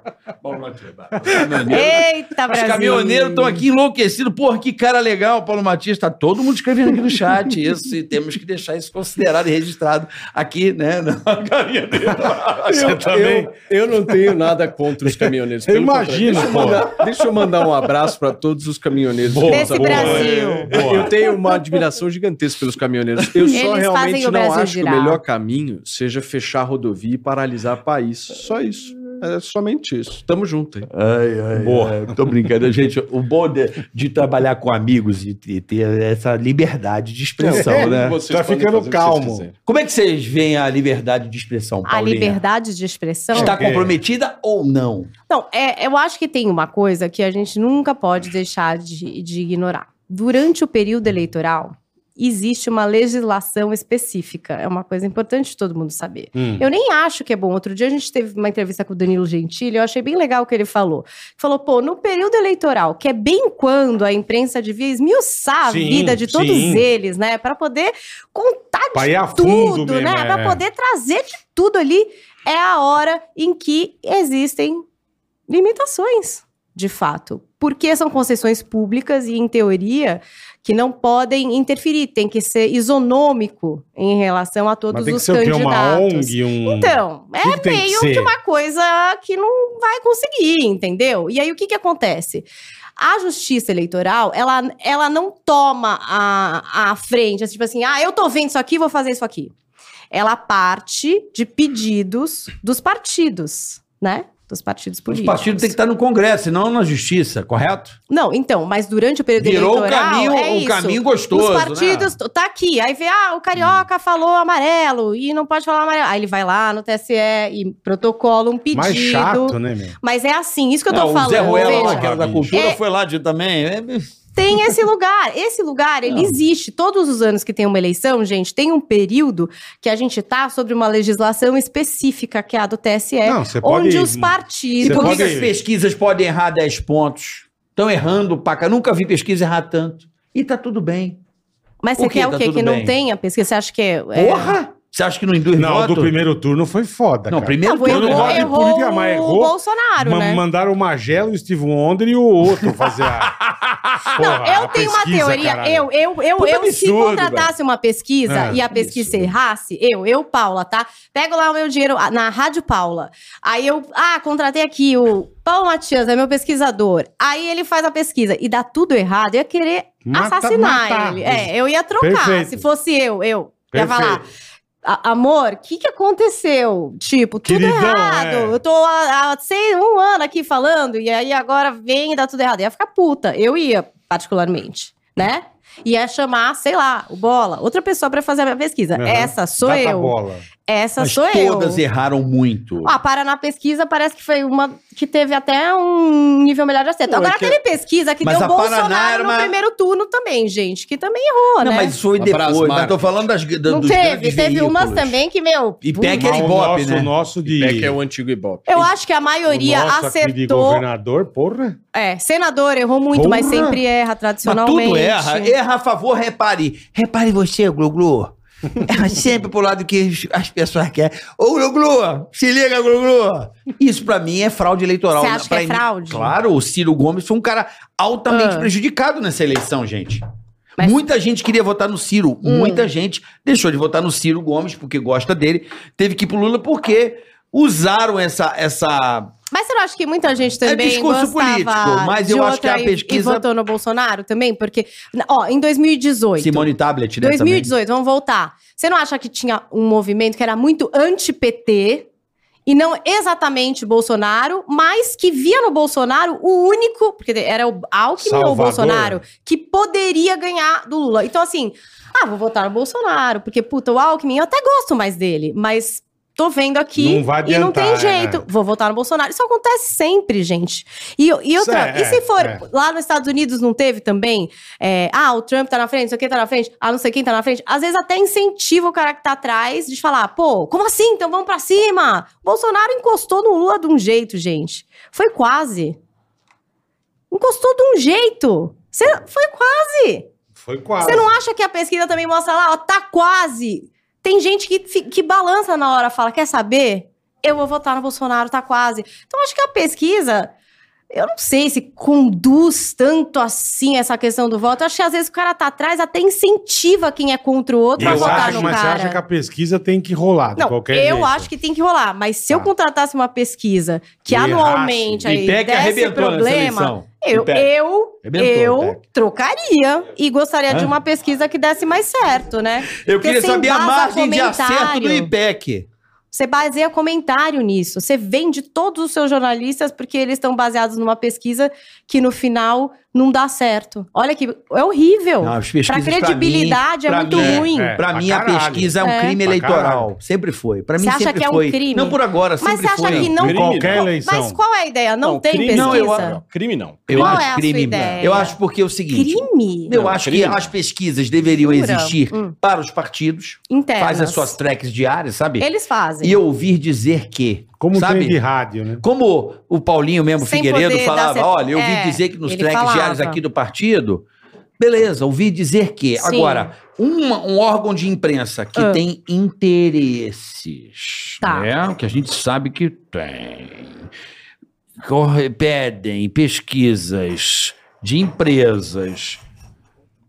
Speaker 2: Eita,
Speaker 3: Os
Speaker 2: Brasil.
Speaker 3: caminhoneiros estão aqui enlouquecidos. Porra, que cara legal, Paulo Matias. Tá todo mundo escrevendo aqui no chat isso. E temos que deixar isso considerado e registrado aqui, né? na carinha dele.
Speaker 4: Você também.
Speaker 7: Eu não tenho nada contra os caminhoneiros.
Speaker 4: Eu
Speaker 7: pelo
Speaker 4: imagino,
Speaker 7: contrário. Deixa eu, mandar, deixa eu mandar um abraço para todos os caminhoneiros.
Speaker 4: Boa,
Speaker 7: dessa
Speaker 2: Desse
Speaker 7: porra.
Speaker 2: Brasil.
Speaker 4: Boa.
Speaker 7: Eu tenho uma admiração gigantesca pelos caminhoneiros. Eu
Speaker 2: Eles
Speaker 7: só
Speaker 2: fazem
Speaker 7: realmente
Speaker 2: o
Speaker 7: não
Speaker 2: Brasil
Speaker 7: acho
Speaker 2: girar.
Speaker 7: que o melhor caminho seja fechar a rodovia e paralisar o país. Só isso. É somente isso. Tamo junto. hein?
Speaker 3: Ai, ai,
Speaker 4: Boa.
Speaker 3: ai, tô brincando. Gente, o bom de, de trabalhar com amigos e, e ter essa liberdade de expressão,
Speaker 4: É.
Speaker 3: né?
Speaker 7: Vocês
Speaker 4: Tá
Speaker 7: podem
Speaker 4: ficando
Speaker 7: fazer o que vocês
Speaker 4: calmo.
Speaker 7: quiserem.
Speaker 3: Como é que vocês veem a liberdade de expressão,
Speaker 2: A
Speaker 3: Paulinha?
Speaker 2: liberdade de expressão?
Speaker 3: Está
Speaker 4: É.
Speaker 3: comprometida ou não?
Speaker 2: Então, é, eu acho que tem uma coisa que a gente nunca pode deixar de, de ignorar. Durante o período eleitoral, existe uma legislação específica. É uma coisa importante todo mundo saber.
Speaker 4: Hum.
Speaker 2: Eu nem acho que é bom. Outro dia a gente teve uma entrevista com o Danilo Gentili, eu achei bem legal o que ele falou. Falou, pô, no período eleitoral, que é bem quando a imprensa devia esmiuçar
Speaker 4: Sim,
Speaker 2: a vida de todos
Speaker 4: sim.
Speaker 2: eles, né? Pra poder contar
Speaker 4: Pra ir a
Speaker 2: de
Speaker 4: fundo
Speaker 2: tudo,
Speaker 4: mesmo,
Speaker 2: né?
Speaker 4: é.
Speaker 2: Pra poder trazer de tudo ali. É a hora em que existem limitações, de fato. Porque são concessões públicas e, em teoria, que não podem interferir. Tem que ser isonômico em relação a todos
Speaker 4: Mas tem que
Speaker 2: os
Speaker 4: ser o quê?
Speaker 2: candidatos.
Speaker 4: Uma ONG, um...
Speaker 2: Então, é
Speaker 4: que que tem que
Speaker 2: meio
Speaker 4: ser?
Speaker 2: que, uma coisa que não vai conseguir, entendeu? E aí o que, que acontece? A justiça eleitoral, ela, ela não toma a, a frente, assim, tipo assim, ah, eu tô vendo isso aqui, vou fazer isso aqui. Ela parte de pedidos dos partidos, né? Dos partidos
Speaker 3: Os
Speaker 2: políticos.
Speaker 3: partidos têm que estar no Congresso, e não na justiça, correto?
Speaker 2: Não, então, mas durante o período
Speaker 3: Virou o
Speaker 2: eleitoral.
Speaker 3: caminho,
Speaker 2: é
Speaker 3: um
Speaker 2: isso.
Speaker 3: caminho gostoso.
Speaker 2: Os
Speaker 3: né?
Speaker 2: partidos, tá aqui. Aí vê, ah, o carioca falou amarelo e não pode falar amarelo. Aí ele vai lá no TSE e protocola um pedido.
Speaker 4: Mais chato, né, meu?
Speaker 2: Mas é assim, isso que eu
Speaker 3: Ah,
Speaker 2: tô
Speaker 3: o
Speaker 2: falando.
Speaker 3: Zé Ruela, lá,
Speaker 2: veja.
Speaker 3: que era da
Speaker 4: Bicho.
Speaker 3: cultura,
Speaker 2: É.
Speaker 3: foi lá de também. É,
Speaker 2: Tem esse lugar. Esse lugar, ele existe. Todos os anos que tem uma eleição, gente, tem um período que a gente tá sobre uma legislação específica, que é a do TSE,
Speaker 4: Não, você pode...
Speaker 2: onde os
Speaker 3: E
Speaker 2: partidos.
Speaker 3: por que
Speaker 4: pode-
Speaker 3: que as pesquisas podem errar 10 pontos? Estão errando, paca. Nunca vi pesquisa errar tanto. E tá tudo bem.
Speaker 2: Mas
Speaker 3: Por
Speaker 2: você
Speaker 3: que
Speaker 2: quer o
Speaker 3: tá
Speaker 2: quê?
Speaker 3: tudo
Speaker 2: que não
Speaker 3: bem?
Speaker 2: tenha pesquisa? Você acha que é. é-
Speaker 3: Porra! Você acha que não induz
Speaker 4: Não,
Speaker 3: voto?
Speaker 4: do primeiro turno foi foda,
Speaker 3: Não,
Speaker 4: cara.
Speaker 3: primeiro
Speaker 2: Não,
Speaker 3: turno
Speaker 4: errou,
Speaker 3: não vale.
Speaker 4: errou. política, mas é errou.
Speaker 2: o Bolsonaro,
Speaker 4: Ma-
Speaker 2: né?
Speaker 4: Mandaram o Magelo, o Steve Wonder e o outro fazer a.
Speaker 2: Não,
Speaker 4: Porra, a
Speaker 2: eu tenho uma
Speaker 4: pesquisa,
Speaker 2: teoria.
Speaker 4: caralho.
Speaker 2: Eu, eu, eu,
Speaker 3: Puta
Speaker 2: eu se
Speaker 3: absurdo,
Speaker 2: contratasse uma pesquisa
Speaker 4: É,
Speaker 2: e a pesquisa errasse, eu, eu, Paula, tá? Pego lá o meu dinheiro ah, na Rádio Paula. Aí eu, ah, contratei aqui o Paulo Matias, é meu pesquisador. Aí ele faz a pesquisa e dá tudo errado, eu ia querer
Speaker 4: Mata-
Speaker 2: assassinar
Speaker 4: matar.
Speaker 2: ele. É, eu ia trocar.
Speaker 4: Perfeito.
Speaker 2: Se fosse eu, eu. Ia
Speaker 4: Perfeito.
Speaker 2: falar. "A- Amor, o que, que aconteceu? Tipo, tudo
Speaker 4: Queridão,
Speaker 2: errado.
Speaker 4: é.
Speaker 2: Eu tô há, há sei, um ano aqui falando, e aí agora vem e dá tudo errado. Ia ficar puta. Eu ia, particularmente, né? Ia chamar, sei lá, o Bola, outra pessoa pra fazer a minha pesquisa.
Speaker 4: Aham.
Speaker 2: Essa sou
Speaker 4: Data
Speaker 2: eu.
Speaker 4: bola.
Speaker 2: Essa
Speaker 3: Mas
Speaker 2: sou
Speaker 3: todas
Speaker 2: eu.
Speaker 3: erraram muito.
Speaker 2: Ah, para na pesquisa, parece que foi uma que teve até um nível melhor de acerto.
Speaker 3: Não, é
Speaker 2: agora
Speaker 3: que-
Speaker 2: teve pesquisa que
Speaker 3: Mas
Speaker 2: deu
Speaker 3: a Paraná
Speaker 2: Bolsonaro
Speaker 3: era
Speaker 2: no
Speaker 3: uma-
Speaker 2: primeiro turno também, gente, que também errou,
Speaker 3: não,
Speaker 2: né?
Speaker 3: mas foi
Speaker 7: Mas
Speaker 3: depois.
Speaker 7: pras
Speaker 3: Mas tô
Speaker 7: marcas.
Speaker 3: falando das, gr- do-
Speaker 2: Não
Speaker 3: dos
Speaker 2: teve,
Speaker 3: grandes
Speaker 2: teve umas
Speaker 3: veículos.
Speaker 2: também que, meu.
Speaker 3: E
Speaker 2: pum,
Speaker 3: pega aquele
Speaker 4: Mas o
Speaker 3: Ibope,
Speaker 4: nosso,
Speaker 3: né?
Speaker 4: o nosso de.
Speaker 7: É que é o antigo Ibope.
Speaker 2: Eu acho que a
Speaker 4: o
Speaker 2: maioria
Speaker 4: nosso aqui de
Speaker 2: acertou.
Speaker 4: governador, porra.
Speaker 2: É, senador errou muito, mas
Speaker 4: Porra!
Speaker 2: sempre erra
Speaker 3: Mas
Speaker 2: tradicionalmente.
Speaker 3: tudo erra. Erra a favor, repare. Repare você, Gluglu. Erra sempre pro lado que as- as pessoas querem. Ô, Gluglu, se liga, Gluglu. Isso pra mim é fraude eleitoral.
Speaker 2: Você
Speaker 3: né?
Speaker 2: acha que
Speaker 3: Pra
Speaker 2: é
Speaker 3: mim-
Speaker 2: fraude?
Speaker 3: Claro, o Ciro Gomes foi um cara altamente
Speaker 2: Ah.
Speaker 3: prejudicado nessa eleição, gente.
Speaker 2: Mas- Hum.
Speaker 3: Muita gente queria votar no Ciro. Muita gente deixou de votar no Ciro Gomes porque gosta dele. Teve que ir pro Lula porque usaram essa, essa
Speaker 2: Mas você não acha que muita gente também
Speaker 3: É discurso
Speaker 2: gostava
Speaker 3: político, mas eu
Speaker 2: de
Speaker 3: acho que
Speaker 2: outra
Speaker 3: a
Speaker 2: e-
Speaker 3: pesquisa-
Speaker 2: E votou no Bolsonaro também? Porque, ó, em 2018...
Speaker 3: Simone Tablet, né?
Speaker 2: 2018, vamos voltar. Você não acha que tinha um movimento que era muito anti-PT e não exatamente Bolsonaro, mas que via no Bolsonaro o único, porque era o Alckmin ou
Speaker 4: Salvador.
Speaker 2: o Bolsonaro, que poderia ganhar do Lula. Então, assim, ah, vou votar no Bolsonaro, porque, puta, o Alckmin, eu até gosto mais dele, mas tô vendo aqui
Speaker 4: Não vai
Speaker 2: e não tem
Speaker 4: adiantar,
Speaker 2: jeito.
Speaker 4: né?
Speaker 2: Vou votar no Bolsonaro. Isso acontece sempre, gente. E, e outra,
Speaker 4: Isso é,
Speaker 2: e se for
Speaker 4: é.
Speaker 2: lá nos Estados Unidos não teve também? É, ah, o Trump tá na frente, não sei quem tá na frente, ah, não sei quem tá na frente. Às vezes até incentiva o cara que tá atrás de falar, pô, como assim? Então vamos pra cima. O Bolsonaro encostou no Lula de um jeito, gente. Foi quase. Encostou de um jeito. Você foi quase.
Speaker 4: Foi quase.
Speaker 2: Você não acha que a pesquisa também mostra lá, ó, tá quase. Tem gente que, fi- que balança na hora, fala, quer saber? Eu vou votar no Bolsonaro, tá quase. Então, acho que a pesquisa, eu não sei se conduz tanto assim essa questão do voto. Eu acho que às vezes o cara tá atrás, até incentiva quem é contra o outro a
Speaker 4: Eu
Speaker 2: votar
Speaker 4: acho,
Speaker 2: no
Speaker 4: mas você
Speaker 2: cara.
Speaker 4: acha que a pesquisa tem que rolar de
Speaker 2: Não,
Speaker 4: qualquer
Speaker 2: eu
Speaker 4: jeito.
Speaker 2: acho que tem que rolar. Mas se eu
Speaker 4: Tá.
Speaker 2: contratasse uma pesquisa que
Speaker 4: E
Speaker 2: anualmente aí
Speaker 3: IPEC
Speaker 2: desse
Speaker 3: arrebentou nessa
Speaker 2: problema,
Speaker 3: eleição.
Speaker 2: eu,
Speaker 3: IPEC.
Speaker 2: eu,
Speaker 3: Arrebentou,
Speaker 2: eu
Speaker 3: IPEC.
Speaker 2: trocaria e gostaria de uma pesquisa que desse mais certo, né?
Speaker 6: Eu
Speaker 2: Porque
Speaker 6: queria
Speaker 2: sem
Speaker 6: saber a
Speaker 2: base,
Speaker 6: margem de acerto do
Speaker 2: comentário.
Speaker 6: IPEC.
Speaker 2: Você baseia comentário nisso. Você vende todos os seus jornalistas porque eles estão baseados numa pesquisa que no final não dá certo. Olha que é horrível.
Speaker 6: Não, as
Speaker 2: Pra
Speaker 6: pesquisas, pra
Speaker 2: credibilidade
Speaker 6: mim- pra
Speaker 2: é muito
Speaker 6: mim, é,
Speaker 2: ruim.
Speaker 4: é.
Speaker 6: Pra
Speaker 4: Pra
Speaker 6: mim,
Speaker 4: caralho.
Speaker 6: a pesquisa é um
Speaker 2: É.
Speaker 6: crime
Speaker 4: Pra
Speaker 6: eleitoral.
Speaker 4: caralho.
Speaker 6: Sempre foi. Pra mim,
Speaker 2: Você acha
Speaker 6: sempre
Speaker 2: que é um
Speaker 6: foi.
Speaker 2: crime?
Speaker 6: Não por agora,
Speaker 2: Mas
Speaker 6: sempre
Speaker 2: você acha
Speaker 6: foi.
Speaker 3: um
Speaker 2: que não
Speaker 4: Em qualquer eleição.
Speaker 2: Mas qual é a ideia? Não, tem
Speaker 7: crime,
Speaker 2: pesquisa.
Speaker 7: Não, eu, não, crime não.
Speaker 6: Eu
Speaker 2: Qual
Speaker 6: acho
Speaker 2: é a sua
Speaker 6: crime.
Speaker 2: ideia?
Speaker 6: Eu acho porque é o seguinte.
Speaker 2: Crime.
Speaker 6: Eu
Speaker 7: Não,
Speaker 6: acho
Speaker 7: crime.
Speaker 6: que as pesquisas deveriam
Speaker 2: Pura.
Speaker 6: existir
Speaker 2: Hum. É,
Speaker 6: para os partidos.
Speaker 2: Internas.
Speaker 6: Faz as suas tracks diárias, sabe?
Speaker 2: Eles fazem.
Speaker 6: E ouvir dizer que.
Speaker 4: Como
Speaker 6: sabe?
Speaker 4: tem de rádio, né?
Speaker 6: Como o Paulinho mesmo
Speaker 2: Sem
Speaker 6: Figueiredo
Speaker 2: poder dar
Speaker 6: falava,
Speaker 2: certo.
Speaker 6: olha, eu ouvi
Speaker 2: É,
Speaker 6: dizer que nos
Speaker 2: ele
Speaker 6: tracks
Speaker 2: falava.
Speaker 6: diários aqui do partido, beleza, ouvi dizer que.
Speaker 2: Sim.
Speaker 6: Agora, uma- um órgão de imprensa que
Speaker 2: Ah.
Speaker 6: tem interesses, né,
Speaker 2: Tá.
Speaker 3: É, que a gente sabe que tem. Corre- pedem pesquisas de empresas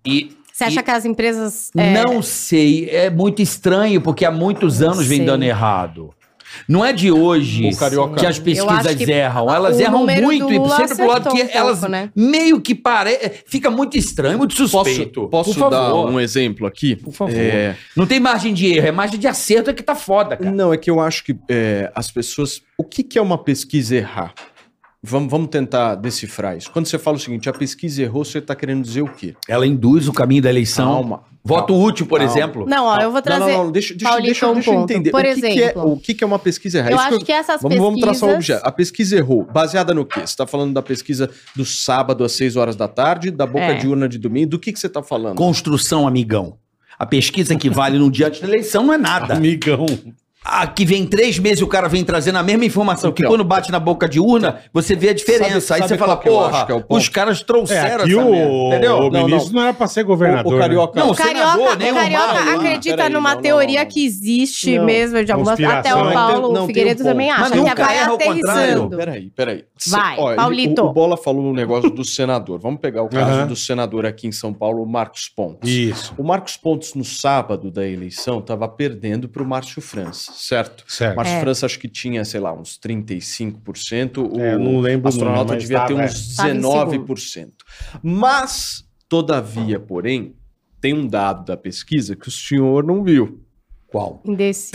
Speaker 3: e
Speaker 2: Você acha que as empresas. é,
Speaker 3: não sei, é muito estranho porque há muitos
Speaker 2: Não
Speaker 3: anos vem
Speaker 2: sei.
Speaker 3: dando errado. Não é de hoje
Speaker 7: O carioca-
Speaker 3: que as
Speaker 2: Eu acho
Speaker 3: pesquisas
Speaker 2: que
Speaker 3: erram, elas
Speaker 2: o
Speaker 3: erram
Speaker 2: número
Speaker 3: muito
Speaker 2: do
Speaker 3: e
Speaker 2: Lula
Speaker 3: sempre pro lado que
Speaker 2: acertou um
Speaker 3: elas
Speaker 2: pouco, né?
Speaker 3: meio que parece, fica muito estranho, muito suspeito.
Speaker 7: Posso, posso
Speaker 3: Por
Speaker 7: dar
Speaker 3: favor.
Speaker 7: um exemplo aqui?
Speaker 3: Por favor.
Speaker 7: É,
Speaker 3: Não tem margem de erro, é margem de acerto é que tá foda, cara.
Speaker 7: Não, é que eu acho que é, as pessoas. O que, que é uma pesquisa errar? Vamos, vamos tentar decifrar isso. Quando você fala o seguinte, a pesquisa errou, você está querendo dizer o quê?
Speaker 3: Ela induz o caminho da eleição.
Speaker 7: Calma.
Speaker 3: Voto útil, por
Speaker 7: Calma.
Speaker 3: exemplo.
Speaker 2: Não, ó, eu vou trazer.
Speaker 7: Não, não, não, deixa, deixa,
Speaker 2: Paulinho,
Speaker 7: deixa,
Speaker 2: um
Speaker 7: deixa eu
Speaker 2: ponto.
Speaker 7: entender.
Speaker 2: Por
Speaker 7: o que que é,
Speaker 2: exemplo,
Speaker 7: o que, que é uma pesquisa errar?
Speaker 2: Eu
Speaker 7: Isso que
Speaker 2: acho que essas
Speaker 7: Vamos, vamos
Speaker 2: pesquisas.
Speaker 7: traçar um Ah, o objeto. A pesquisa errou. Baseada no quê? Você está falando da pesquisa do sábado às 6 horas da tarde, da boca
Speaker 2: É.
Speaker 7: de urna de domingo? Do que, que você está falando?
Speaker 3: Construção, amigão. A pesquisa que vale no dia antes da eleição não é
Speaker 8: tá.
Speaker 3: nada.
Speaker 4: Amigão.
Speaker 3: A Ah, que vem três meses e o cara vem trazendo a mesma informação que
Speaker 7: Então.
Speaker 3: quando bate na boca de urna, você vê a diferença.
Speaker 7: Sabe-
Speaker 3: Aí
Speaker 7: sabe
Speaker 3: você fala,
Speaker 7: qual que eu acho
Speaker 3: porra,
Speaker 7: que é o ponto?
Speaker 3: os caras
Speaker 4: É,
Speaker 3: trouxeram
Speaker 4: aqui
Speaker 3: essa
Speaker 4: o,
Speaker 3: merda. Entendeu?
Speaker 4: o
Speaker 7: Não, não.
Speaker 4: ministro não, era pra ser
Speaker 7: o,
Speaker 4: governador.
Speaker 7: o
Speaker 4: né?
Speaker 7: carioca.
Speaker 3: Não,
Speaker 2: O carioca,
Speaker 3: senador, nem
Speaker 2: o
Speaker 3: o
Speaker 2: carioca
Speaker 3: Mauro, né?
Speaker 2: acredita
Speaker 7: Ah, Peraí,
Speaker 2: numa
Speaker 7: não, não,
Speaker 2: teoria
Speaker 7: não, não.
Speaker 2: que existe
Speaker 7: Não.
Speaker 2: mesmo de algumas. Até
Speaker 4: Conspiração.
Speaker 2: o Paulo
Speaker 7: Não, tem- não,
Speaker 2: Figueiredo
Speaker 7: tem um
Speaker 2: também
Speaker 7: ponto.
Speaker 2: acha
Speaker 3: Mas
Speaker 2: que
Speaker 3: nunca
Speaker 2: vai
Speaker 3: erra ao
Speaker 2: aterrissando.
Speaker 3: contrário.
Speaker 7: Peraí, peraí. Se-
Speaker 2: Vai,
Speaker 7: ele-
Speaker 2: Paulito.
Speaker 7: O, o Bola falou um negócio do senador. Vamos pegar o caso
Speaker 4: Aham.
Speaker 7: do senador aqui em São Paulo, o Marcos Pontes.
Speaker 4: Isso,
Speaker 7: O Marcos Pontes, no sábado da eleição, estava perdendo para o Márcio França, certo?
Speaker 4: certo.
Speaker 7: Márcio
Speaker 2: É.
Speaker 7: França acho que tinha, sei lá, uns 35%. O
Speaker 4: É, eu não lembro o número,
Speaker 7: astronauta
Speaker 4: mas
Speaker 7: devia ter
Speaker 4: tava, é.
Speaker 7: uns
Speaker 2: Tava em
Speaker 7: 19%. Mas, todavia, porém, tem um dado da pesquisa que o senhor não viu. Qual?
Speaker 2: Indecisos.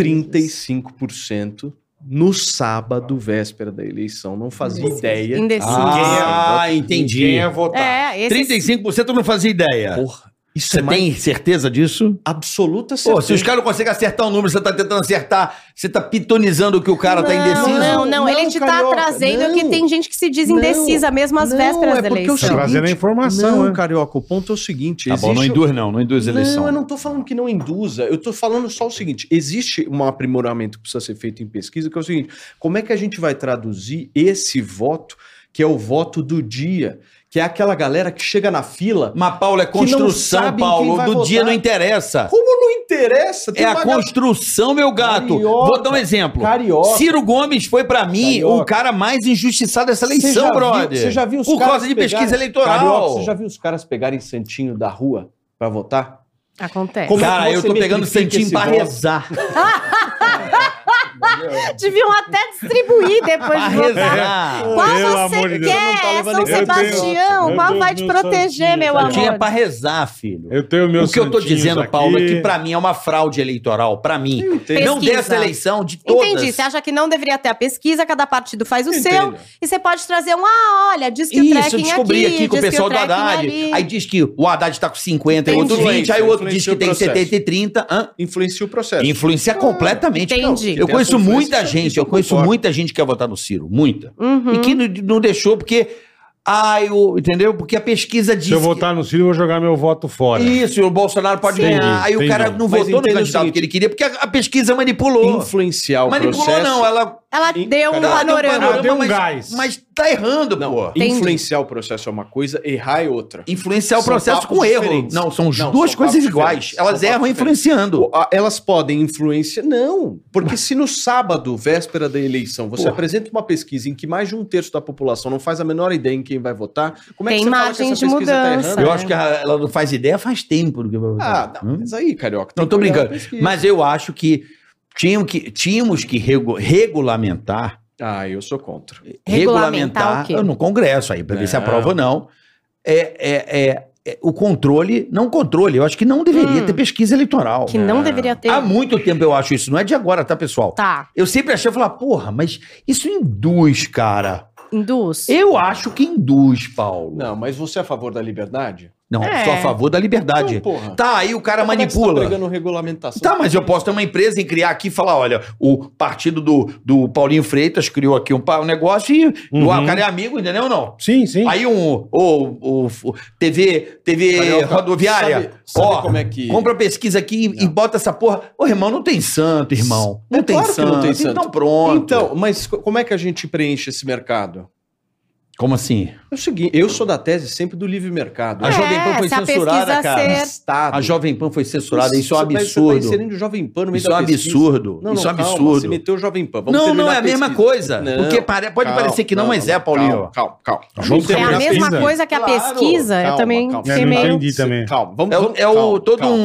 Speaker 7: 35% no sábado, véspera da eleição. Não fazia ideia.
Speaker 2: Indecisos.
Speaker 7: é um
Speaker 3: Ah,
Speaker 4: Quem
Speaker 3: entendi.
Speaker 4: ia votar?
Speaker 2: é, esse
Speaker 3: 35% eu não fazia ideia.
Speaker 7: Porra,
Speaker 3: É.
Speaker 7: isso
Speaker 3: você
Speaker 7: é mais
Speaker 3: tem certeza disso?
Speaker 7: absoluta certeza.
Speaker 3: Pô, se os caras não conseguem acertar um número, você tá tentando acertar, você tá pitonizando o que o cara tá indeciso.
Speaker 2: Não, não, não.
Speaker 7: Não,
Speaker 2: Ele te tá
Speaker 7: carioca,
Speaker 2: trazendo
Speaker 7: não.
Speaker 2: que tem gente que se diz
Speaker 7: Não,
Speaker 2: indecisa mesmo às
Speaker 7: não,
Speaker 2: vésperas
Speaker 7: é
Speaker 2: da
Speaker 7: porque eu
Speaker 2: eleição.
Speaker 7: sei-
Speaker 4: Trazendo a informação,
Speaker 7: não,
Speaker 4: né?
Speaker 7: Carioca, o ponto é o seguinte.
Speaker 3: Tá bom, não
Speaker 7: existe-
Speaker 3: induz não, não induz eleição.
Speaker 7: Não, eu não tô falando que não induza. Eu tô falando só o seguinte: existe um aprimoramento que precisa ser feito em pesquisa, que é o seguinte: como é que a gente vai traduzir esse voto, que é o voto do dia, que é aquela galera que chega na fila.
Speaker 3: Mas, Paulo, é
Speaker 7: não
Speaker 3: construção,
Speaker 7: sabem quem
Speaker 3: Paulo.
Speaker 7: vai
Speaker 3: Do dia
Speaker 7: votar.
Speaker 3: não interessa.
Speaker 7: Como não interessa?
Speaker 3: É a
Speaker 7: galera-
Speaker 3: construção, meu gato.
Speaker 7: Carioca.
Speaker 3: Vou dar um exemplo.
Speaker 7: Carioca.
Speaker 3: Ciro Gomes foi, pra mim,
Speaker 7: Carioca.
Speaker 3: o cara mais injustiçado dessa
Speaker 7: Você já
Speaker 3: eleição,
Speaker 7: viu-
Speaker 3: brother.
Speaker 7: Você já viu os
Speaker 3: Por
Speaker 7: caras
Speaker 3: causa de
Speaker 7: pegarem-
Speaker 3: pesquisa eleitoral.
Speaker 7: Carioca, você já viu os caras pegarem santinho da rua pra votar?
Speaker 2: Acontece.
Speaker 7: Como é que
Speaker 3: Cara, eu
Speaker 7: você
Speaker 3: tô pegando
Speaker 7: metrifica
Speaker 3: santinho
Speaker 7: esse
Speaker 3: pra
Speaker 7: voto?
Speaker 3: rezar.
Speaker 2: Deviam até distribuir depois
Speaker 3: Pra
Speaker 2: de votar.
Speaker 3: rezar.
Speaker 2: Qual
Speaker 4: Pelo amor
Speaker 2: você
Speaker 4: de Deus. Eu
Speaker 2: quer?
Speaker 4: não tava
Speaker 2: É São
Speaker 4: levando em conta. Eu
Speaker 2: Sebastião.
Speaker 4: tenho-
Speaker 2: Qual
Speaker 4: eu
Speaker 2: vai te
Speaker 4: tenho
Speaker 2: proteger,
Speaker 4: santinho,
Speaker 2: meu amor?
Speaker 3: Santinho é pra rezar, filho.
Speaker 4: Eu tenho meu
Speaker 3: o que eu tô dizendo, Paulo, é que
Speaker 4: pra
Speaker 3: pra mim é uma fraude eleitoral. Pra mim. Não
Speaker 2: Pesquisa.
Speaker 3: dessa eleição, de todas.
Speaker 2: Entendi. Você acha que não deveria ter a pesquisa, cada partido faz o seu.
Speaker 7: Entendo.
Speaker 2: E você pode trazer um, ah, olha, diz que o
Speaker 3: Isso, eu
Speaker 2: trekking
Speaker 3: descobri aqui, com o
Speaker 2: diz que
Speaker 3: pessoal do
Speaker 2: trekking
Speaker 3: Haddad.
Speaker 2: ali.
Speaker 3: Aí diz que o Haddad tá com 50, e o outro
Speaker 7: Influencia,
Speaker 3: 20, aí o outro diz que tem
Speaker 7: influencia o
Speaker 3: 70 e 30. Hã?
Speaker 7: Influencia o processo.
Speaker 3: Influencia completamente.
Speaker 2: Hum, Entendi.
Speaker 3: Eu
Speaker 7: Tem essa
Speaker 3: conheço muita
Speaker 7: influência,
Speaker 3: gente,
Speaker 7: isso
Speaker 3: eu
Speaker 7: eu
Speaker 3: conheço
Speaker 7: concordo.
Speaker 3: muita gente que quer votar no Ciro, muita.
Speaker 2: Uhum.
Speaker 3: E que não, não deixou porque. Ai, o, entendeu? Porque a pesquisa diz.
Speaker 4: Se eu
Speaker 3: que-
Speaker 4: votar no Ciro, eu vou jogar meu voto fora.
Speaker 3: Isso, e o Bolsonaro pode
Speaker 4: Sim.
Speaker 3: ganhar. Aí o
Speaker 4: Entendi,
Speaker 3: cara
Speaker 4: entendi.
Speaker 3: não
Speaker 7: Mas
Speaker 3: votou no
Speaker 7: entenda o
Speaker 3: candidato
Speaker 7: seguinte-
Speaker 3: que ele queria porque a, a pesquisa manipulou.
Speaker 7: Influenciar o
Speaker 3: manipulou,
Speaker 7: processo.
Speaker 3: não, ela
Speaker 2: Ela deu um
Speaker 3: Não,
Speaker 2: panorama.
Speaker 4: Ah, deu um
Speaker 3: mas-
Speaker 4: gás.
Speaker 3: Mas tá errando, pô.
Speaker 2: Entendi.
Speaker 7: Influenciar o processo é uma coisa, errar é outra.
Speaker 3: Influenciar o
Speaker 7: São
Speaker 3: processo
Speaker 7: papos
Speaker 3: com erro.
Speaker 7: diferentes.
Speaker 3: Não, são as
Speaker 7: Não,
Speaker 3: duas
Speaker 7: são
Speaker 3: coisas
Speaker 7: papos
Speaker 3: iguais.
Speaker 7: diferentes.
Speaker 3: Elas
Speaker 7: São
Speaker 3: erram
Speaker 7: papos
Speaker 3: influenciando.
Speaker 7: Pô, a- Elas podem influenciar. Não, porque se no sábado, véspera da eleição, você
Speaker 3: Porra.
Speaker 7: apresenta uma pesquisa em que mais de um terço da população não faz a menor ideia em quem vai votar, como é
Speaker 2: Tem
Speaker 7: que você fala que
Speaker 2: margem
Speaker 7: essa
Speaker 2: de
Speaker 7: pesquisa tá
Speaker 2: mudança.
Speaker 7: errando?
Speaker 3: Eu acho que a- ela não faz ideia faz tempo do que vai
Speaker 7: Ah,
Speaker 3: votar.
Speaker 7: não, mas aí, carioca. tem
Speaker 3: Não tô
Speaker 7: que olhar
Speaker 3: brincando.
Speaker 7: a pesquisa.
Speaker 3: Hum? Mas eu acho que, tinham que tínhamos que regu- regulamentar,
Speaker 7: Ah, eu sou contra.
Speaker 2: Regulamentar o
Speaker 3: regulamentar,
Speaker 2: quê?
Speaker 3: no Congresso aí, para ver se
Speaker 7: Não.
Speaker 3: aprova ou não. É, é- é- é o controle, não controle, eu acho que não deveria
Speaker 2: Hum.
Speaker 3: ter pesquisa eleitoral.
Speaker 2: Que não deveria ter.
Speaker 3: Há muito tempo eu acho isso, não é de agora, tá, pessoal?
Speaker 2: Tá,
Speaker 3: Eu sempre achei, eu falava, porra, mas isso induz, cara.
Speaker 2: induz.
Speaker 3: Eu acho que induz, Paulo.
Speaker 7: Não, mas você é a favor da liberdade?
Speaker 3: Não,
Speaker 2: É.
Speaker 3: sou a favor da liberdade.
Speaker 7: Então, porra.
Speaker 3: Tá, aí o cara
Speaker 7: Como é que você Tá
Speaker 3: manipula.
Speaker 7: pregando regulamentação.
Speaker 3: Tá, mas eu posso ter uma empresa e criar aqui e falar: olha, o partido do, do Paulinho Freitas criou aqui um, pa- um negócio e
Speaker 4: Uhum.
Speaker 3: o cara é amigo, entendeu? Não.
Speaker 4: Sim, sim.
Speaker 3: Aí um. Ou o, o- TV, TV
Speaker 7: Carioca,
Speaker 3: rodoviária.
Speaker 7: Sabe, sabe
Speaker 3: ó,
Speaker 7: como é que.
Speaker 3: Compra pesquisa aqui e, e bota essa porra. Ô, irmão, não tem santo, irmão. Não,
Speaker 7: É
Speaker 3: tem,
Speaker 7: claro que
Speaker 3: santo.
Speaker 7: não tem
Speaker 3: Então
Speaker 7: santo.
Speaker 3: pronto.
Speaker 7: Então, mas co- como é que a gente preenche esse mercado?
Speaker 3: como assim?
Speaker 7: É o seguinte, eu sou da tese sempre do livre mercado.
Speaker 3: A
Speaker 2: É,
Speaker 3: Jovem Pan foi
Speaker 2: se a
Speaker 3: censurada,
Speaker 2: pesquisa
Speaker 3: cara.
Speaker 2: ser-
Speaker 7: Estado.
Speaker 3: A Jovem Pan foi censurada, isso é um
Speaker 7: Mas Você tá
Speaker 3: absurdo.
Speaker 7: inserindo o Jovem Pan no meio
Speaker 3: Isso é um
Speaker 7: da pesquisa.
Speaker 3: absurdo.
Speaker 7: Não, não,
Speaker 3: Isso é um
Speaker 7: calma, Você
Speaker 3: absurdo.
Speaker 7: meteu o Jovem Pan. Vamos
Speaker 3: Não,
Speaker 7: terminar
Speaker 3: não é a mesma
Speaker 7: pesquisa.
Speaker 3: coisa.
Speaker 7: Não,
Speaker 3: Porque pare- pode
Speaker 7: calma,
Speaker 3: parecer que não, mas é, Paulinho.
Speaker 7: Calma, calma. calma.
Speaker 4: Vamos
Speaker 2: É a
Speaker 4: terminar
Speaker 2: mesma
Speaker 4: pesquisa.
Speaker 2: coisa que a
Speaker 3: Claro.
Speaker 2: pesquisa. eu
Speaker 7: Calma,
Speaker 2: também
Speaker 7: calma.
Speaker 2: fiquei
Speaker 4: Eu É, não
Speaker 2: meio.
Speaker 4: entendi também.
Speaker 7: Calma, vamos,
Speaker 3: É, o-
Speaker 7: vamos-
Speaker 3: é o,
Speaker 7: calma,
Speaker 3: todo
Speaker 7: calma.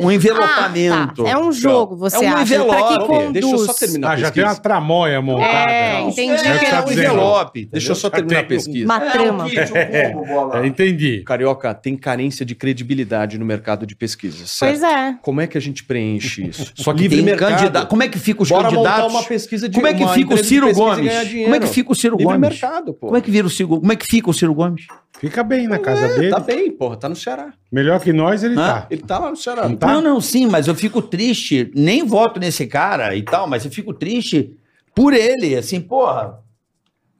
Speaker 3: um, um envelopamento.
Speaker 2: Ah, tá. É um jogo, você
Speaker 3: É um
Speaker 2: acha? Pra que
Speaker 3: envelope.
Speaker 2: conduz?
Speaker 7: Deixa eu só terminar
Speaker 4: Ah,
Speaker 7: a
Speaker 4: já tem
Speaker 7: pesquisa.
Speaker 4: uma tramóia montada.
Speaker 2: É, entendi
Speaker 4: É,
Speaker 2: que
Speaker 4: tá
Speaker 2: era um
Speaker 4: dizendo.
Speaker 2: envelope.
Speaker 7: Deixa eu só
Speaker 4: Já
Speaker 7: terminar a
Speaker 4: tem um-
Speaker 7: pesquisa.
Speaker 3: é
Speaker 2: Uma trama.
Speaker 3: um
Speaker 4: É, entendi.
Speaker 7: Carioca tem carência de credibilidade no mercado de pesquisas. certo?
Speaker 2: Pois é.
Speaker 7: Como é que a gente preenche isso?
Speaker 3: Só que tem candidato. Como é que fica os
Speaker 7: Bora montar
Speaker 3: candidatos?
Speaker 7: uma pesquisa de
Speaker 3: Como é que
Speaker 7: uma
Speaker 3: fica o
Speaker 7: empresa de
Speaker 3: Ciro
Speaker 7: pesquisa e
Speaker 3: Gomes?
Speaker 7: ganhar dinheiro.
Speaker 3: Como é que fica o Ciro
Speaker 7: Livre
Speaker 3: Gomes?
Speaker 7: mercado, pô.
Speaker 3: Como é que vira o Ciro? Como é que fica o Ciro Gomes?
Speaker 4: Fica bem na casa dele.
Speaker 7: Tá bem, porra, tá no Ceará.
Speaker 4: Melhor que nós, ele
Speaker 3: Hã?
Speaker 4: tá.
Speaker 7: Ele tá lá no Ceará.
Speaker 4: Não tá?
Speaker 3: Não, não, sim, mas eu fico triste, nem voto nesse cara e tal, mas eu fico triste por ele, assim, porra.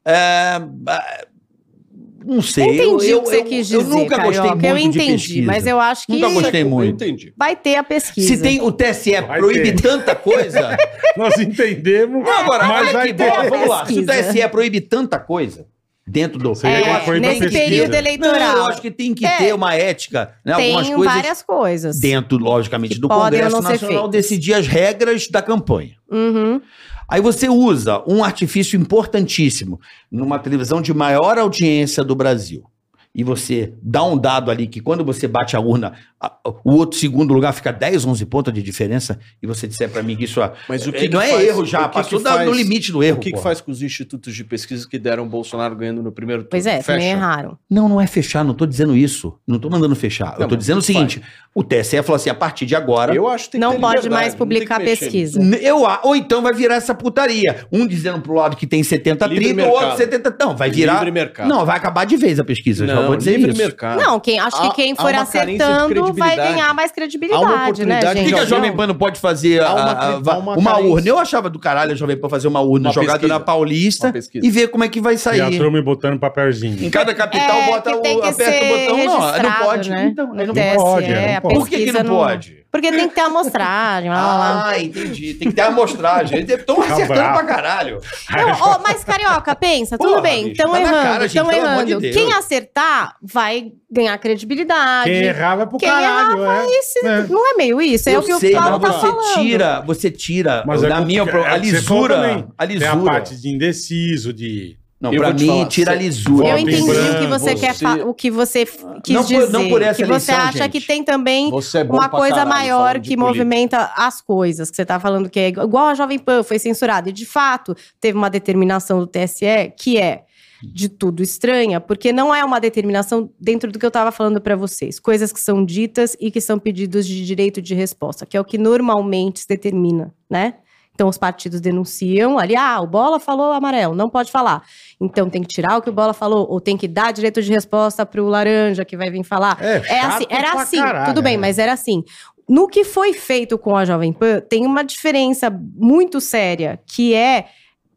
Speaker 3: É, ah, não sei.
Speaker 2: Entendi
Speaker 3: eu,
Speaker 2: o que você
Speaker 3: eu-
Speaker 2: quis
Speaker 3: eu
Speaker 2: dizer.
Speaker 3: nunca gostei
Speaker 2: Carioca.
Speaker 3: muito
Speaker 2: Eu
Speaker 3: de
Speaker 2: entendi,
Speaker 3: pesquisa.
Speaker 2: mas eu acho que
Speaker 3: Nunca gostei
Speaker 7: Eu
Speaker 3: muito.
Speaker 7: entendi.
Speaker 2: vai ter a pesquisa. É,
Speaker 3: Se tem o TSE
Speaker 4: Vai
Speaker 3: é proíbe
Speaker 4: ter.
Speaker 3: tanta coisa.
Speaker 4: Nós entendemos.
Speaker 3: Não, agora,
Speaker 4: mas
Speaker 3: olha
Speaker 4: vai
Speaker 3: que
Speaker 4: ter.
Speaker 3: bola, vamos lá. Se o
Speaker 2: Pesquisa.
Speaker 3: TSE é proíbe tanta coisa dentro do.
Speaker 4: Seria
Speaker 2: É,
Speaker 4: Ele foi pra
Speaker 2: nesse
Speaker 4: pesquisa.
Speaker 2: período eleitoral.
Speaker 3: Não, eu acho que tem que
Speaker 2: É.
Speaker 3: ter uma ética, né?
Speaker 2: tem
Speaker 3: Algumas coisas
Speaker 2: várias coisas.
Speaker 3: dentro, logicamente,
Speaker 2: que
Speaker 3: do
Speaker 2: podem ou
Speaker 3: Congresso
Speaker 2: não ser
Speaker 3: Nacional
Speaker 2: feitas.
Speaker 3: decidir as regras da campanha.
Speaker 2: Uhum.
Speaker 3: Aí você usa um artifício importantíssimo numa televisão de maior audiência do Brasil. E você dá um dado ali que quando você bate a urna, a- o outro segundo lugar fica 10, 11 pontos de diferença, e você disser pra mim que isso é,
Speaker 7: Mas o que,
Speaker 3: é, não
Speaker 7: que
Speaker 3: é
Speaker 7: faz-
Speaker 3: erro já,
Speaker 7: o que
Speaker 3: passou
Speaker 7: que
Speaker 3: da-
Speaker 7: faz-
Speaker 3: do limite do erro.
Speaker 7: O que, que
Speaker 3: porra.
Speaker 7: faz com os institutos de pesquisa que deram o Bolsonaro ganhando no primeiro turno?
Speaker 2: Pois é, também
Speaker 7: Fecha.
Speaker 2: erraram.
Speaker 3: Não, não é fechar, não tô dizendo isso. Não tô mandando fechar. eu
Speaker 7: Não,
Speaker 3: tô
Speaker 7: mas
Speaker 3: dizendo o
Speaker 7: faz.
Speaker 3: seguinte: o TSE falou assim, a partir de agora,
Speaker 7: Eu acho que tem que
Speaker 2: Não
Speaker 7: ter
Speaker 2: pode
Speaker 7: liberdade,
Speaker 2: mais
Speaker 7: não tem
Speaker 2: publicar
Speaker 7: que mexer
Speaker 2: pesquisa.
Speaker 7: nisso.
Speaker 3: N- Eu, a- ou então vai virar essa putaria. Um dizendo pro lado que tem 70,
Speaker 7: Livre
Speaker 3: 30, o outro
Speaker 7: mercado.
Speaker 3: 70. Não, vai virar.
Speaker 7: Livre mercado.
Speaker 3: Não, vai acabar de vez a pesquisa. já
Speaker 7: Não,
Speaker 3: vou dizer
Speaker 7: livre
Speaker 3: isso.
Speaker 7: mercado.
Speaker 2: Não, quem, acho
Speaker 7: Há-
Speaker 2: que quem
Speaker 7: há
Speaker 2: for
Speaker 7: uma carência de
Speaker 2: acertando vai
Speaker 7: credibilidade.
Speaker 2: ganhar mais credibilidade, né,
Speaker 7: oportunidade
Speaker 2: gente?
Speaker 3: Por que, que a
Speaker 7: Não,
Speaker 3: Jovem
Speaker 7: não.
Speaker 3: Pan não pode fazer
Speaker 7: Há
Speaker 3: a-
Speaker 7: uma
Speaker 3: a-
Speaker 7: cre- há
Speaker 3: uma,
Speaker 7: uma
Speaker 3: urna?
Speaker 7: carência.
Speaker 3: Eu achava do caralho a Jovem Pan fazer uma urna
Speaker 7: Uma
Speaker 3: jogada
Speaker 7: pesquisa.
Speaker 3: na Paulista
Speaker 7: Uma pesquisa.
Speaker 3: e ver como é que vai
Speaker 2: Tá
Speaker 4: E a
Speaker 3: sair.
Speaker 4: turma botando papelzinho.
Speaker 3: Em cada capital
Speaker 2: É,
Speaker 3: bota
Speaker 2: que
Speaker 3: o,
Speaker 2: tem que
Speaker 3: aperta o
Speaker 2: ser
Speaker 3: botão. Não, não
Speaker 2: registrado,
Speaker 3: pode.
Speaker 2: né?
Speaker 3: Então, aí não
Speaker 2: No TSE,
Speaker 4: pode, é,
Speaker 2: a
Speaker 4: não pode.
Speaker 3: Por que, que não
Speaker 2: pesquisa
Speaker 3: pode?
Speaker 2: Porque tem que ter amostragem, lá, lá, lá.
Speaker 3: Ah, entendi. Tem que ter amostragem. Eles estão
Speaker 4: Tá
Speaker 3: acertando
Speaker 4: bravo.
Speaker 3: pra caralho.
Speaker 2: Não, ó, mas carioca, pensa, tudo
Speaker 3: Porra,
Speaker 2: bem,
Speaker 3: bicho,
Speaker 2: estão
Speaker 3: tá na cara,
Speaker 2: errando,
Speaker 3: gente,
Speaker 2: estão
Speaker 3: pelo amor de
Speaker 2: errando.
Speaker 3: Deus.
Speaker 2: Quem acertar vai ganhar credibilidade.
Speaker 4: Quem errar vai pro
Speaker 2: Quem
Speaker 4: caralho. é.
Speaker 2: Esse-
Speaker 4: É.
Speaker 2: Não é meio isso, é o que o Paulo
Speaker 3: mas
Speaker 2: tá
Speaker 3: você
Speaker 2: falando.
Speaker 3: tira, você tira,
Speaker 4: Mas é
Speaker 3: na minha
Speaker 4: complicado.
Speaker 3: opinião, a
Speaker 4: É o que você falou
Speaker 3: lisura,
Speaker 4: também.
Speaker 3: a
Speaker 4: Tem a
Speaker 3: lisura.
Speaker 4: parte de indeciso, de.
Speaker 3: Não,
Speaker 7: Eu
Speaker 3: pra
Speaker 7: vou te
Speaker 3: mim
Speaker 7: falar,
Speaker 3: tira a
Speaker 7: você-
Speaker 3: lisura.
Speaker 2: Eu
Speaker 4: Voto em
Speaker 2: entendi o que
Speaker 4: branco,
Speaker 2: você quer
Speaker 7: você-
Speaker 2: fa- o que você f- quis
Speaker 3: Não por-
Speaker 2: dizer.
Speaker 3: não por essa
Speaker 2: que você
Speaker 3: eleição,
Speaker 2: acha
Speaker 3: gente.
Speaker 2: que tem também
Speaker 7: Você é bom
Speaker 2: uma
Speaker 7: pra
Speaker 2: coisa
Speaker 7: caralho
Speaker 2: maior
Speaker 7: falando de
Speaker 2: que
Speaker 7: política.
Speaker 2: movimenta as coisas, que você tá falando que é igual igual a Jovem Pan foi censurada. E de fato, teve uma determinação do TSE que é de tudo estranha, porque não é uma determinação dentro do que eu estava falando para vocês, coisas que são ditas e que são pedidos de direito de resposta, que é o que normalmente se determina, né? Então os partidos denunciam ali, ah, o Bola falou amarelo, não pode falar. Então tem que tirar o que o Bola falou, ou tem que dar direito de resposta pro laranja que vai vir falar.
Speaker 4: É,
Speaker 2: É
Speaker 4: chato
Speaker 2: assim, era
Speaker 4: pra
Speaker 2: assim,
Speaker 4: caralho,
Speaker 2: tudo bem,
Speaker 4: né?
Speaker 2: mas era assim. No que foi feito com a Jovem Pan, tem uma diferença muito séria, que é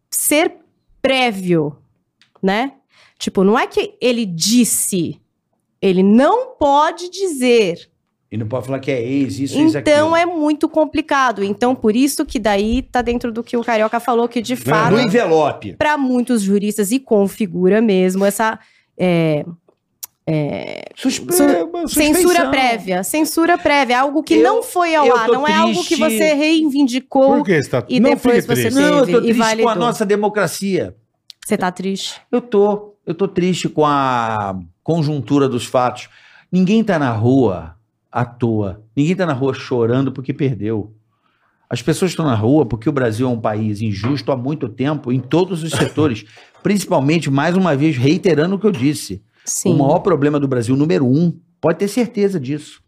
Speaker 2: ser prévio, né? Tipo, não é que ele disse, ele não pode dizer.
Speaker 3: E não pode falar que é ex, isso, isso,
Speaker 2: Então é muito complicado. Então, por isso que daí tá dentro do que o Carioca falou, que de fato,
Speaker 3: No envelope.
Speaker 2: para muitos juristas, e configura mesmo essa. é,
Speaker 3: Suspe... é
Speaker 2: Su-
Speaker 3: suspeição.
Speaker 2: Censura prévia. Censura prévia. Algo que
Speaker 3: Eu-
Speaker 2: não foi ao
Speaker 3: eu
Speaker 2: ar.
Speaker 3: tô
Speaker 2: Não é algo que
Speaker 3: triste.
Speaker 2: você reivindicou.
Speaker 4: Por que está
Speaker 2: E
Speaker 4: Não
Speaker 2: depois
Speaker 4: fique
Speaker 2: você
Speaker 4: triste.
Speaker 2: tem-
Speaker 3: Não, eu
Speaker 2: Teve
Speaker 3: tô
Speaker 2: e
Speaker 3: triste com a
Speaker 2: validou.
Speaker 3: nossa democracia.
Speaker 2: Você tá triste?
Speaker 3: Eu tô. Eu tô triste com a conjuntura dos fatos. Ninguém tá na rua à toa. Ninguém tá na rua chorando porque perdeu. As pessoas estão na rua porque o Brasil é um país injusto há muito tempo, em todos os setores. Principalmente, mais uma vez, reiterando o que eu disse.
Speaker 2: Sim.
Speaker 3: O maior problema do Brasil, número um, pode ter certeza disso,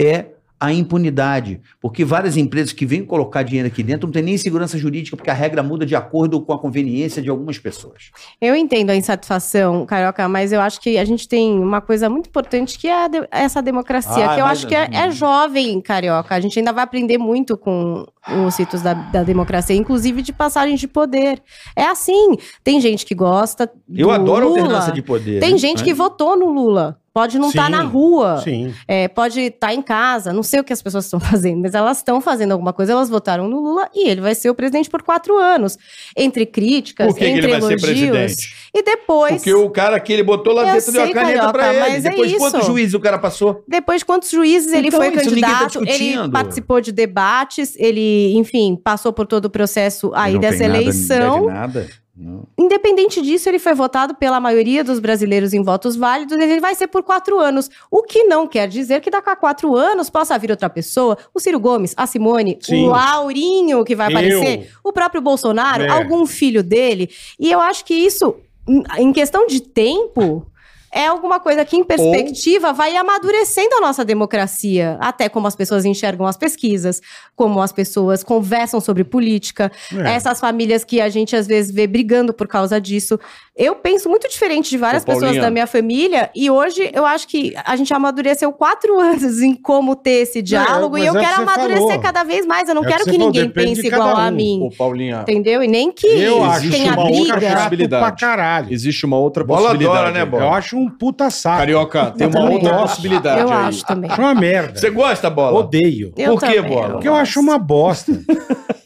Speaker 3: é a impunidade. Porque várias empresas que vêm colocar dinheiro aqui dentro não tem nem segurança jurídica, porque a regra muda de acordo com a conveniência de algumas pessoas.
Speaker 2: Eu entendo a insatisfação, Carioca, mas eu acho que a gente tem uma coisa muito importante que é a de- essa democracia,
Speaker 3: Ah,
Speaker 2: que eu
Speaker 3: mas-
Speaker 2: acho que é, é jovem, Carioca. A gente ainda vai aprender muito com os ritos da, da democracia, inclusive de passagem de poder. É assim. Tem gente que gosta.
Speaker 3: Eu
Speaker 2: do
Speaker 3: adoro a
Speaker 2: Lula.
Speaker 3: alternância de poder. né?
Speaker 2: Tem gente que votou no Lula. Pode não estar
Speaker 4: Sim,
Speaker 2: na rua.
Speaker 4: Sim.
Speaker 2: É, pode estar em casa, não sei o que as pessoas estão fazendo, mas elas estão fazendo alguma coisa, elas votaram no Lula e ele vai ser o presidente por quatro anos. Entre críticas,
Speaker 8: Por que, que
Speaker 2: entre
Speaker 8: ele vai ser
Speaker 2: elogios.
Speaker 8: presidente?
Speaker 2: E depois,
Speaker 8: Porque o cara que ele botou lá
Speaker 2: Eu
Speaker 8: dentro deu a
Speaker 2: sei,
Speaker 8: caneta
Speaker 2: Carioca,
Speaker 8: pra ele.
Speaker 2: mas é
Speaker 8: Depois,
Speaker 2: isso.
Speaker 8: quantos juízes o cara passou?
Speaker 2: depois de quantos juízes ele
Speaker 3: Então,
Speaker 2: foi
Speaker 3: isso ninguém tá
Speaker 2: candidato, ele
Speaker 3: discutindo.
Speaker 2: participou de debates, ele, enfim, passou por todo o processo aí
Speaker 3: Não tem
Speaker 2: dessa
Speaker 3: nada, não
Speaker 2: eleição.
Speaker 3: deve nada. Não.
Speaker 2: Independente disso, ele foi votado pela maioria dos brasileiros em votos válidos e ele vai ser por quatro anos. O que não quer dizer que daqui a quatro anos possa vir outra pessoa, o Ciro Gomes, a Simone,
Speaker 4: Sim.
Speaker 2: o Laurinho que vai
Speaker 4: Eu.
Speaker 2: aparecer, o próprio Bolsonaro,
Speaker 4: É.
Speaker 2: algum filho dele. E eu acho que isso, em- em questão de tempo. É alguma coisa que, em perspectiva, vai amadurecendo a nossa democracia. Até como as pessoas enxergam as pesquisas, como as pessoas conversam sobre política,
Speaker 4: É.
Speaker 2: essas famílias que a gente às vezes vê brigando por causa disso. Eu penso muito diferente de várias
Speaker 8: Ô, Paulinha.
Speaker 2: pessoas da minha família e hoje eu acho que a gente amadureceu quatro anos em como ter esse diálogo
Speaker 4: mas
Speaker 2: e eu
Speaker 4: é o que
Speaker 2: quero
Speaker 4: você
Speaker 2: amadurecer
Speaker 4: falou.
Speaker 2: cada vez mais. Eu não
Speaker 4: É o que
Speaker 2: quero
Speaker 4: você
Speaker 2: que,
Speaker 4: falou,
Speaker 2: ninguém
Speaker 4: depende
Speaker 2: pense
Speaker 4: de cada
Speaker 2: igual a
Speaker 4: um.
Speaker 2: mim,
Speaker 7: Ô, Paulinha,
Speaker 2: entendeu? E nem que
Speaker 4: é. Eu acho
Speaker 2: tenha
Speaker 4: uma outra
Speaker 2: briga.
Speaker 4: possibilidade. Pra
Speaker 8: possibilidade.
Speaker 4: caralho.
Speaker 7: existe uma outra
Speaker 8: Bola
Speaker 7: possibilidade.
Speaker 8: adora, né,
Speaker 7: aí.
Speaker 8: Bola?
Speaker 4: Eu acho um puta saco.
Speaker 8: Carioca, tem uma
Speaker 2: também
Speaker 8: outra
Speaker 4: acho.
Speaker 8: possibilidade
Speaker 2: Eu
Speaker 8: aí.
Speaker 2: acho também.
Speaker 4: Acho uma merda.
Speaker 8: Você gosta, Bola?
Speaker 4: Odeio.
Speaker 2: Eu
Speaker 8: Por quê,
Speaker 2: também,
Speaker 8: Bola?
Speaker 4: Porque eu acho uma bosta.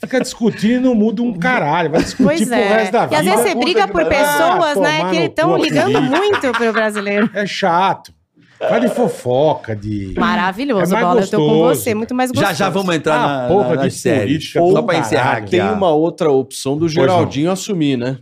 Speaker 4: Fica discutindo e não muda um caralho. Vai discutir
Speaker 2: Pois
Speaker 4: pro
Speaker 2: é.
Speaker 4: tipo resto da
Speaker 2: E
Speaker 4: vida.
Speaker 2: às vezes você
Speaker 8: Puta
Speaker 2: briga
Speaker 8: que
Speaker 2: por
Speaker 8: pariu.
Speaker 4: Ah,
Speaker 2: pessoas,
Speaker 4: tomar
Speaker 2: né, que
Speaker 4: no
Speaker 2: estão
Speaker 4: cu,
Speaker 2: ligando
Speaker 4: acredito.
Speaker 2: muito pro brasileiro.
Speaker 4: É chato. Vai de fofoca, de.
Speaker 2: Maravilhoso,
Speaker 4: É mais
Speaker 2: Bola. eu tô com
Speaker 4: gostoso,
Speaker 2: você,
Speaker 4: cara.
Speaker 2: muito mais gostoso.
Speaker 3: Já já vamos entrar
Speaker 4: Ah,
Speaker 3: na,
Speaker 4: porra
Speaker 3: na,
Speaker 4: de
Speaker 3: nas séries.
Speaker 4: política,
Speaker 3: Só
Speaker 4: do
Speaker 3: para encerrar
Speaker 4: caralho.
Speaker 3: aqui.
Speaker 7: Tem
Speaker 3: a-
Speaker 7: uma outra opção do
Speaker 4: não.
Speaker 7: Geraldinho assumir, né?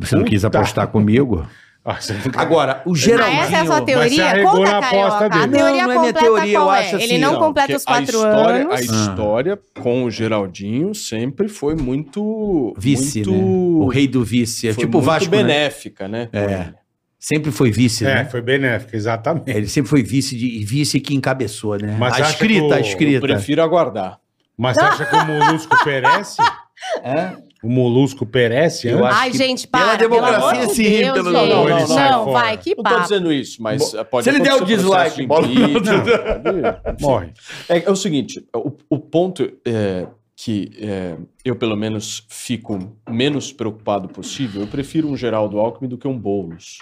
Speaker 3: Você não quis
Speaker 4: Puta.
Speaker 3: apostar comigo?
Speaker 4: Ah, você-
Speaker 3: Agora, o
Speaker 2: Ah,
Speaker 3: Geraldinho...
Speaker 2: essa é a sua
Speaker 4: Mas você
Speaker 2: teoria?
Speaker 4: arregou na
Speaker 2: Conta,
Speaker 4: aposta
Speaker 2: Carioca. A
Speaker 4: dele.
Speaker 2: teoria
Speaker 3: Não, não é minha
Speaker 2: completa
Speaker 3: teoria, eu
Speaker 2: qual é?
Speaker 3: acho assim,
Speaker 2: Ele não,
Speaker 3: não,
Speaker 2: completa
Speaker 7: porque
Speaker 2: os quatro
Speaker 7: a história,
Speaker 2: anos.
Speaker 7: A história com o Geraldinho sempre foi muito.
Speaker 3: Vice,
Speaker 7: muito,
Speaker 3: né? O rei do vice. É
Speaker 7: foi
Speaker 3: tipo o
Speaker 7: muito
Speaker 3: Vasco, né?
Speaker 7: benéfica, né?
Speaker 3: É. Sempre foi vice,
Speaker 4: É,
Speaker 3: né?
Speaker 4: foi benéfico, exatamente.
Speaker 3: Ele sempre foi vice de e vice que encabeçou, né?
Speaker 4: Mas
Speaker 3: a
Speaker 4: acha
Speaker 3: escrita,
Speaker 4: que o-
Speaker 3: a
Speaker 7: Eu
Speaker 3: escrita.
Speaker 7: prefiro aguardar.
Speaker 4: Mas você acha que o Molusco perece?
Speaker 3: É?
Speaker 4: O Molusco perece? né?
Speaker 3: Eu
Speaker 4: antes?
Speaker 3: acho
Speaker 2: Ai,
Speaker 3: que
Speaker 2: gente,
Speaker 3: pela
Speaker 2: para.
Speaker 3: democracia,
Speaker 2: pelo amor de
Speaker 3: sim,
Speaker 2: Deus,
Speaker 3: pelo-
Speaker 2: gente.
Speaker 4: Não,
Speaker 2: Não,
Speaker 4: não, não, sai fora.
Speaker 2: vai, que
Speaker 7: Não tô
Speaker 2: papo.
Speaker 7: dizendo isso, mas eh, pode
Speaker 3: se ele der
Speaker 7: acontecer
Speaker 3: o
Speaker 7: processo
Speaker 3: dislike,
Speaker 7: de
Speaker 3: bola-
Speaker 7: impeachment, pode-
Speaker 4: Morre.
Speaker 7: É, é o seguinte, o, o ponto é, que é, eu, pelo menos, fico menos preocupado possível, eu prefiro um Geraldo Alckmin do que um Boulos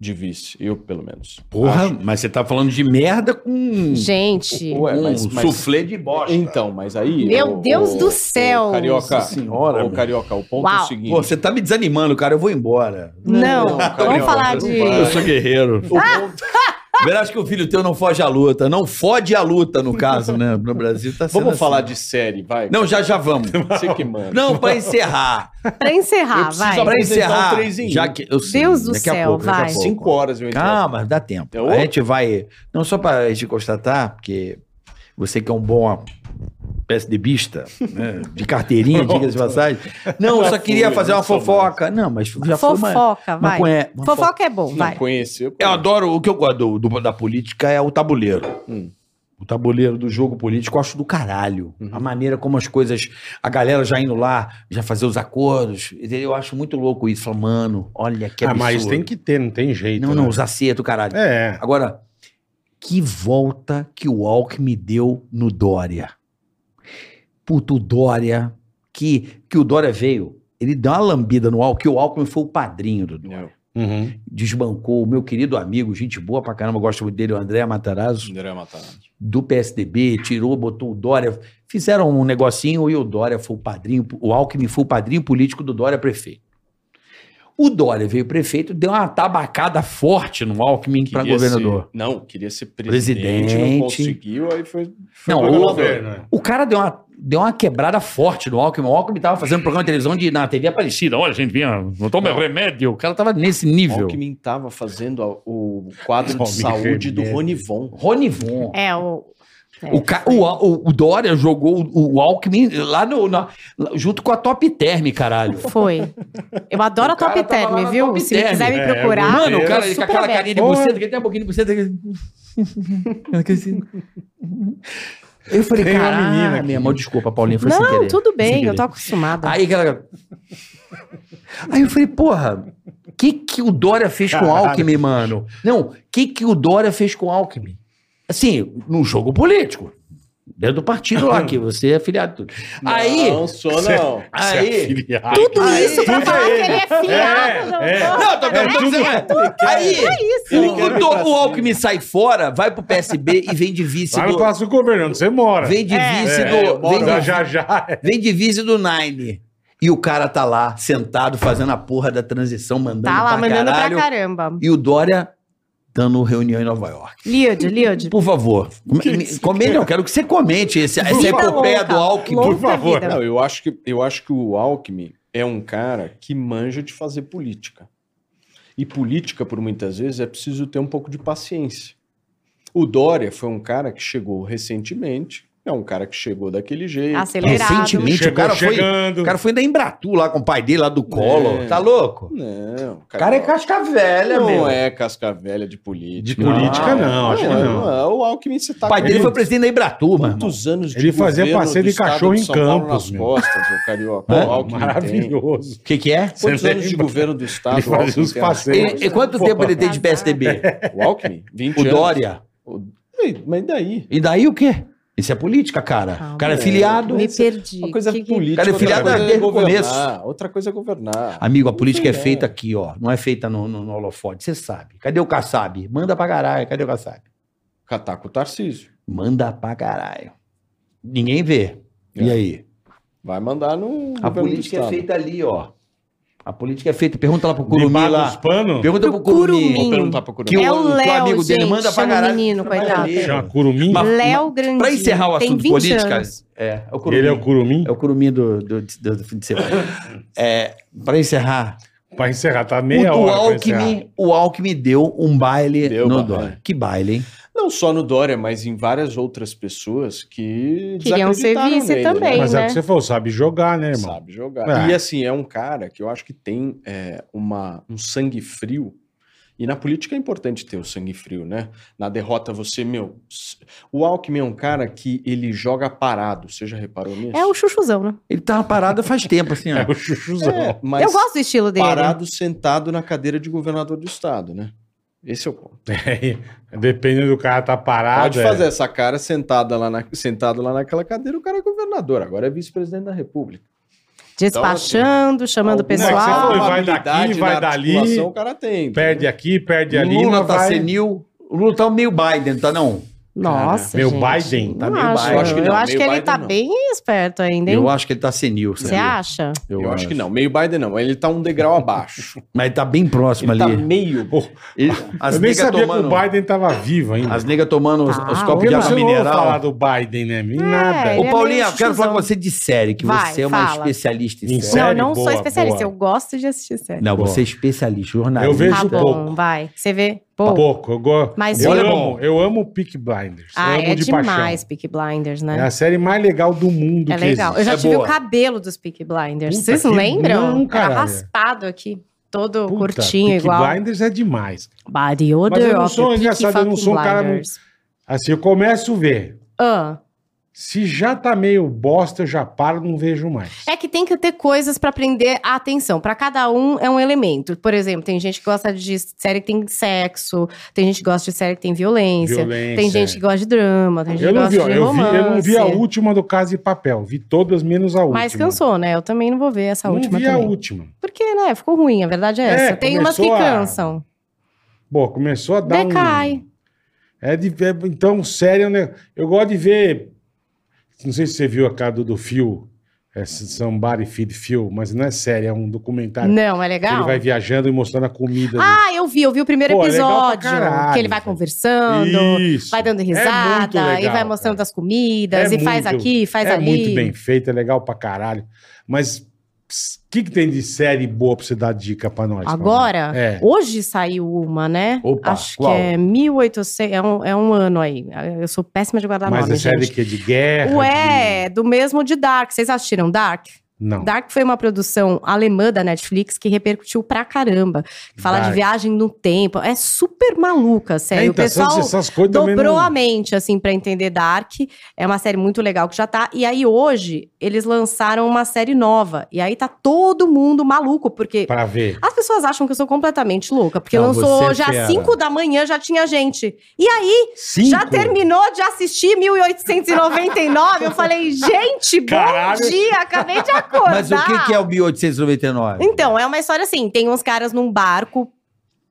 Speaker 7: de vice, eu, pelo menos.
Speaker 3: Porra, mas você tá falando de merda com
Speaker 2: Gente,
Speaker 7: Ué, mas-
Speaker 3: um
Speaker 7: mas-
Speaker 3: suflê de bosta.
Speaker 7: Então, mas aí...
Speaker 2: Meu Deus do céu.
Speaker 7: O carioca,
Speaker 3: Nossa senhora,
Speaker 7: o
Speaker 3: meu.
Speaker 7: carioca, o ponto é o
Speaker 2: Uau.
Speaker 7: seguinte...
Speaker 3: Pô, você tá me desanimando, cara. Eu vou embora.
Speaker 2: não.
Speaker 7: Carioca,
Speaker 2: Vamos falar
Speaker 7: não
Speaker 2: de...
Speaker 7: vai.
Speaker 3: Eu sou guerreiro.
Speaker 7: O
Speaker 2: Ah!
Speaker 7: ponto-
Speaker 3: Verás que o filho teu não foge à luta. Não fode à luta, no caso, né? No Brasil tá sendo
Speaker 7: Vamos
Speaker 3: assim.
Speaker 7: falar de série, vai.
Speaker 3: Não, já já vamos.
Speaker 7: Você que manda.
Speaker 3: Não, pra encerrar.
Speaker 2: Pra encerrar, vai.
Speaker 7: Só
Speaker 3: pra
Speaker 7: apresentar
Speaker 3: encerrar.
Speaker 7: um três em um.
Speaker 3: já que, eu sei,
Speaker 2: Deus do
Speaker 3: daqui a
Speaker 2: céu,
Speaker 3: pouco, daqui a
Speaker 2: vai.
Speaker 3: pouco.
Speaker 7: Cinco horas eu entro.
Speaker 3: Calma, dá tempo.
Speaker 7: Então,
Speaker 3: a gente vai. Não só para gente constatar, porque você que é um bom PSDBista, né, de carteirinha, diga-se de passagem. Não, eu só
Speaker 7: Já
Speaker 3: queria
Speaker 7: fui,
Speaker 3: fazer
Speaker 7: não
Speaker 3: uma
Speaker 7: sou mais.
Speaker 3: fofoca. Não, mas já foi uma.
Speaker 2: Fofoca,
Speaker 3: uma
Speaker 2: vai.
Speaker 3: conhe- uma fo-
Speaker 2: Fofoca é bom,
Speaker 7: Não
Speaker 2: vai.
Speaker 7: conheceu.
Speaker 3: Eu adoro. O que eu gosto do- do- da política é o tabuleiro.
Speaker 7: Hum.
Speaker 3: O tabuleiro do jogo político, eu acho do caralho.
Speaker 7: Uhum.
Speaker 3: A maneira como as coisas. A galera já indo lá, já fazer os acordos. Eu acho muito louco isso. Falo, mano, olha que
Speaker 4: ah,
Speaker 3: absurdo.
Speaker 4: mas tem que ter, não tem jeito.
Speaker 3: Não, não,
Speaker 4: né?
Speaker 3: os acertos, caralho.
Speaker 4: É.
Speaker 3: Agora, que volta que o Alckmin deu no Dória. Puto o Dória, que, que o Dória veio, ele deu uma lambida no Alckmin, que o Alckmin foi o padrinho do Dória.
Speaker 7: Não.
Speaker 4: Uhum.
Speaker 3: Desbancou o meu querido amigo, gente boa pra caramba, gosto muito dele, o André Matarazzo,
Speaker 7: André Matarazzo.
Speaker 3: do PSDB, tirou, botou o Dória. Fizeram um negocinho e o Dória foi o padrinho, o Alckmin foi o padrinho político do Dória prefeito. O Dória veio prefeito, deu uma tabacada forte no Alckmin para
Speaker 7: Queria
Speaker 3: governador.
Speaker 7: ser- não, queria ser presidente,
Speaker 3: Presidente.
Speaker 7: não conseguiu, aí foi. foi
Speaker 3: Não,
Speaker 7: governador.
Speaker 4: Governo, né?
Speaker 3: O cara deu uma, deu uma quebrada forte no Alckmin. O Alckmin tava fazendo programa de televisão de, na TV Aparecida. Olha, gente, vinha, não toma remédio. O cara tava nesse nível.
Speaker 7: Alckmin estava fazendo a- o quadro de
Speaker 4: Tome
Speaker 7: saúde do
Speaker 4: remédio.
Speaker 7: Ronivon.
Speaker 3: Ronivon.
Speaker 2: É, o. é.
Speaker 3: O, ca- o, Al- o- o Dória jogou o, o Alckmin lá no, na- lá- junto com a Top Term, caralho.
Speaker 2: Foi. Eu adoro a
Speaker 3: cara
Speaker 2: Top
Speaker 3: tava lá
Speaker 2: Term,
Speaker 3: na
Speaker 2: viu?
Speaker 3: Top
Speaker 2: Se
Speaker 3: Term.
Speaker 2: quiser me
Speaker 4: É,
Speaker 2: procurar.
Speaker 4: Ah,
Speaker 3: Mano, o
Speaker 4: eu
Speaker 3: cara com
Speaker 2: super
Speaker 3: aquela
Speaker 2: aberta.
Speaker 3: carinha de buceta, que ele tem um pouquinho de buceta. que- Eu falei,
Speaker 4: Tem uma menina
Speaker 3: cara,
Speaker 4: aqui.
Speaker 3: minha irmã, desculpa, Paulinho, foi sem
Speaker 2: Não,
Speaker 3: querer.
Speaker 2: tudo
Speaker 3: Sem
Speaker 2: bem,
Speaker 3: querer.
Speaker 2: eu tô acostumada.
Speaker 3: Aí aquela. Aí eu falei, porra, o que, que o Dória fez com o
Speaker 4: Caralho.
Speaker 3: Alckmin, mano? Não, o que, que o Dória fez com o Alckmin? Assim, num jogo político. Dentro do partido lá, que você é afiliado. e tudo. Aí.
Speaker 7: Não sou, não.
Speaker 4: Você é
Speaker 3: Aí.
Speaker 4: afiliado.
Speaker 2: Tudo
Speaker 3: Aí,
Speaker 2: isso pra
Speaker 4: tudo
Speaker 2: falar
Speaker 4: é
Speaker 2: que ele é fiado.
Speaker 4: É, é.
Speaker 2: Não,
Speaker 3: Não, eu tô perguntando se você Aí.
Speaker 2: isso.
Speaker 3: O, o, Dó- o Alckmin sai fora, vai pro PSB e vem de vice
Speaker 4: Lá no
Speaker 3: do.
Speaker 4: Passo do Governo, onde você mora.
Speaker 3: Vem de
Speaker 2: É.
Speaker 3: vice
Speaker 4: É,
Speaker 3: do. Vem
Speaker 4: Mora
Speaker 3: de
Speaker 4: já já. é.
Speaker 3: Vem de Vise do Nine. E o cara tá lá, sentado, fazendo a porra da transição, mandando
Speaker 2: Tá lá,
Speaker 3: pra
Speaker 2: mandando
Speaker 3: caralho.
Speaker 2: pra caramba.
Speaker 3: E o Dória dando reunião em Nova York.
Speaker 2: Liud, Liud.
Speaker 3: Por favor, come- me- comente, eu quero que você comente esse, essa
Speaker 2: Vida
Speaker 3: epopeia
Speaker 2: louca.
Speaker 3: do Alckmin.
Speaker 2: Louca
Speaker 4: por favor.
Speaker 2: vida.
Speaker 7: Não, eu acho que eu acho que o Alckmin é um cara que manja de fazer política. E política, por muitas vezes, é preciso ter um pouco de paciência. O Dória foi um cara que chegou recentemente, é um cara que chegou daquele jeito.
Speaker 2: Acelerado.
Speaker 3: Recentemente, o cara foi-
Speaker 4: chegando.
Speaker 3: O cara foi da Embratu lá com o pai dele, lá do Collor.
Speaker 7: É.
Speaker 3: Tá louco?
Speaker 7: Não,
Speaker 3: O cara é casca velha,
Speaker 7: não
Speaker 3: meu.
Speaker 7: é casca velha de política.
Speaker 4: De política, não, acho que
Speaker 7: é,
Speaker 4: não.
Speaker 7: é. O Alckmin você tá
Speaker 3: O pai dele
Speaker 7: com
Speaker 3: foi presidente da Embratu, mano.
Speaker 7: quantos anos de
Speaker 4: Ele fazia
Speaker 7: governo
Speaker 4: passeio
Speaker 7: do
Speaker 4: de
Speaker 7: estado
Speaker 4: cachorro
Speaker 7: de
Speaker 4: em
Speaker 7: São Paulo
Speaker 4: Campos,
Speaker 7: nas
Speaker 4: meu.
Speaker 7: costas, o carioca.
Speaker 3: Hã?
Speaker 7: O Alckmin tem.
Speaker 4: Maravilhoso.
Speaker 3: O que que é?
Speaker 7: Quantos
Speaker 4: Você
Speaker 7: anos de
Speaker 4: lembra?
Speaker 7: governo do estado?
Speaker 4: Ele
Speaker 7: o Alckmin
Speaker 4: fazia os
Speaker 7: tem na
Speaker 4: passeios.
Speaker 7: mão?
Speaker 3: E, e quanto tempo ele tem de PSDB?
Speaker 7: O Alckmin? 20
Speaker 3: O
Speaker 7: anos.
Speaker 3: Dória.
Speaker 7: Ei, Mas daí?
Speaker 3: E daí o quê? Isso é política, cara. O cara é
Speaker 7: Calma.
Speaker 3: filiado.
Speaker 2: Me perdi.
Speaker 7: Uma coisa
Speaker 2: Que-
Speaker 7: é
Speaker 2: que-
Speaker 7: política.
Speaker 3: Cara, é
Speaker 7: outra
Speaker 3: filiado
Speaker 7: coisa é
Speaker 3: desde o
Speaker 7: governar,
Speaker 3: começo.
Speaker 7: Outra coisa é governar.
Speaker 3: Amigo, a política é
Speaker 7: Não.
Speaker 3: feita aqui, ó. Não é feita no, no, no holofote, você sabe. Cadê o Kassab? Manda pra caralho. Cadê o Kassab?
Speaker 7: Catar com o Tarcísio.
Speaker 3: Manda pra caralho. Ninguém vê. E
Speaker 7: É.
Speaker 3: aí?
Speaker 7: Vai mandar no
Speaker 3: A
Speaker 7: governo do
Speaker 3: política é
Speaker 7: estado.
Speaker 3: feita ali, ó. A política é feita. Pergunta lá pro Curumi
Speaker 4: Limpar os
Speaker 3: lá.
Speaker 4: panos.
Speaker 3: Pergunta pro
Speaker 2: Pro Curumi.
Speaker 3: Curumi.
Speaker 7: Vou perguntar pra
Speaker 3: Que
Speaker 7: Curitiba.
Speaker 3: o-
Speaker 2: É o
Speaker 3: teu
Speaker 2: Léo,
Speaker 3: amigo dele
Speaker 2: gente,
Speaker 3: manda pra
Speaker 2: chama o
Speaker 3: caralho.
Speaker 2: menino, coitado.
Speaker 4: Chama Curumim.
Speaker 3: Mas-
Speaker 2: Léo Grande.
Speaker 3: Pra encerrar o
Speaker 2: tem
Speaker 3: assunto
Speaker 2: 20
Speaker 3: política,
Speaker 2: anos.
Speaker 3: é, é o Curumi.
Speaker 4: Ele é o Curumim.
Speaker 3: É o Curumi do, do, do- do fim de semana. É, pra encerrar,
Speaker 4: Pra encerrar, tá
Speaker 3: o,
Speaker 4: meia
Speaker 3: do
Speaker 4: hora. pra encerrar.
Speaker 3: Alckmin, o Alckmin deu um baile
Speaker 7: Deu
Speaker 3: no
Speaker 7: baile.
Speaker 3: Dória. Que baile, hein?
Speaker 7: Não só no Dória, mas em várias outras pessoas que
Speaker 2: Queriam ser
Speaker 7: desacreditaram
Speaker 2: vice
Speaker 7: nele,
Speaker 2: também.
Speaker 7: né?
Speaker 4: Mas é o
Speaker 2: né?
Speaker 4: que você falou, sabe jogar, né, irmão?
Speaker 7: Sabe jogar.
Speaker 4: É.
Speaker 7: E assim, é um cara que eu acho que tem é, uma, um sangue frio. E na política é importante ter o sangue frio, né? Na derrota você, meu... s- O Alckmin é um cara que ele joga parado, você já reparou nisso?
Speaker 2: É o chuchuzão, né?
Speaker 3: Ele tava parado faz tempo, assim, ó.
Speaker 4: É o chuchuzão.
Speaker 7: É, mas
Speaker 2: eu gosto do estilo dele. né?
Speaker 7: parado sentado na cadeira de governador do estado, né? Esse é o ponto.
Speaker 4: É, Dependendo do cara tá parado.
Speaker 7: Pode
Speaker 4: é.
Speaker 7: fazer essa cara sentada lá na, sentado lá naquela cadeira, o cara é governador, agora é vice-presidente da república.
Speaker 3: tá
Speaker 2: Despachando, chamando o
Speaker 7: Alguma
Speaker 4: Não, é que você
Speaker 2: pessoal.
Speaker 4: falou, vai daqui,
Speaker 7: habilidade
Speaker 4: vai
Speaker 7: na
Speaker 4: dali,
Speaker 7: articulação O cara tem.
Speaker 4: Perde aqui, perde ali.
Speaker 3: Lula
Speaker 4: mas
Speaker 3: tá
Speaker 4: vai-
Speaker 3: senil. O Lula tá meio Biden, tá não?
Speaker 2: Nossa,
Speaker 4: Meu
Speaker 2: gente.
Speaker 4: Biden, tá
Speaker 2: Não
Speaker 3: meio
Speaker 2: acho,
Speaker 3: Biden.
Speaker 2: Eu
Speaker 3: Eu
Speaker 2: acho que,
Speaker 3: acho
Speaker 7: que não, meio
Speaker 2: ele
Speaker 7: Biden
Speaker 2: tá
Speaker 7: não.
Speaker 2: bem esperto ainda, hein?
Speaker 3: Eu acho que ele tá senil,
Speaker 2: Você
Speaker 3: sabia?
Speaker 2: acha?
Speaker 7: Eu, acho que não. Meio Biden não. Ele tá um degrau abaixo.
Speaker 3: Mas ele tá bem próximo
Speaker 7: Ele tá
Speaker 3: ali.
Speaker 7: meio.
Speaker 4: Pô,
Speaker 3: Ele- as
Speaker 4: eu nem
Speaker 3: negas
Speaker 4: sabia
Speaker 3: tomando,
Speaker 4: que o Biden tava vivo ainda.
Speaker 3: as nega tomando os,
Speaker 2: Ah,
Speaker 3: os
Speaker 2: o
Speaker 3: copos
Speaker 4: Porque
Speaker 3: de
Speaker 4: não
Speaker 3: água
Speaker 4: se ouve falar
Speaker 3: mineral.
Speaker 4: do Biden, né? Em
Speaker 2: É,
Speaker 4: nada.
Speaker 2: ele
Speaker 3: Ô,
Speaker 2: é
Speaker 3: Paulinha,
Speaker 2: meio
Speaker 3: eu quero falar
Speaker 2: chuchuzão.
Speaker 3: com você de série, que
Speaker 2: Vai,
Speaker 3: você é uma
Speaker 2: fala.
Speaker 3: especialista em
Speaker 4: Em
Speaker 3: série.
Speaker 4: série.
Speaker 2: não, eu não
Speaker 4: boa,
Speaker 2: sou especialista.
Speaker 4: boa.
Speaker 2: Eu gosto de assistir série.
Speaker 3: Não,
Speaker 4: Boa.
Speaker 3: você é especialista, jornalista.
Speaker 4: Eu vejo
Speaker 2: tá bom,
Speaker 4: pouco. Tá
Speaker 2: vai. Você vê? Pô.
Speaker 4: Pouco. Eu, go...
Speaker 2: Mas
Speaker 4: eu,
Speaker 2: olha,
Speaker 4: amo, eu amo Peak Blinders.
Speaker 2: Ah,
Speaker 4: eu amo
Speaker 2: é
Speaker 4: de
Speaker 2: demais
Speaker 4: paixão.
Speaker 2: Peak Blinders, né?
Speaker 4: É a série mais legal do mundo
Speaker 2: É
Speaker 4: que
Speaker 2: legal. Eu
Speaker 4: existe.
Speaker 2: já
Speaker 3: É
Speaker 2: tive
Speaker 3: boa.
Speaker 2: o cabelo dos Peak Blinders.
Speaker 4: Puta,
Speaker 2: Vocês
Speaker 4: que-
Speaker 2: lembram?
Speaker 4: não,
Speaker 2: Era
Speaker 4: caralho.
Speaker 2: raspado aqui, todo
Speaker 4: Puta,
Speaker 2: curtinho
Speaker 4: Peaky
Speaker 2: igual.
Speaker 4: Blinders é demais.
Speaker 2: Body odor
Speaker 4: Mas eu não
Speaker 2: of
Speaker 4: sou
Speaker 2: the Peaky
Speaker 4: engraçado, eu não
Speaker 2: fucking
Speaker 4: sou um cara
Speaker 2: Blinders.
Speaker 4: Assim, eu começo a ver.
Speaker 2: Ah,
Speaker 4: Se já tá meio bosta, eu já paro, não vejo mais.
Speaker 2: É que tem que ter coisas pra prender a atenção. Pra cada um é um elemento. Por exemplo, tem gente que gosta de série que tem sexo, tem gente que gosta de série que tem violência,
Speaker 4: Violência, é.
Speaker 3: é.
Speaker 2: tem gente que gosta de drama, tem gente
Speaker 4: Eu
Speaker 2: que
Speaker 4: não,
Speaker 2: gosta
Speaker 4: vi,
Speaker 2: de
Speaker 4: eu, vi,
Speaker 2: romance.
Speaker 4: eu não vi a última do Casa e Papel. Vi todas menos a última.
Speaker 2: Mas cansou, né? Eu também não vou ver essa
Speaker 4: Não
Speaker 2: última
Speaker 4: vi
Speaker 2: também.
Speaker 4: a última.
Speaker 2: Porque, né, ficou ruim, a verdade é
Speaker 4: É,
Speaker 2: essa. Tem umas que
Speaker 4: começou a-
Speaker 2: cansam.
Speaker 4: Pô, começou a dar um...
Speaker 2: Decai.
Speaker 4: É de é- Então, sério, né? Eu gosto de ver. Não sei se você viu a cara do, do Phil, é, Somebody Feed Phil, mas não é sério, é um documentário.
Speaker 2: Não, é
Speaker 4: Ele
Speaker 2: legal?
Speaker 4: vai viajando e mostrando a comida.
Speaker 2: Ah, eu vi, eu vi o primeiro
Speaker 4: Pô, é legal pra
Speaker 2: episódio.
Speaker 4: caralho,
Speaker 2: que ele vai
Speaker 4: velho.
Speaker 2: conversando,
Speaker 4: Isso.
Speaker 2: Ah, vai dando
Speaker 4: É muito
Speaker 2: risada,
Speaker 4: legal,
Speaker 2: e vai mostrando
Speaker 4: cara.
Speaker 2: as comidas,
Speaker 4: É
Speaker 2: e faz
Speaker 4: muito-
Speaker 2: aqui, faz
Speaker 4: é
Speaker 2: ali.
Speaker 4: muito bem feito, é legal pra caralho. Mas o que, que tem de série boa pra você dar dica pra nós? Paulo?
Speaker 2: Agora,
Speaker 4: É.
Speaker 2: hoje saiu uma, né?
Speaker 3: Opa,
Speaker 2: Acho
Speaker 3: qual?
Speaker 2: que é 1800, é um, é um ano aí. Eu sou péssima de guardar
Speaker 4: Mas
Speaker 2: nome,
Speaker 4: é série
Speaker 2: gente.
Speaker 4: que é de guerra? de-
Speaker 2: Ué, do mesmo de Dark. Vocês assistiram Dark?
Speaker 4: Não.
Speaker 2: Dark foi uma produção alemã da Netflix que repercutiu pra caramba. Fala
Speaker 4: Dark.
Speaker 2: de viagem no tempo. É super maluca, sério.
Speaker 4: então,
Speaker 2: o pessoal
Speaker 4: essas, essas coisas também
Speaker 2: dobrou
Speaker 4: não-
Speaker 2: a mente, assim, pra entender Dark. É uma série muito legal que já tá. E aí, hoje, eles lançaram uma série nova. E aí tá todo mundo maluco, porque
Speaker 4: Pra ver.
Speaker 2: as pessoas acham que eu sou completamente louca. Porque
Speaker 3: Não,
Speaker 2: lançou
Speaker 3: você é
Speaker 2: hoje
Speaker 3: fera.
Speaker 2: às 5 da manhã, já tinha gente. E aí,
Speaker 4: Cinco?
Speaker 2: já terminou de assistir 1899? Eu falei, gente,
Speaker 4: Caralho.
Speaker 2: bom dia, acabei de acordar.
Speaker 3: Mas o que, que é o Bio 899?
Speaker 2: Então, é uma história assim: tem uns caras num barco.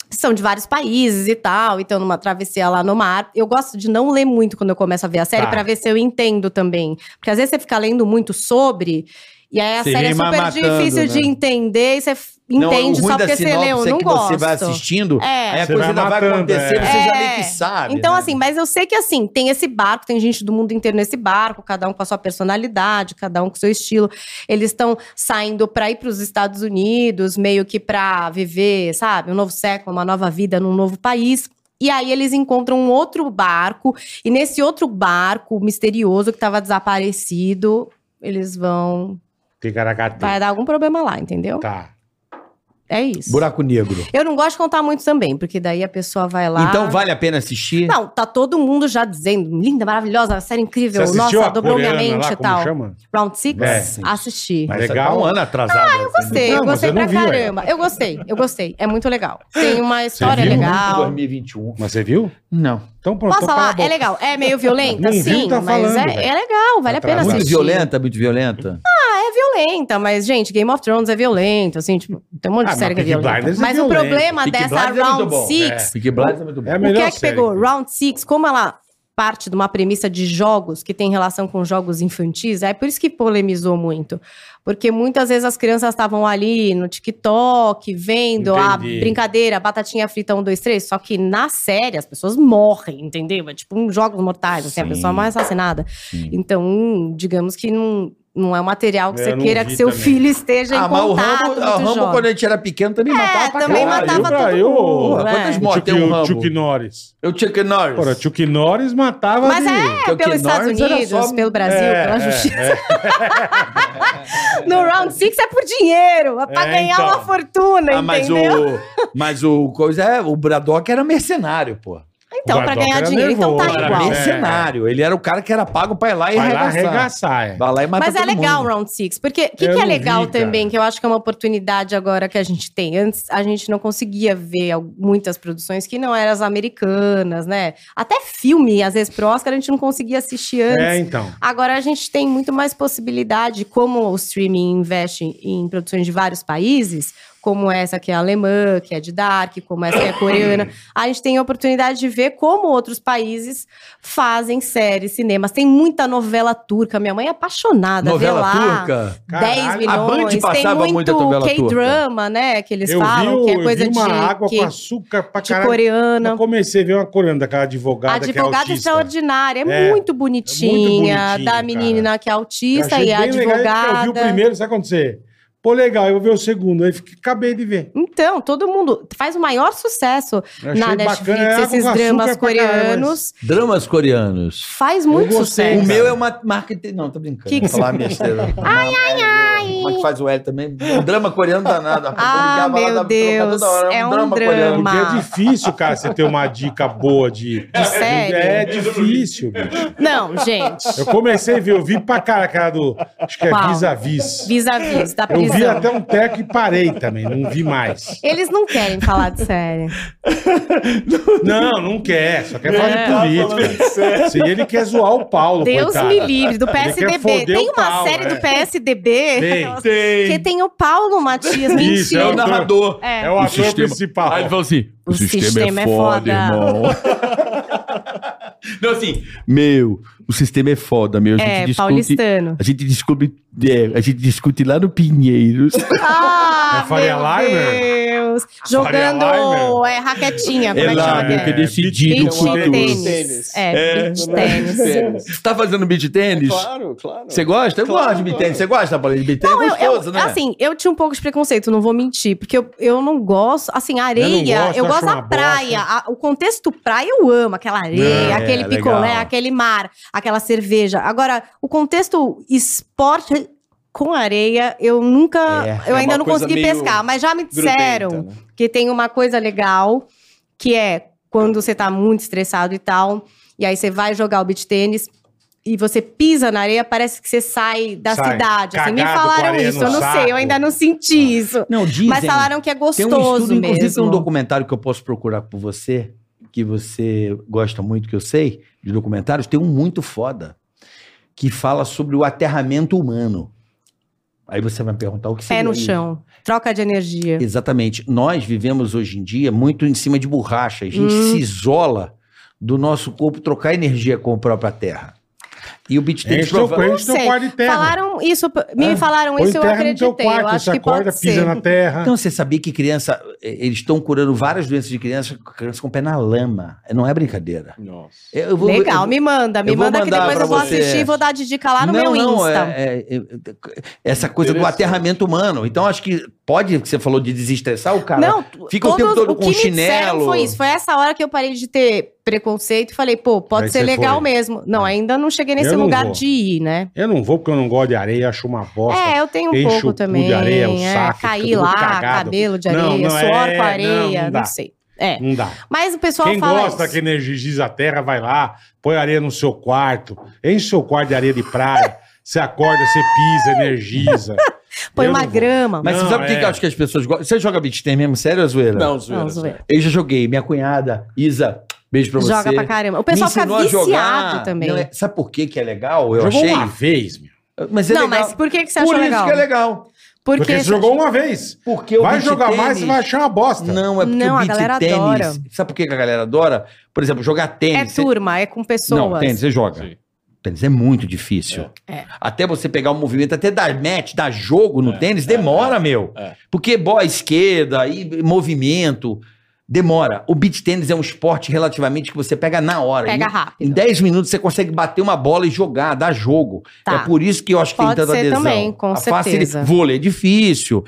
Speaker 2: que São de vários países e tal, então numa travessia lá no mar. Eu gosto de não ler muito quando eu começo a ver a série
Speaker 4: Tá.
Speaker 2: pra ver se eu entendo também. Porque às vezes você fica lendo muito sobre, e aí a
Speaker 3: Você
Speaker 2: série é
Speaker 3: vem
Speaker 2: super
Speaker 3: matando,
Speaker 2: difícil
Speaker 3: né?
Speaker 2: de entender, e você f-
Speaker 3: Não, é o
Speaker 2: entende
Speaker 3: ruim
Speaker 2: só
Speaker 3: da
Speaker 2: porque você
Speaker 3: sinopse
Speaker 2: leu.
Speaker 3: é
Speaker 2: Não
Speaker 3: que
Speaker 2: gosto.
Speaker 3: você vai assistindo,
Speaker 2: É.
Speaker 3: aí a
Speaker 4: Você
Speaker 3: coisa
Speaker 4: vai
Speaker 3: ainda vai
Speaker 4: matando,
Speaker 3: acontecer,
Speaker 4: é.
Speaker 3: você já meio
Speaker 2: É.
Speaker 3: que sabe.
Speaker 2: Então,
Speaker 3: né?
Speaker 2: assim, mas eu sei que assim, tem esse barco, tem gente do mundo inteiro nesse barco, cada um com a sua personalidade, cada um com o seu estilo. Eles estão saindo para ir para os Estados Unidos, meio que para viver, sabe, um novo século, uma nova vida num novo país. E aí eles encontram um outro barco, e nesse outro barco misterioso que estava desaparecido, eles vão.
Speaker 4: Ticaracati.
Speaker 2: Vai dar algum problema lá, entendeu?
Speaker 4: Tá.
Speaker 2: É isso.
Speaker 3: Buraco Negro.
Speaker 2: Eu não gosto de contar muito também, porque daí a pessoa vai lá.
Speaker 3: Então vale a pena assistir?
Speaker 2: Não, tá todo mundo já dizendo, linda, maravilhosa, série incrível, nossa, dobrou minha
Speaker 4: coreana
Speaker 2: mente
Speaker 4: lá,
Speaker 2: e
Speaker 4: como
Speaker 2: tal.
Speaker 4: chama?
Speaker 2: Round Six,
Speaker 4: É.
Speaker 2: assisti.
Speaker 4: Mas-
Speaker 3: Essa
Speaker 4: Legal.
Speaker 3: tá um ano atrasado. Ah, eu
Speaker 2: Gostei,
Speaker 4: Não,
Speaker 2: eu
Speaker 4: mas
Speaker 2: gostei
Speaker 4: eu não
Speaker 2: pra
Speaker 4: vi, ué.
Speaker 2: caramba. Eu gostei, eu gostei. É muito legal. Tem uma história
Speaker 4: viu?
Speaker 2: legal.
Speaker 3: 2021.
Speaker 4: Mas você viu?
Speaker 3: Não.
Speaker 4: Então pronto.
Speaker 2: Posso
Speaker 4: então cala
Speaker 2: falar?
Speaker 4: a
Speaker 2: É
Speaker 4: boca.
Speaker 2: legal. É meio violenta,
Speaker 4: Não viu,
Speaker 2: sim,
Speaker 4: tá
Speaker 2: mas
Speaker 4: falando, Tá
Speaker 2: é,
Speaker 4: velho.
Speaker 2: é legal, vale a pena
Speaker 4: Atrasado.
Speaker 3: Muito
Speaker 2: assistir.
Speaker 3: violenta, muito violenta.
Speaker 2: É violenta, mas, gente, Game of Thrones é violento, assim, tipo, tem um monte de
Speaker 4: Ah,
Speaker 2: série que
Speaker 4: mas
Speaker 2: é
Speaker 4: Peaky
Speaker 2: violenta.
Speaker 4: Blinders é
Speaker 2: mas o
Speaker 4: violento.
Speaker 2: problema
Speaker 3: Peaky
Speaker 2: dessa
Speaker 3: Blinders é muito
Speaker 2: Round
Speaker 3: bom.
Speaker 2: Six
Speaker 3: Peaky Blinders é muito bom.
Speaker 4: É a
Speaker 2: O que
Speaker 4: melhor
Speaker 2: é que
Speaker 4: série.
Speaker 2: pegou? Round Six, como ela parte de uma premissa de jogos que tem relação com jogos infantis, é por isso que polemizou muito. Porque muitas vezes as crianças estavam ali no TikTok, vendo a
Speaker 4: Entendi.
Speaker 2: brincadeira, batatinha frita 1, 2, 3, só que na série as pessoas morrem, entendeu? É tipo um jogos mortais, assim, a
Speaker 3: Sim.
Speaker 2: pessoa é mais assassinada.
Speaker 3: Sim.
Speaker 2: Então, hum, digamos que não, não é um material que
Speaker 4: Eu
Speaker 2: você
Speaker 4: não
Speaker 2: queira
Speaker 4: vi
Speaker 2: que seu
Speaker 4: também.
Speaker 2: filho esteja em
Speaker 3: Ah, mas o
Speaker 2: contato
Speaker 3: Rambo,
Speaker 2: muito
Speaker 3: ah, o Rambo,
Speaker 2: jovem. É,
Speaker 3: quando a gente era pequeno, também matava pra
Speaker 2: também
Speaker 3: caralho.
Speaker 2: matava
Speaker 4: pra
Speaker 2: todo
Speaker 4: ah, eu-
Speaker 2: mundo.
Speaker 3: Porra,
Speaker 2: é.
Speaker 3: quantas
Speaker 4: O
Speaker 3: mortes
Speaker 4: Chuck,
Speaker 3: tem o
Speaker 4: o
Speaker 3: Rambo?
Speaker 4: Chuck Norris.
Speaker 3: Eu Chuck Norris.
Speaker 4: Ora, Chuck Norris matava
Speaker 2: Mas
Speaker 4: de...
Speaker 2: é,
Speaker 3: Porque o
Speaker 2: pelos
Speaker 3: Norris
Speaker 2: Estados
Speaker 3: era
Speaker 2: Unidos,
Speaker 3: só um-
Speaker 2: pelo Brasil,
Speaker 4: É,
Speaker 2: pela
Speaker 4: é,
Speaker 2: justiça. No round six é por dinheiro, é pra
Speaker 4: É,
Speaker 2: ganhar
Speaker 4: então.
Speaker 2: uma fortuna,
Speaker 3: Ah, mas
Speaker 2: entendeu?
Speaker 3: o, mas o coisa é, o Braddock era mercenário, pô.
Speaker 2: Então,
Speaker 4: o
Speaker 2: pra
Speaker 4: Bardock
Speaker 2: ganhar
Speaker 4: era
Speaker 2: dinheiro, então tá
Speaker 4: nervoso, né?
Speaker 3: Era
Speaker 4: Uau.
Speaker 2: igual.
Speaker 8: É.
Speaker 4: mesmo.
Speaker 3: mercenário. é Ele era o cara que era pago pra ir lá e
Speaker 4: Vai lá
Speaker 3: arregaçar.
Speaker 4: arregaçar. é.
Speaker 3: Vai lá e mata
Speaker 2: Mas é
Speaker 3: todo
Speaker 2: legal o
Speaker 3: mundo.
Speaker 2: Round Six, porque o que,
Speaker 4: Eu
Speaker 2: que é
Speaker 4: não vi,
Speaker 2: legal
Speaker 4: cara.
Speaker 2: também, que eu acho que é uma oportunidade agora que a gente tem. Antes a gente não conseguia ver al- muitas produções que não eram as americanas, né? Até filme, às vezes, pro Oscar, a gente não conseguia assistir antes.
Speaker 4: É, então.
Speaker 2: Agora a gente tem muito mais possibilidade, como o streaming investe em produções de vários países, como essa que é alemã, que é de Dark, como essa que é coreana, a gente tem a oportunidade de ver como outros países fazem séries, cinemas. Tem muita novela turca, minha mãe é apaixonada,
Speaker 3: Novela
Speaker 2: vê lá.
Speaker 3: turca.
Speaker 2: 10
Speaker 4: Caralho.
Speaker 3: A Band
Speaker 2: milhões, tem
Speaker 3: passava muita
Speaker 2: muito
Speaker 3: novela turca.
Speaker 2: K-drama, né, que eles
Speaker 4: Eu
Speaker 2: falam,
Speaker 4: vi,
Speaker 2: que
Speaker 4: eu
Speaker 2: é
Speaker 4: vi
Speaker 2: coisa de,
Speaker 4: uma água
Speaker 2: que-
Speaker 4: com açúcar pra
Speaker 2: de
Speaker 4: caralho.
Speaker 2: coreana.
Speaker 4: Eu comecei a ver uma coreana daquela advogada,
Speaker 2: Advogada
Speaker 4: que é autista.
Speaker 2: extraordinária, é,
Speaker 4: É,
Speaker 2: muito bonitinha,
Speaker 4: bonitinho,
Speaker 2: da
Speaker 4: cara.
Speaker 2: menina que é
Speaker 4: Eu
Speaker 2: autista
Speaker 4: achei
Speaker 2: e a
Speaker 4: bem legal,
Speaker 2: advogada.
Speaker 4: Eu vi o primeiro, sabe quando você... Pô, legal, eu vou ver o segundo. Aí fiquei, acabei de ver.
Speaker 2: Então, todo mundo faz o maior sucesso
Speaker 4: Eu
Speaker 2: na
Speaker 4: achei
Speaker 2: Netflix,
Speaker 4: bacana, é água
Speaker 2: esses
Speaker 4: com açúcar
Speaker 2: dramas
Speaker 4: pra caralho, mas-
Speaker 2: coreanos.
Speaker 3: Dramas coreanos.
Speaker 2: Faz muito
Speaker 4: gostei,
Speaker 2: sucesso.
Speaker 3: O
Speaker 4: cara.
Speaker 3: meu é uma marca... inte- Não, tô brincando.
Speaker 2: Que que
Speaker 3: Vou falar besteira.
Speaker 2: Ai, ai,
Speaker 6: Como é que faz o L também? Um drama coreano danado.
Speaker 2: Ah, meu Deus. É um drama.
Speaker 4: Porque é difícil, cara, você ter uma dica boa de.
Speaker 2: De série?
Speaker 4: É difícil, bicho.
Speaker 2: Não, gente.
Speaker 4: Eu comecei a ver, eu vi pra cara aquela do. Acho que é
Speaker 2: Qual?
Speaker 4: vis-a-vis.
Speaker 2: Vis-a-vis da
Speaker 4: Eu vi
Speaker 2: prisão.
Speaker 4: até um teco e parei também, não vi mais.
Speaker 2: Eles não querem falar de série.
Speaker 4: Não, não quer, só quer falar
Speaker 2: É.
Speaker 4: de política. Se ele quer zoar o Paulo,
Speaker 2: Deus
Speaker 4: coitado.
Speaker 2: me livre, do
Speaker 4: quer
Speaker 2: PSDB.
Speaker 4: foder
Speaker 2: Tem
Speaker 4: o
Speaker 2: uma
Speaker 4: pau,
Speaker 2: série
Speaker 4: é.
Speaker 2: do PSDB.
Speaker 4: Tem.
Speaker 2: aquelas-
Speaker 8: Tem.
Speaker 2: Porque tem o Paulo Matias.
Speaker 4: Isso,
Speaker 2: Mentira.
Speaker 4: é o
Speaker 8: narrador.
Speaker 2: É.
Speaker 4: É o ator principal.
Speaker 8: Aí ele falou assim: o, sistema, é, foda, irmão. Não, assim, meu, o sistema é foda, meu. A gente
Speaker 2: É,
Speaker 8: discute,
Speaker 2: paulistano.
Speaker 8: A gente descobre, é, a gente discute lá no Pinheiros.
Speaker 2: Ah,
Speaker 4: É Faria
Speaker 2: meu
Speaker 4: Limer?
Speaker 2: Deus.
Speaker 4: Faria
Speaker 2: Jogando
Speaker 4: Limer?
Speaker 2: é, raquetinha. como
Speaker 8: É
Speaker 2: é que
Speaker 8: lá,
Speaker 2: chama?
Speaker 8: meu, que é
Speaker 4: é,
Speaker 8: decidido
Speaker 4: beach
Speaker 8: tudo.
Speaker 2: tênis. É, beach tênis.
Speaker 8: Você tá fazendo beat
Speaker 3: É
Speaker 8: tênis?
Speaker 7: Claro, claro.
Speaker 8: Você gosta? Eu gosto de beat tênis. Você gosta, Paulinho? De beat tênis
Speaker 2: Não,
Speaker 8: é
Speaker 2: eu- eu-
Speaker 8: gostoso, né?
Speaker 2: Assim, eu tinha um pouco de preconceito, não vou mentir, porque eu, eu não gosto. Assim,
Speaker 4: Eu não
Speaker 2: areia,
Speaker 4: gosto,
Speaker 2: eu
Speaker 4: acho
Speaker 2: gosto da
Speaker 4: uma
Speaker 2: praia. a- o contexto praia eu amo, aquela areia,
Speaker 8: É,
Speaker 2: aquele
Speaker 8: legal.
Speaker 2: picolé, aquele mar, aquela cerveja. Agora, o contexto esporte com areia, eu nunca. eu
Speaker 7: é
Speaker 2: ainda
Speaker 7: uma
Speaker 2: não
Speaker 7: coisa
Speaker 2: consegui
Speaker 7: meio
Speaker 2: pescar, mas já me
Speaker 7: Grudenta,
Speaker 2: disseram
Speaker 7: né?
Speaker 2: que tem uma coisa legal que é quando você tá muito estressado e tal, e aí você vai jogar o beach tênis e você pisa na areia, parece que você sai da
Speaker 4: Sai
Speaker 2: cidade. Assim, me
Speaker 4: cagado com a
Speaker 2: falaram
Speaker 4: areia
Speaker 2: isso,
Speaker 4: no
Speaker 2: eu não
Speaker 4: saco.
Speaker 2: sei, eu ainda não senti isso.
Speaker 3: Não, dizem.
Speaker 2: Mas falaram que é
Speaker 3: Tem um
Speaker 2: gostoso
Speaker 3: estudo, inclusive tem um
Speaker 2: mesmo.
Speaker 3: documentário que eu posso procurar por você, que você gosta muito, que eu sei, de documentários. Tem um muito foda, que fala sobre o aterramento humano. Aí você vai me perguntar o que
Speaker 2: Pé
Speaker 3: seria
Speaker 2: no
Speaker 3: isso?
Speaker 2: chão, troca de energia.
Speaker 3: Exatamente. Nós vivemos hoje em dia muito em cima de borracha. A gente
Speaker 2: Hum.
Speaker 3: se isola do nosso corpo trocar energia com a própria terra. E o beat tênis
Speaker 8: é
Speaker 4: Enche teu,
Speaker 3: prova-
Speaker 4: enche teu
Speaker 2: sei.
Speaker 4: quarto de terra.
Speaker 2: Falaram isso, me
Speaker 3: Ah,
Speaker 2: falaram Então,
Speaker 4: Põe
Speaker 2: isso, eu
Speaker 4: terra no
Speaker 2: acreditei.
Speaker 4: teu
Speaker 2: eu
Speaker 4: quarto,
Speaker 2: acho
Speaker 4: você
Speaker 2: que
Speaker 4: acorda,
Speaker 2: pode
Speaker 4: pisa
Speaker 2: ser.
Speaker 4: na terra.
Speaker 3: Então você sabia que criança, eh, eles estão curando várias doenças de criança, criança com o pé na lama. Não é brincadeira.
Speaker 7: Nossa.
Speaker 3: Eu vou-
Speaker 2: Legal,
Speaker 3: eu-
Speaker 2: me manda, me
Speaker 3: eu vou
Speaker 2: manda que
Speaker 3: mandar
Speaker 2: depois
Speaker 3: pra
Speaker 2: eu vou
Speaker 3: você.
Speaker 2: assistir e vou dar de dica lá no meu Insta.
Speaker 3: é- é- é- essa coisa do aterramento humano. Então, acho que pode, que você falou de desestressar o cara.
Speaker 2: Não,
Speaker 3: fica o tempo todo com
Speaker 2: que me
Speaker 3: chinelo.
Speaker 2: disseram foi isso. Foi essa hora que eu parei de ter preconceito e falei, pô, pode
Speaker 4: Aí
Speaker 2: ser
Speaker 4: você
Speaker 2: legal
Speaker 4: foi. É.
Speaker 2: mesmo. Não, ainda não cheguei nesse
Speaker 4: Eu não
Speaker 2: lugar
Speaker 4: vou.
Speaker 2: de ir, né?
Speaker 4: Eu não vou porque eu não gosto de areia, acho uma bosta.
Speaker 2: É, eu tenho um
Speaker 4: Enche o
Speaker 2: pouco
Speaker 4: cu de
Speaker 2: também.
Speaker 4: areia, o
Speaker 2: é,
Speaker 4: saco,
Speaker 2: cair
Speaker 4: fica todo
Speaker 2: lá,
Speaker 4: cagado.
Speaker 2: cabelo de
Speaker 4: Não,
Speaker 2: areia,
Speaker 4: não,
Speaker 2: suor
Speaker 4: é,
Speaker 2: com
Speaker 4: não, não
Speaker 2: areia, não,
Speaker 4: dá.
Speaker 2: sei. É.
Speaker 4: Não dá.
Speaker 2: Mas o pessoal
Speaker 4: Quem
Speaker 2: fala.
Speaker 4: gosta
Speaker 2: isso.
Speaker 4: que energiza a terra, vai lá, põe areia no seu quarto, enche seu quarto de areia de praia, você acorda, você pisa, energiza.
Speaker 2: Põe
Speaker 4: Eu
Speaker 2: uma
Speaker 4: não vou.
Speaker 2: grama.
Speaker 3: Mas
Speaker 4: Não,
Speaker 3: você sabe o que
Speaker 4: é.
Speaker 3: que eu acho que as pessoas gostam? Você joga beat tênis mesmo, sério ou zoeira?
Speaker 7: Não,
Speaker 2: Não,
Speaker 7: zoeira.
Speaker 2: zoeira.
Speaker 3: Eu já joguei. Minha cunhada, Isa, beijo pra você.
Speaker 2: Joga pra caramba. O
Speaker 3: Me
Speaker 2: pessoal fica
Speaker 3: ensinou a
Speaker 2: viciado
Speaker 3: jogar.
Speaker 2: também.
Speaker 3: Não, é- sabe por que que é legal? Eu
Speaker 4: jogou
Speaker 3: achei.
Speaker 4: uma vez, meu.
Speaker 3: Mas é
Speaker 2: Não,
Speaker 3: legal.
Speaker 2: mas por que, que você
Speaker 3: Por
Speaker 2: achou
Speaker 3: isso
Speaker 2: legal?
Speaker 3: que é legal.
Speaker 2: Porque,
Speaker 4: Porque você jogou uma vez.
Speaker 3: Porque o
Speaker 4: vai
Speaker 3: beach
Speaker 4: jogar mais,
Speaker 3: tênis-
Speaker 4: você vai achar uma bosta.
Speaker 3: Não, é porque
Speaker 2: Não,
Speaker 3: o
Speaker 2: a
Speaker 3: beat
Speaker 2: galera
Speaker 3: tênis...
Speaker 2: adora.
Speaker 3: Sabe por que que a galera adora? Por exemplo, jogar
Speaker 2: é
Speaker 3: tênis. você-
Speaker 2: turma, é com pessoas.
Speaker 3: Não, tênis, você joga.
Speaker 7: Sim.
Speaker 3: Tênis é muito difícil.
Speaker 2: É.
Speaker 3: Até você pegar o movimento, até dar match, dar jogo no tênis, demora, meu.
Speaker 7: é.
Speaker 3: Porque bola à esquerda, aí movimento, demora. O beat tênis é um esporte relativamente que você pega na hora.
Speaker 2: Pega
Speaker 3: Em- Em
Speaker 2: rápido.
Speaker 3: 10 minutos você consegue bater uma bola e jogar, dar jogo.
Speaker 2: Tá.
Speaker 3: É por isso que eu acho que
Speaker 2: Pode
Speaker 3: tem tanta
Speaker 2: ser
Speaker 3: adesão.
Speaker 2: também, com certeza.
Speaker 3: Vôlei é difícil.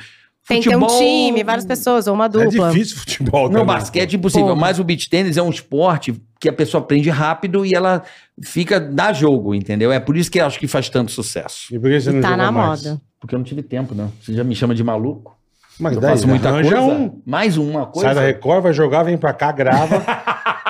Speaker 2: Tem que ter um
Speaker 3: Futebol-
Speaker 2: time, várias pessoas, ou uma
Speaker 4: é
Speaker 2: dupla.
Speaker 4: difícil o futebol
Speaker 3: Não,
Speaker 4: também.
Speaker 3: basquete é impossível,
Speaker 2: Pouco.
Speaker 3: mas o beach tênis é um esporte que a pessoa aprende rápido e ela fica dá jogo, entendeu? É por isso que eu acho que faz tanto sucesso.
Speaker 4: E por que você não
Speaker 2: tá
Speaker 4: jogou
Speaker 2: na
Speaker 4: mais?
Speaker 2: moda.
Speaker 3: Porque eu não tive tempo, né? Você já me chama de maluco?
Speaker 4: Mas
Speaker 3: eu
Speaker 4: daí,
Speaker 3: faço muita
Speaker 4: arranja
Speaker 3: coisa.
Speaker 4: um.
Speaker 3: Mais uma
Speaker 4: Sai da
Speaker 3: coisa.
Speaker 4: Record, vai jogar, vem pra cá, grava.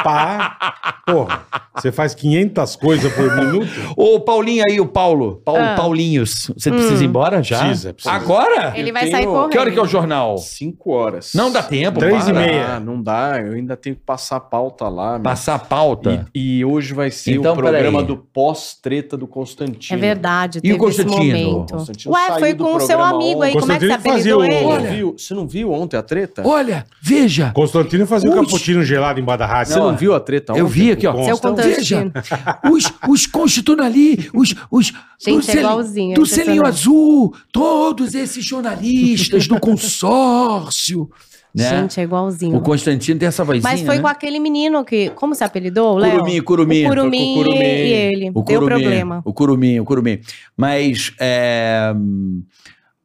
Speaker 4: pá. Porra, você faz 500 coisas por minuto.
Speaker 3: Ô, Paulinho aí, o Paulo. Paulo
Speaker 2: Ah.
Speaker 3: Paulinhos. Você
Speaker 2: Hum.
Speaker 3: precisa ir embora já?
Speaker 4: Precisa, precisa.
Speaker 3: Agora?
Speaker 2: Ele
Speaker 7: Eu
Speaker 2: vai sair
Speaker 7: tenho-
Speaker 2: correndo.
Speaker 3: Que hora que é o jornal?
Speaker 7: Cinco horas.
Speaker 3: Não dá tempo,
Speaker 4: Três e
Speaker 3: para.
Speaker 4: meia.
Speaker 7: Ah, não dá. Eu ainda tenho que passar a pauta lá. meu.
Speaker 3: Passar a pauta.
Speaker 7: E, e hoje vai ser
Speaker 3: Então,
Speaker 7: o programa
Speaker 3: peraí. do
Speaker 7: pós-treta do Constantino.
Speaker 2: É verdade,
Speaker 3: E
Speaker 2: teve
Speaker 3: o
Speaker 2: esse
Speaker 3: Constantino?
Speaker 2: momento.
Speaker 7: O Constantino
Speaker 2: Ué,
Speaker 7: saiu
Speaker 2: foi
Speaker 7: do
Speaker 2: com o seu
Speaker 7: programa
Speaker 2: amigo aí,
Speaker 7: ontem.
Speaker 2: como é que você
Speaker 4: Constantino fazia
Speaker 2: apelidou ele?
Speaker 4: o-
Speaker 7: Você não
Speaker 4: Olha.
Speaker 7: viu- Você não viu ontem a treta?
Speaker 3: Olha, veja.
Speaker 4: Constantino fazia
Speaker 3: Ui.
Speaker 4: o cappuccino gelado embaixo da rádio.
Speaker 7: Você não,
Speaker 3: Não,
Speaker 7: viu a treta ontem?
Speaker 3: Eu vi aqui, ó.
Speaker 4: Bom.
Speaker 2: Seu Constantino.
Speaker 3: Os, os constituem ali, os, os
Speaker 2: Gente,
Speaker 3: do
Speaker 2: é
Speaker 3: selinho-
Speaker 2: igualzinho, é
Speaker 3: do Selinho
Speaker 2: impressionante.
Speaker 3: Azul, todos esses jornalistas do consórcio. Né?
Speaker 2: Gente, é igualzinho.
Speaker 3: o Constantino tem essa vozinha.
Speaker 2: Mas foi
Speaker 3: né?
Speaker 2: com aquele menino que. Como se apelidou, Léo?
Speaker 3: Curumim, Curumim.
Speaker 2: O Curumim,
Speaker 3: Foi com o Curumim.
Speaker 2: e ele. Deu
Speaker 3: O Curumim,
Speaker 2: problema.
Speaker 3: O Curumim, o Curumim. Mas é,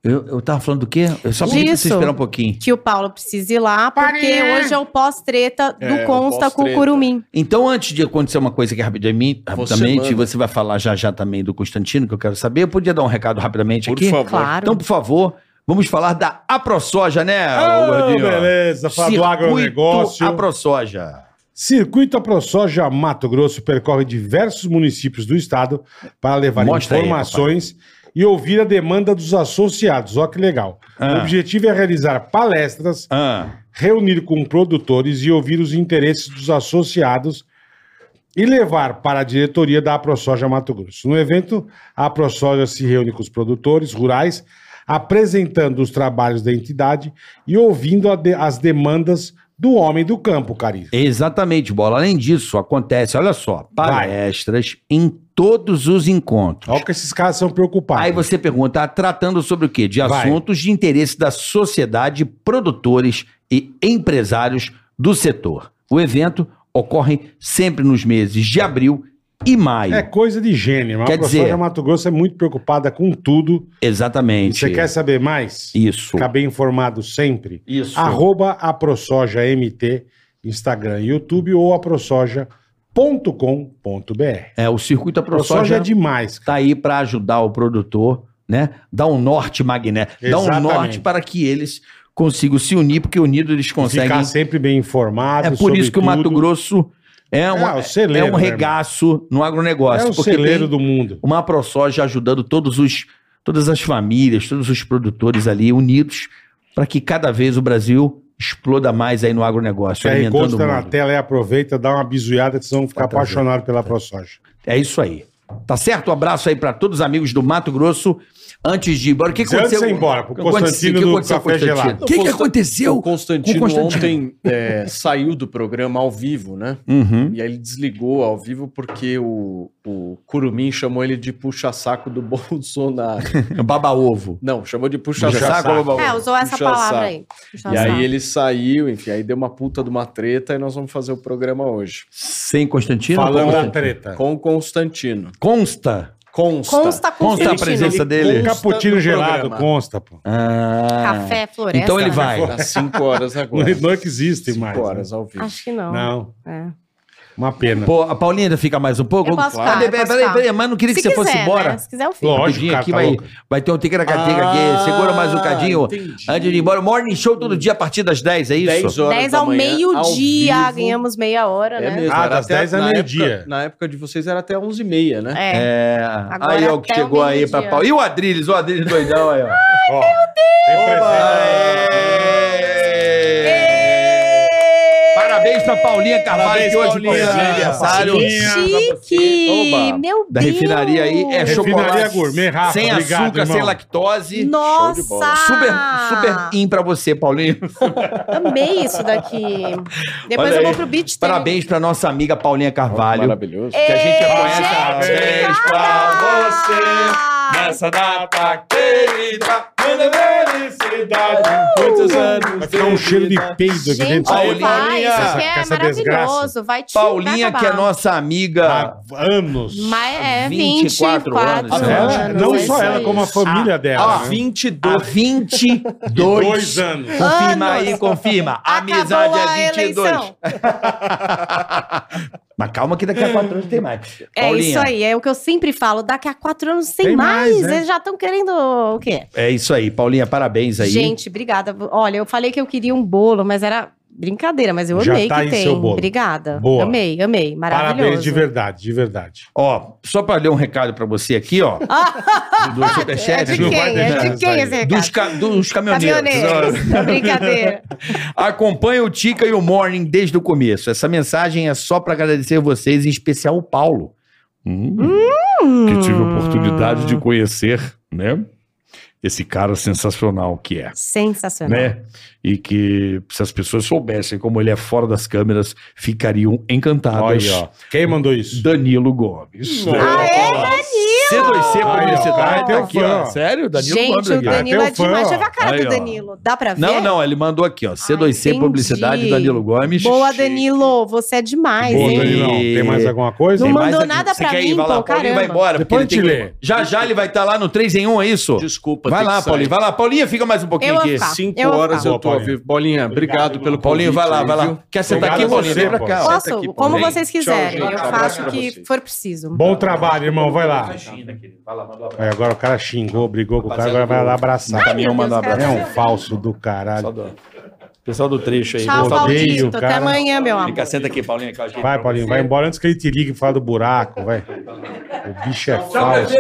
Speaker 3: Eu, eu tava falando do quê? Eu só pedi pra você
Speaker 2: Disso.
Speaker 3: esperar um pouquinho.
Speaker 2: Que o Paulo precise ir lá, porque
Speaker 9: Parinha.
Speaker 2: hoje é o pós-treta do
Speaker 7: É, o
Speaker 2: Consta com o
Speaker 7: pós-treta.
Speaker 2: Curumim.
Speaker 3: Então, antes de acontecer uma coisa que é rapidamente, rapidamente
Speaker 7: manda.
Speaker 3: você vai falar já já também do Constantino, que eu quero saber, eu podia dar um recado rapidamente
Speaker 8: Por
Speaker 3: aqui?
Speaker 8: favor.
Speaker 2: Claro.
Speaker 3: Então, por favor, vamos falar da AproSoja, né,
Speaker 4: Ah,
Speaker 3: Gordinho?
Speaker 4: beleza, fala do
Speaker 3: Circuito
Speaker 4: agronegócio.
Speaker 3: AproSoja.
Speaker 4: Circuito AproSoja Mato Grosso percorre diversos municípios do estado para levar
Speaker 3: Mostra aí,
Speaker 4: informações e ouvir a demanda dos associados. Olha que legal. O
Speaker 3: Ah.
Speaker 4: objetivo é realizar palestras,
Speaker 3: Ah,
Speaker 4: reunir com produtores e ouvir os interesses dos associados e levar para a diretoria da AproSoja Mato Grosso. No evento, a AproSoja se reúne com os produtores rurais, apresentando os trabalhos da entidade e ouvindo a de- as demandas do homem do campo, Cari.
Speaker 3: exatamente, Bola. Além disso, acontece, olha só, palestras em todos os encontros.
Speaker 4: Olha que esses caras são preocupados.
Speaker 3: Aí você pergunta, ah, tratando sobre o quê? De
Speaker 4: Vai.
Speaker 3: assuntos de interesse da sociedade, produtores e empresários do setor. O evento ocorre sempre nos meses de abril e maio.
Speaker 4: É coisa de gênio. mas
Speaker 3: Quer
Speaker 4: A professora
Speaker 3: dizer-
Speaker 4: Mato Grosso é muito preocupada com tudo. E
Speaker 3: Exatamente.
Speaker 4: você quer saber mais?
Speaker 3: Isso.
Speaker 4: Ficar bem informado sempre?
Speaker 3: Isso.
Speaker 4: Arroba AproSojaMT, Instagram e YouTube ou aprosoja.com.br.
Speaker 3: É, o circuito
Speaker 4: ProSoja
Speaker 3: ProSoja
Speaker 4: é demais.
Speaker 3: está aí para ajudar o produtor, né? Dar um norte magnético, dar um
Speaker 4: Exatamente.
Speaker 3: norte para que eles consigam se unir, porque unidos eles conseguem.
Speaker 4: Ficar sempre bem informado.
Speaker 3: É por isso que o
Speaker 4: sobre
Speaker 3: Mato
Speaker 4: tudo.
Speaker 3: Grosso é,
Speaker 4: é,
Speaker 3: uma,
Speaker 4: o celeiro,
Speaker 3: é um
Speaker 4: né,
Speaker 3: regaço no
Speaker 4: irmão?
Speaker 3: agronegócio.
Speaker 4: É o
Speaker 3: porque
Speaker 4: celeiro
Speaker 3: tem
Speaker 4: do mundo.
Speaker 3: uma ProSoja ajudando todos os, todas as famílias, todos os produtores ali unidos, para que cada vez o Brasil exploda mais aí no agronegócio,
Speaker 4: QR
Speaker 3: alimentando
Speaker 4: Code
Speaker 3: o
Speaker 4: tá na
Speaker 3: mundo.
Speaker 4: tela aí, aproveita, dá uma bizuiada que vocês vão ficar
Speaker 3: Tá trazendo.
Speaker 4: apaixonados pela ProSoja.
Speaker 3: É isso aí. Tá certo? Um abraço aí pra todos os amigos do Mato Grosso. Antes de ir embora, o que
Speaker 4: Antes de
Speaker 3: aconteceu?
Speaker 4: ir embora, pro
Speaker 3: O que aconteceu-
Speaker 4: Constantino
Speaker 3: o que
Speaker 4: do
Speaker 3: aconteceu com o
Speaker 4: Café
Speaker 3: Constantino?
Speaker 4: Gelado.
Speaker 3: O que, que
Speaker 7: Consta-
Speaker 3: aconteceu?
Speaker 7: O Constantino,
Speaker 3: Com o Constantino.
Speaker 7: ontem é, saiu do programa ao vivo, né?
Speaker 3: Uhum.
Speaker 7: E aí ele desligou ao vivo porque o, o Curumim chamou ele de puxa-saco do Bolsonaro.
Speaker 3: Baba ovo.
Speaker 7: Não, chamou de puxa-saco.
Speaker 3: Puxa-saco.
Speaker 7: do Bolsonaro.
Speaker 2: É, usou essa
Speaker 7: Puxa-saco.
Speaker 2: palavra aí. Puxa saco.
Speaker 7: E aí ele saiu, enfim, aí deu uma puta de uma treta e nós vamos fazer o programa hoje.
Speaker 3: Sem Constantino?
Speaker 4: Falando da
Speaker 3: Consta.
Speaker 4: treta.
Speaker 7: Com o Constantino.
Speaker 3: Consta.
Speaker 7: Consta.
Speaker 2: Consta com
Speaker 3: Consta a
Speaker 2: Constantino.
Speaker 3: presença
Speaker 4: Um
Speaker 3: dele.
Speaker 7: Consta
Speaker 4: cappuccino
Speaker 7: no
Speaker 4: gelado
Speaker 7: programa.
Speaker 4: consta, pô.
Speaker 3: Ah.
Speaker 2: Café, floresta.
Speaker 3: Então ele
Speaker 2: né?
Speaker 3: vai.
Speaker 7: Às 5 horas
Speaker 4: Não,
Speaker 7: agora.
Speaker 4: não é que existe
Speaker 7: Cinco
Speaker 4: mais. né?
Speaker 7: horas ao vivo.
Speaker 2: Acho que não.
Speaker 4: Não,
Speaker 2: É.
Speaker 4: uma pena.
Speaker 3: Pô, a Paulinha ainda fica mais um pouco?
Speaker 2: Eu posso ficar,
Speaker 3: Ah,
Speaker 2: eu
Speaker 3: peraí,
Speaker 2: posso
Speaker 3: peraí,
Speaker 2: ficar.
Speaker 3: peraí, mas não queria que
Speaker 2: Se
Speaker 3: você
Speaker 2: quiser,
Speaker 3: fosse embora.
Speaker 2: né? Se quiser, eu fico.
Speaker 4: Lógico,
Speaker 3: Rapidinho
Speaker 4: cara,
Speaker 3: aqui
Speaker 4: tá
Speaker 3: vai,
Speaker 4: louco.
Speaker 3: vai ter um ticaracateca aqui. Segura mais um cadinho.
Speaker 7: Ah, entendi.
Speaker 3: Antes de ir embora, morning show todo dia a partir das 10, é isso?
Speaker 7: 10 horas
Speaker 2: 10
Speaker 7: da
Speaker 2: ao
Speaker 7: manhã, ao
Speaker 2: meio-dia,
Speaker 7: vivo.
Speaker 2: ganhamos meia hora,
Speaker 7: É
Speaker 2: né?
Speaker 7: mesmo,
Speaker 4: Ah,
Speaker 7: era
Speaker 4: das
Speaker 7: até-
Speaker 4: 10 a
Speaker 7: na
Speaker 4: meio-dia.
Speaker 7: época- Na época de vocês era até 11h30, né?
Speaker 2: É.
Speaker 3: É.
Speaker 2: Agora
Speaker 3: aí, ó, que
Speaker 2: até o
Speaker 3: chegou aí
Speaker 2: meio-dia.
Speaker 3: pra pau. E o Adriles, o Adriles doidão aí, ó.
Speaker 4: Ó, tem presente.
Speaker 3: Parabéns pra Paulinha Carvalho,
Speaker 7: Parabéns,
Speaker 3: que hoje
Speaker 7: Paulinha.
Speaker 3: faz aniversário.
Speaker 2: Que chique!
Speaker 7: Oba.
Speaker 2: Meu Deus!
Speaker 3: Da refinaria aí é
Speaker 4: Refinaria
Speaker 3: chocolate.
Speaker 4: Gourmet, Rafa,
Speaker 3: sem
Speaker 4: obrigado,
Speaker 3: açúcar,
Speaker 4: irmão.
Speaker 3: sem lactose.
Speaker 2: Nossa!
Speaker 7: Show de bola.
Speaker 3: Super, super in pra você, Paulinho.
Speaker 2: Amei isso daqui. Depois
Speaker 3: Olha
Speaker 2: eu vou
Speaker 3: aí.
Speaker 2: pro beat.
Speaker 3: Parabéns pra nossa amiga Paulinha Carvalho.
Speaker 2: É,
Speaker 7: Maravilhoso.
Speaker 3: Que a gente já conhece há
Speaker 2: Parabéns
Speaker 3: parabéns pra você nessa data querida. Manda felicidade.
Speaker 7: Muitos anos.
Speaker 4: Vai ficar um cheiro de peido aqui
Speaker 2: Gente,
Speaker 4: dentro.
Speaker 2: vai,
Speaker 3: Paulinha.
Speaker 2: isso
Speaker 4: Essa-
Speaker 2: aqui é
Speaker 4: essa desgraça.
Speaker 2: maravilhoso. Vai te
Speaker 3: Paulinha,
Speaker 2: vai
Speaker 3: que é
Speaker 2: acabar.
Speaker 3: nossa amiga.
Speaker 4: Há anos.
Speaker 2: Mas é
Speaker 3: 24
Speaker 2: 24,
Speaker 3: anos,
Speaker 4: É,
Speaker 3: né?
Speaker 2: anos,
Speaker 4: não
Speaker 2: é
Speaker 4: só
Speaker 2: isso
Speaker 4: ela,
Speaker 2: aí.
Speaker 4: como a família dela.
Speaker 7: Ah,
Speaker 4: né?
Speaker 7: 22.
Speaker 3: Há 22
Speaker 4: Dois anos.
Speaker 3: Confirma
Speaker 2: Anos.
Speaker 3: aí, confirma. A
Speaker 2: Acabou
Speaker 3: amizade
Speaker 2: a
Speaker 3: é 22.
Speaker 2: eleição.
Speaker 3: Mas calma que daqui a quatro anos tem mais.
Speaker 2: É isso aí, é o que eu sempre falo. Daqui a quatro anos sem
Speaker 4: Tem mais,
Speaker 2: mais.
Speaker 4: né?
Speaker 2: Eles já estão querendo o quê?
Speaker 3: É isso aí. Paulinha, parabéns aí.
Speaker 2: Gente, obrigada. Olha, eu falei que eu queria um bolo, mas era brincadeira, mas eu
Speaker 4: Já
Speaker 2: amei
Speaker 4: tá
Speaker 2: que
Speaker 4: aí
Speaker 2: tem.
Speaker 4: seu bolo.
Speaker 2: Obrigada.
Speaker 4: Boa.
Speaker 2: Amei, amei. Maravilhoso.
Speaker 4: Parabéns de verdade, de verdade.
Speaker 3: Ó, só para ler um recado para você aqui, ó. do
Speaker 2: É
Speaker 3: Superchat.
Speaker 2: de
Speaker 4: Não
Speaker 2: quem?
Speaker 4: vai
Speaker 2: É
Speaker 4: deixar
Speaker 2: de quem
Speaker 4: isso
Speaker 2: esse
Speaker 4: aí.
Speaker 2: recado?
Speaker 3: Dos, ca- dos caminhoneiros.
Speaker 2: Caminhoneiros. brincadeira.
Speaker 3: Acompanha o Tica e o Morning desde o começo. Essa mensagem é só para agradecer vocês, em especial o Paulo. Hum,
Speaker 8: que tive a oportunidade de conhecer, né? Esse cara sensacional que é,
Speaker 2: Sensacional.
Speaker 8: né? E que se as pessoas soubessem como ele é fora das câmeras, ficariam encantadas.
Speaker 4: Olha aí, ó. Quem mandou isso?
Speaker 8: Danilo Gomes.
Speaker 4: Nossa.
Speaker 2: Aê,
Speaker 8: Danilo!
Speaker 3: C2C
Speaker 4: Aí, ó,
Speaker 3: Publicidade.
Speaker 4: tem
Speaker 3: Tá
Speaker 4: um
Speaker 3: aqui,
Speaker 4: fã,
Speaker 3: ó.
Speaker 4: ó.
Speaker 3: Sério? Danilo
Speaker 2: Gente, o
Speaker 3: Nobre aqui. né?
Speaker 2: Danilo
Speaker 4: Até
Speaker 2: é
Speaker 4: o fã,
Speaker 2: demais.
Speaker 4: ó.
Speaker 2: Deixa eu ver a cara
Speaker 3: Aí,
Speaker 2: do
Speaker 3: ó.
Speaker 2: Danilo. Dá pra ver?
Speaker 3: Não, não, ele mandou aqui, ó. C2C
Speaker 2: Ah, entendi.
Speaker 3: Publicidade, Danilo Gomes.
Speaker 2: Boa,
Speaker 3: Chique.
Speaker 2: Danilo. Você é demais,
Speaker 4: Boa,
Speaker 2: hein?
Speaker 4: Danilão. Tem mais alguma coisa?
Speaker 2: Não
Speaker 3: Tem mais
Speaker 2: mandou
Speaker 3: aqui.
Speaker 2: nada
Speaker 3: Você
Speaker 2: pra
Speaker 3: quer ir?
Speaker 2: mim,
Speaker 3: Vai lá,
Speaker 2: pô,
Speaker 3: Paulinho, vai
Speaker 2: caramba.
Speaker 3: embora. porque
Speaker 4: Depois
Speaker 3: ele
Speaker 4: eu te
Speaker 3: tem que-
Speaker 4: lê.
Speaker 3: Já já ele vai estar lá no 3 em 1, é isso?
Speaker 7: Desculpa,
Speaker 3: Vai
Speaker 7: tem
Speaker 3: lá,
Speaker 7: que sair.
Speaker 3: Paulinho. Vai lá, Paulinha, fica mais um pouquinho
Speaker 2: Eu
Speaker 3: aqui.
Speaker 2: vou ficar.
Speaker 7: Cinco
Speaker 2: Eu vou
Speaker 7: horas
Speaker 4: ficar.
Speaker 7: eu tô ao vivo. Bolinha, obrigado, pelo
Speaker 3: Paulinho, vai lá,
Speaker 7: convite tá
Speaker 3: vai
Speaker 7: aí,
Speaker 3: lá. Quer sentar aqui,
Speaker 4: Obrigado a
Speaker 3: Paulinho?
Speaker 4: você,
Speaker 3: Vem pra
Speaker 4: pô.
Speaker 3: cá. ó. tá
Speaker 2: Posso,
Speaker 7: aqui, pô.
Speaker 2: como
Speaker 7: Vem.
Speaker 2: vocês quiserem.
Speaker 3: Um
Speaker 7: Tchau, gente.
Speaker 2: Eu
Speaker 7: Abraço
Speaker 2: faço o
Speaker 7: pra
Speaker 2: que
Speaker 7: vocês.
Speaker 2: for preciso.
Speaker 4: Bom trabalho, irmão. Vai lá. um Aí, agora o cara xingou, brigou com o cara, agora vai lá abraçar.
Speaker 2: Ai, meu Deus,
Speaker 8: mandar
Speaker 2: cara,
Speaker 4: É um
Speaker 2: meu
Speaker 4: falso do caralho.
Speaker 3: Pessoal do trecho aí.
Speaker 2: Tchau,
Speaker 3: Pessoal do trecho.
Speaker 4: Odeio,
Speaker 2: Paulito. Até
Speaker 4: cara.
Speaker 2: amanhã, meu amor.
Speaker 3: Vem cá, senta aqui, Paulinha. que eu ajeito
Speaker 4: Vai,
Speaker 3: pra
Speaker 4: Paulinho,
Speaker 3: você.
Speaker 4: vai embora antes que ele te ligue e fale do buraco, vai. O bicho é falso.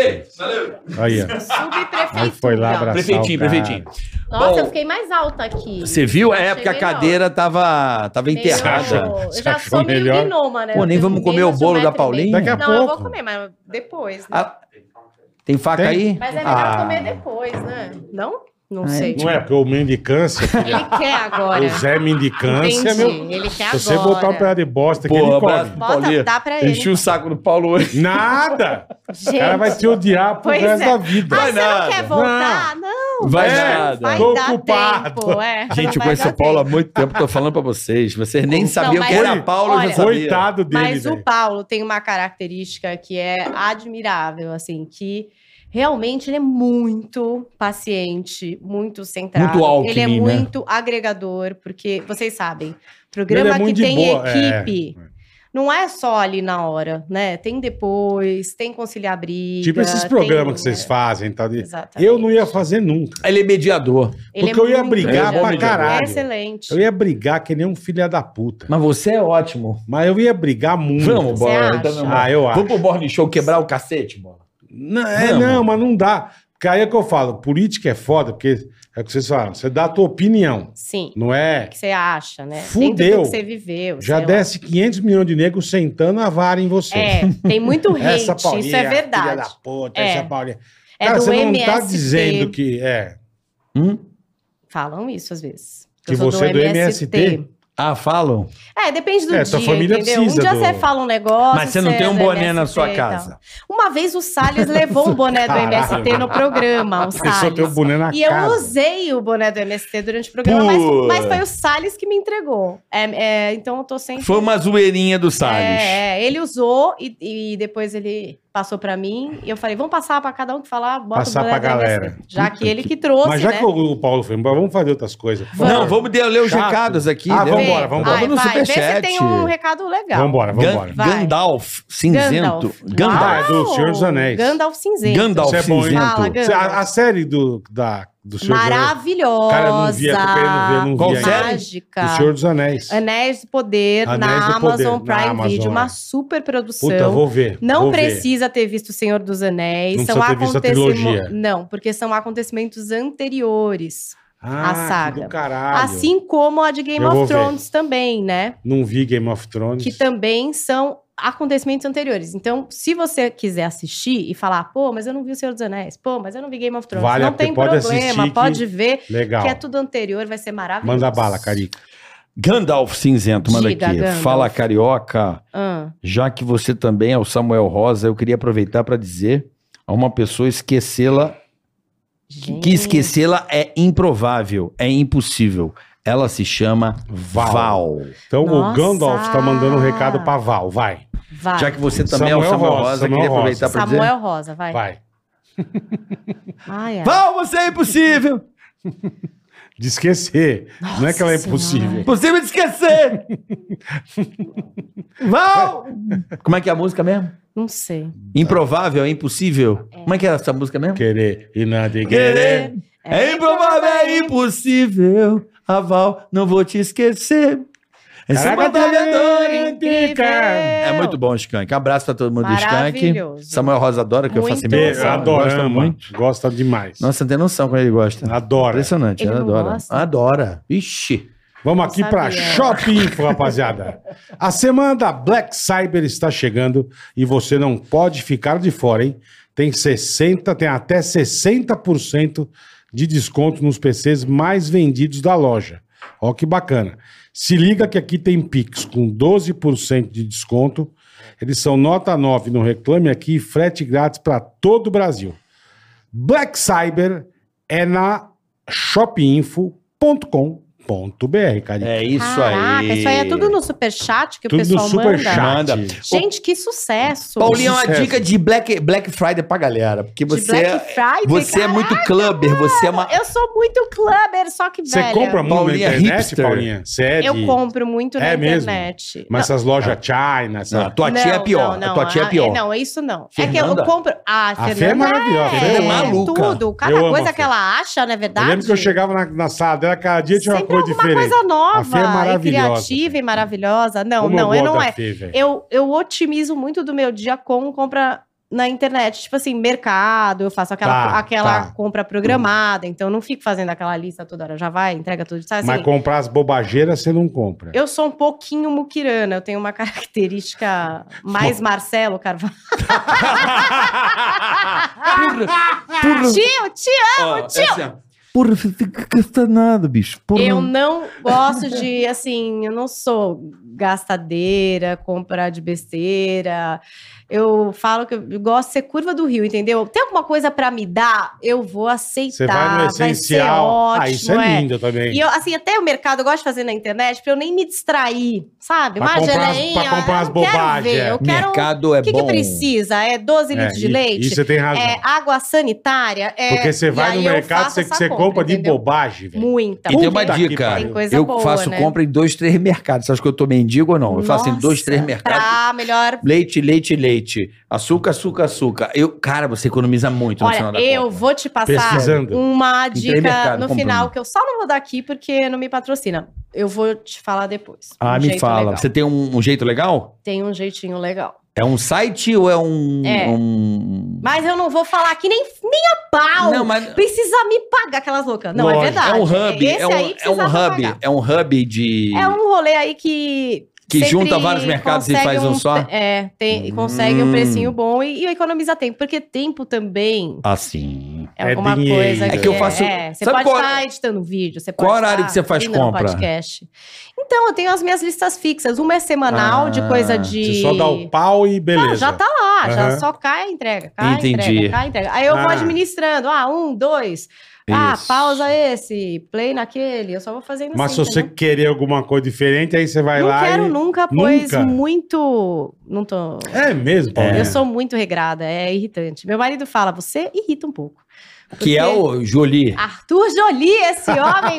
Speaker 4: Aí, ó. Aí
Speaker 2: Subprefeitura.
Speaker 4: foi lá abraçar.
Speaker 3: Prefeitinho,
Speaker 4: o cara.
Speaker 3: prefeitinho.
Speaker 2: Nossa,
Speaker 3: Bom,
Speaker 2: eu fiquei mais alta aqui.
Speaker 3: Ah. Você viu?
Speaker 2: Achei
Speaker 3: É, porque a
Speaker 2: melhor.
Speaker 3: cadeira tava, tava
Speaker 2: Meio-
Speaker 3: enterrada.
Speaker 4: acha- você
Speaker 2: Eu já
Speaker 4: achou
Speaker 2: sou meio
Speaker 4: melhor?
Speaker 2: gnoma, né?
Speaker 3: Pô, nem
Speaker 2: Eu
Speaker 3: vamos
Speaker 2: tenho
Speaker 3: comer o
Speaker 2: menos de
Speaker 3: bolo da
Speaker 2: metro e
Speaker 3: Paulinha?
Speaker 2: meio.
Speaker 4: Daqui a
Speaker 2: Não, eu vou
Speaker 4: pouco.
Speaker 2: comer, mas depois. Né?
Speaker 3: Ah, tem faca
Speaker 4: Tem?
Speaker 3: aí?
Speaker 2: Mas é melhor
Speaker 3: Ah.
Speaker 2: comer depois, né? Não? Não sei.
Speaker 4: Não é, porque o mendicância, filho,
Speaker 3: é.
Speaker 2: Ele quer agora.
Speaker 4: o Zé é mendicância,
Speaker 2: Entendi.
Speaker 4: meu.
Speaker 2: Ele quer
Speaker 4: Se você
Speaker 2: agora.
Speaker 4: botar um pedaço de bosta que
Speaker 3: Pô,
Speaker 4: ele
Speaker 3: abraço
Speaker 4: come.
Speaker 3: pro
Speaker 2: Bota,
Speaker 3: Paulinho.
Speaker 2: dá pra ele.
Speaker 3: Enchi o saco do Paulo hoje.
Speaker 4: Nada! O
Speaker 2: Gente.
Speaker 4: cara vai te odiar pro
Speaker 2: Pois
Speaker 4: resto
Speaker 2: é.
Speaker 4: da vida.
Speaker 2: Ah, você não
Speaker 3: nada.
Speaker 2: quer voltar? Não.
Speaker 3: Vai
Speaker 4: É,
Speaker 3: nada.
Speaker 2: Vai
Speaker 4: Tô
Speaker 2: dar
Speaker 4: ocupado.
Speaker 2: tempo, é.
Speaker 3: Gente, eu
Speaker 2: Vai
Speaker 3: conheço
Speaker 2: dar
Speaker 3: o Paulo há
Speaker 2: tempo.
Speaker 3: muito tempo, tô falando pra vocês. Vocês nem
Speaker 2: Não,
Speaker 3: sabiam
Speaker 2: mas-
Speaker 3: que era
Speaker 4: Olha,
Speaker 3: Paulo, eu já sabia.
Speaker 4: Coitado dele,
Speaker 2: Mas
Speaker 4: velho.
Speaker 2: o Paulo tem uma característica que é admirável, assim, que realmente ele é muito paciente, muito centrado.
Speaker 3: Muito Alckmin,
Speaker 2: ele é
Speaker 3: né?
Speaker 2: muito agregador, porque vocês sabem,
Speaker 4: Ele
Speaker 2: programa
Speaker 4: é
Speaker 2: que
Speaker 4: muito de
Speaker 2: tem
Speaker 4: boa, é.
Speaker 2: equipe. Não é só ali na hora, né? Tem depois, tem conciliar briga.
Speaker 4: Tipo esses programas que vocês fazem, tá? de-
Speaker 2: um, Exatamente.
Speaker 4: Eu não ia fazer nunca.
Speaker 3: Ele é mediador.
Speaker 2: Ele
Speaker 4: porque eu ia
Speaker 2: muito
Speaker 4: brigar
Speaker 2: legal.
Speaker 4: pra
Speaker 2: Ele é
Speaker 4: caralho.
Speaker 2: Excelente.
Speaker 4: Eu ia brigar que nem um filho da puta.
Speaker 3: Mas você é ótimo.
Speaker 4: Mas eu ia brigar muito.
Speaker 3: Vamos,
Speaker 2: Você
Speaker 3: bola.
Speaker 2: acha?
Speaker 3: então, meu irmão.
Speaker 4: ah, eu acho.
Speaker 3: Vamos pro Borne Show quebrar o cacete, bola.
Speaker 4: Não, é,
Speaker 3: Vamos.
Speaker 4: não, mas não dá. Porque aí é que eu falo, política é foda, porque é o que vocês falaram, você dá a tua opinião,
Speaker 2: Sim.
Speaker 4: não
Speaker 2: O
Speaker 4: é?
Speaker 2: que você acha, né?
Speaker 4: Fudeu.
Speaker 2: Dentro do que você viveu.
Speaker 4: Já
Speaker 2: sei lá.
Speaker 4: desce 500 milhões de negros sentando a vara em você.
Speaker 2: É, tem muito hate,
Speaker 4: Essa Paulinha,
Speaker 2: isso é
Speaker 4: Filha
Speaker 2: verdade.
Speaker 4: da puta,
Speaker 2: É.
Speaker 4: essa Paulinha.
Speaker 2: É
Speaker 4: Cara,
Speaker 2: do
Speaker 4: você não tá
Speaker 2: MST.
Speaker 4: dizendo que é.
Speaker 2: Falam isso às vezes.
Speaker 4: Que você é do MST.
Speaker 3: Ah, falam?
Speaker 2: É, depende do
Speaker 4: É,
Speaker 2: dia,
Speaker 4: tua família
Speaker 2: entendeu? Um
Speaker 4: precisa
Speaker 2: dia
Speaker 4: do-
Speaker 2: você fala um negócio...
Speaker 3: Mas você não
Speaker 2: é
Speaker 3: tem um
Speaker 2: do
Speaker 3: boné na
Speaker 2: MST e
Speaker 3: sua
Speaker 2: tal.
Speaker 3: casa.
Speaker 2: Uma vez o Salles levou um boné do MST no programa, o
Speaker 4: A pessoa tem o
Speaker 2: Salles.
Speaker 4: boné na
Speaker 2: E eu
Speaker 4: cara.
Speaker 2: usei o boné do MST durante o programa, mas, mas foi o Salles que me entregou. É, é, então eu tô sem...
Speaker 3: Foi uma zoeirinha do Salles.
Speaker 2: É, é, ele usou e, e depois ele passou pra mim. E eu falei, vamos passar pra cada um que falar, bota
Speaker 4: Passar
Speaker 2: o boné
Speaker 4: pra
Speaker 2: da MST.
Speaker 4: galera.
Speaker 2: Já que ele que trouxe,
Speaker 4: Mas já
Speaker 2: né?
Speaker 4: que o- o Paulo foi embora, vamos fazer outras coisas. por
Speaker 3: Não,
Speaker 4: favor.
Speaker 3: vamos de- ler os
Speaker 4: Chato.
Speaker 3: recados aqui.
Speaker 4: Ah,
Speaker 3: né?
Speaker 2: Vem.
Speaker 4: Vambora, vambora.
Speaker 2: Vai,
Speaker 3: Vamos no
Speaker 2: vai, Vê se
Speaker 3: superchat.
Speaker 2: tem um recado legal.
Speaker 4: Vambora, vambora.
Speaker 3: Gan-
Speaker 2: Vai.
Speaker 3: Gandalf cinzento.
Speaker 2: Gandalf.
Speaker 4: Ah,
Speaker 3: Gandalf.
Speaker 4: é do Senhor dos Anéis.
Speaker 2: Gandalf cinzento.
Speaker 3: Gandalf
Speaker 4: Isso é bom, hein?
Speaker 3: cinzento.
Speaker 2: Fala, Gandalf.
Speaker 4: Cê- A, a série do, da, do Senhor dos Anéis.
Speaker 2: Maravilhosa.
Speaker 4: Cara, eu não vi, eu tô querendo ver, eu não
Speaker 3: Qual
Speaker 4: vi ainda.
Speaker 3: série?
Speaker 2: Mágica.
Speaker 4: Do Senhor dos Anéis.
Speaker 2: Anéis do Poder
Speaker 4: Anéis
Speaker 2: na
Speaker 4: do Poder,
Speaker 2: Amazon
Speaker 4: na
Speaker 2: Prime
Speaker 4: Amazon,
Speaker 2: Video,
Speaker 4: é.
Speaker 2: uma super produção.
Speaker 4: Puta, vou ver.
Speaker 2: Não
Speaker 4: vou ver.
Speaker 2: precisa ter visto O Senhor dos Anéis.
Speaker 4: Não
Speaker 2: são
Speaker 4: precisa ter visto a trilogia.
Speaker 2: acontecimentos. Não, porque são acontecimentos anteriores.
Speaker 4: Ah,
Speaker 2: a
Speaker 4: que
Speaker 2: saga.
Speaker 4: do caralho.
Speaker 2: Assim como a de Game
Speaker 4: Ah, Eu vou
Speaker 2: of
Speaker 4: ver.
Speaker 2: Thrones também, né?
Speaker 4: Não vi Game of Thrones.
Speaker 2: que também são acontecimentos anteriores. Então, se você quiser assistir e falar, pô, mas eu não vi O Senhor dos Anéis, pô, mas eu não vi Game of Thrones,
Speaker 4: Vale a
Speaker 2: não
Speaker 4: pena,
Speaker 2: tem
Speaker 4: pode
Speaker 2: problema,
Speaker 4: assistir que-
Speaker 2: pode ver,
Speaker 4: Legal.
Speaker 2: que é tudo anterior, vai ser maravilhoso.
Speaker 4: Manda bala, Carica.
Speaker 3: Gandalf cinzento, manda
Speaker 2: Diga,
Speaker 3: aqui.
Speaker 2: Gandalf.
Speaker 3: Fala, carioca.
Speaker 2: Ah,
Speaker 3: Já que você também é o Samuel Rosa, eu queria aproveitar para dizer a uma pessoa esquecê-la
Speaker 2: gente.
Speaker 3: que esquecê-la é improvável, é impossível. Ela se chama
Speaker 4: Val.
Speaker 3: Val.
Speaker 4: Então o
Speaker 2: Nossa!
Speaker 4: Gandalf tá mandando um recado pra Val. Vai.
Speaker 2: Vai.
Speaker 3: Já que você também é
Speaker 4: Samuel
Speaker 3: o Samuel
Speaker 4: Rosa,
Speaker 3: Rosa,
Speaker 4: Samuel
Speaker 3: queria
Speaker 4: Rosa.
Speaker 3: aproveitar para dizer.
Speaker 2: Samuel Rosa, vai.
Speaker 4: Vai.
Speaker 2: Ai, ai.
Speaker 3: Val, você é impossível!
Speaker 4: De esquecer. não é que ela é
Speaker 2: Nossa
Speaker 4: impossível.
Speaker 3: Impossível de esquecer! Val! Como é que é a música mesmo?
Speaker 2: Não sei.
Speaker 3: Improvável, é impossível? Como é que é essa música mesmo?
Speaker 4: Querer e nada de querer.
Speaker 3: Querer. É improvável, é impossível. A Val, não vou te esquecer. Essa
Speaker 4: Caraca,
Speaker 3: batalha é dor
Speaker 4: é
Speaker 3: incrível. É muito bom, Skank. Abraço pra todo mundo do Skank.
Speaker 2: Maravilhoso.
Speaker 3: Samuel Rosa adora que eu faço
Speaker 2: Muito bom.
Speaker 3: imitação. Ele então, Gosta
Speaker 4: Adoramos.
Speaker 3: muito.
Speaker 4: Gosta, demais.
Speaker 3: Nossa, não tem noção como ele gosta.
Speaker 4: Adora.
Speaker 3: Impressionante,
Speaker 2: Ele
Speaker 3: ele
Speaker 2: não
Speaker 3: adora.
Speaker 2: gosta?
Speaker 3: Adora. Ixi.
Speaker 4: Vamos
Speaker 2: Não
Speaker 4: aqui para
Speaker 2: sabia.
Speaker 4: Shopping Info, rapaziada. A semana da Black Cyber está chegando e você não pode ficar de fora, hein? Tem 60, tem até 60% de desconto nos PCs mais vendidos da loja. Ó que bacana. Se liga que aqui tem Pix com 12% de desconto Eles são nota 9 no Reclame Aqui, frete grátis para todo o Brasil. Black Cyber é na shopinfo.com.br, Carica.
Speaker 3: É isso
Speaker 2: Caraca,
Speaker 3: aí.
Speaker 2: isso aí é tudo no superchat que
Speaker 4: Tudo
Speaker 2: o pessoal
Speaker 4: no super
Speaker 2: manda.
Speaker 4: chat.
Speaker 3: Manda.
Speaker 2: Gente, que sucesso!
Speaker 3: Paulinho,
Speaker 4: Sucesso.
Speaker 3: uma dica de Black, Black Friday pra galera. Porque
Speaker 2: De
Speaker 3: você,
Speaker 2: Black Friday,
Speaker 3: você é
Speaker 2: cara.
Speaker 3: muito clubber, você é uma.
Speaker 2: Eu sou muito clubber, só que
Speaker 4: Você
Speaker 2: velha.
Speaker 4: compra muito
Speaker 3: Paulinha é
Speaker 4: na internet,
Speaker 3: hipster.
Speaker 4: Paulinha? Você é
Speaker 2: Eu
Speaker 4: de-
Speaker 2: compro muito na
Speaker 4: É mesmo?
Speaker 2: internet.
Speaker 4: Mas essas lojas China,
Speaker 3: Não, a
Speaker 4: essa...
Speaker 3: tua tia é
Speaker 2: Não,
Speaker 3: pior.
Speaker 2: não,
Speaker 3: a tua tia é
Speaker 2: ah,
Speaker 3: pior.
Speaker 2: Não, isso não. É que
Speaker 3: Fernanda?
Speaker 2: eu compro. Ah,
Speaker 4: A Fê
Speaker 2: Fernanda
Speaker 4: é maravilhosa, a Fê
Speaker 3: é maluca.
Speaker 2: Tudo, cada
Speaker 4: Eu amo
Speaker 2: coisa
Speaker 4: a Fê.
Speaker 2: que ela acha, não é
Speaker 4: Eu
Speaker 2: verdade?
Speaker 4: lembro que eu chegava na, na sala dela, cada dia tinha uma
Speaker 2: Sempre
Speaker 4: coisa
Speaker 2: alguma
Speaker 4: diferente.
Speaker 2: coisa
Speaker 4: A Fê
Speaker 2: nova,
Speaker 4: é
Speaker 2: e
Speaker 4: maravilhosa.
Speaker 2: criativa e maravilhosa. Não,
Speaker 4: Como
Speaker 2: não, eu,
Speaker 4: gosto
Speaker 2: não
Speaker 4: da
Speaker 2: é.
Speaker 4: Fê, velho.
Speaker 2: Eu, eu otimizo muito do meu dia com compra na internet. Tipo assim, mercado, eu faço aquela,
Speaker 4: Tá,
Speaker 2: aquela
Speaker 4: tá.
Speaker 2: compra programada, então eu não fico fazendo aquela lista toda hora. Já vai, entrega tudo. Sabe,
Speaker 4: Mas
Speaker 2: assim,
Speaker 4: comprar as bobageiras você não compra.
Speaker 2: eu sou um pouquinho muquirana, eu tenho uma característica mais Marcelo Carvalho.
Speaker 3: Ah,
Speaker 2: Tio, tio!
Speaker 7: Ah,
Speaker 6: Ó, é assim, ó.
Speaker 8: Porra, você tem que gastar nada, bicho. Porra.
Speaker 2: Eu não gosto de, assim, eu não sou gastadeira, comprar de besteira. Eu falo que eu gosto de ser curva do rio, entendeu? Tem alguma coisa pra me dar, eu vou aceitar.
Speaker 4: Você vai no essencial.
Speaker 2: Vai ser ótimo,
Speaker 4: ah, isso é, lindo também.
Speaker 2: E eu, assim, até o mercado, eu gosto de fazer na internet pra eu nem me distrair, sabe?
Speaker 4: Pra
Speaker 2: Uma
Speaker 4: comprar as-
Speaker 2: geleinha.
Speaker 4: pra comprar
Speaker 2: eu
Speaker 4: as
Speaker 2: não quero
Speaker 4: bobagens,
Speaker 2: ver,
Speaker 4: é.
Speaker 2: Eu quero.
Speaker 3: Mercado é
Speaker 2: o que, que
Speaker 3: bom.
Speaker 2: precisa? É 12 litros
Speaker 4: É,
Speaker 2: de
Speaker 4: e-
Speaker 2: leite?
Speaker 4: Isso você tem razão.
Speaker 2: É água sanitária? É,
Speaker 4: Porque você
Speaker 2: e
Speaker 4: vai
Speaker 2: aí
Speaker 4: no
Speaker 2: eu
Speaker 4: mercado,
Speaker 2: faço
Speaker 4: você,
Speaker 2: essa
Speaker 4: você
Speaker 2: compra,
Speaker 4: compra de
Speaker 2: entendeu?
Speaker 4: bobagem, velho.
Speaker 2: Muita.
Speaker 3: E tem uma
Speaker 2: porque-
Speaker 4: Puta que
Speaker 3: dica.
Speaker 4: pariu.
Speaker 2: Tem coisa
Speaker 3: eu
Speaker 2: boa,
Speaker 3: faço
Speaker 2: né?
Speaker 3: compra em dois, três mercados. Você acha que eu tô mendigo ou não? Eu faço em dois, três
Speaker 2: Nossa, tá.
Speaker 3: mercados.
Speaker 2: Pra melhor.
Speaker 3: Leite, leite, leite. Açúcar, açúcar, açúcar. Eu, cara, você economiza muito no final
Speaker 2: Olha,
Speaker 3: da
Speaker 2: eu
Speaker 3: compra.
Speaker 2: vou te passar
Speaker 4: Pesquisando.
Speaker 2: uma
Speaker 3: Entrei
Speaker 2: dica
Speaker 3: mercado
Speaker 2: no
Speaker 3: comprando.
Speaker 2: final, que eu só não vou dar aqui porque não me patrocina. Eu vou te falar depois.
Speaker 3: Ah,
Speaker 2: Um
Speaker 3: me
Speaker 2: jeito
Speaker 3: fala.
Speaker 2: legal.
Speaker 3: Você tem um, um jeito legal?
Speaker 2: Tem um jeitinho legal.
Speaker 3: É um site ou é um.
Speaker 2: É.
Speaker 3: um-
Speaker 2: Mas eu não vou falar aqui nem, nem a pau.
Speaker 3: Não, mas.
Speaker 2: Precisa me pagar aquelas loucas. Não,
Speaker 4: Lógico.
Speaker 2: é
Speaker 3: É
Speaker 2: verdade.
Speaker 3: um hub.
Speaker 2: Esse
Speaker 3: É um,
Speaker 2: aí
Speaker 3: é um
Speaker 2: precisava
Speaker 3: hub.
Speaker 2: pagar.
Speaker 3: É um hub de.
Speaker 2: É um rolê aí que.
Speaker 3: Que
Speaker 2: sempre
Speaker 3: junta vários mercados e
Speaker 2: consegue
Speaker 3: faz um só?
Speaker 2: É, tem, consegue um
Speaker 3: Hum.
Speaker 2: precinho bom e, e economiza tempo. Porque tempo também
Speaker 3: Assim.
Speaker 2: É
Speaker 4: É
Speaker 2: alguma
Speaker 4: dinheiro.
Speaker 2: coisa
Speaker 4: É
Speaker 2: que,
Speaker 3: que eu faço-
Speaker 2: é, você
Speaker 3: Sabe
Speaker 2: pode
Speaker 3: qual-
Speaker 2: estar editando vídeo, você pode
Speaker 3: Qual horário
Speaker 2: estar
Speaker 3: que você faz
Speaker 2: ouvindo um
Speaker 3: compra?
Speaker 2: podcast. Então, eu tenho as minhas listas fixas. Uma é semanal,
Speaker 3: Ah,
Speaker 2: de coisa de...
Speaker 4: Você só dá o pau e beleza.
Speaker 2: Não, já tá lá,
Speaker 4: Aham.
Speaker 2: já só cai a entrega, cai a
Speaker 3: Entendi.
Speaker 2: entrega, cai a entrega. Aí eu vou
Speaker 4: Ah.
Speaker 2: administrando, ah, um, dois, ah,
Speaker 3: Isso.
Speaker 2: pausa esse, play naquele, eu só vou fazendo
Speaker 4: Mas
Speaker 2: assim,
Speaker 4: se você
Speaker 2: entendeu?
Speaker 4: querer alguma coisa diferente, aí você vai
Speaker 2: Não
Speaker 4: lá
Speaker 2: quero
Speaker 4: e...
Speaker 2: nunca, pois
Speaker 4: Nunca?
Speaker 2: muito... Não tô...
Speaker 4: É mesmo, Paulinha.
Speaker 2: Eu sou muito regrada, é irritante. Meu marido fala, você irrita um pouco.
Speaker 3: Que é
Speaker 2: Porque-
Speaker 3: o Jolie.
Speaker 2: Arthur Jolie, esse homem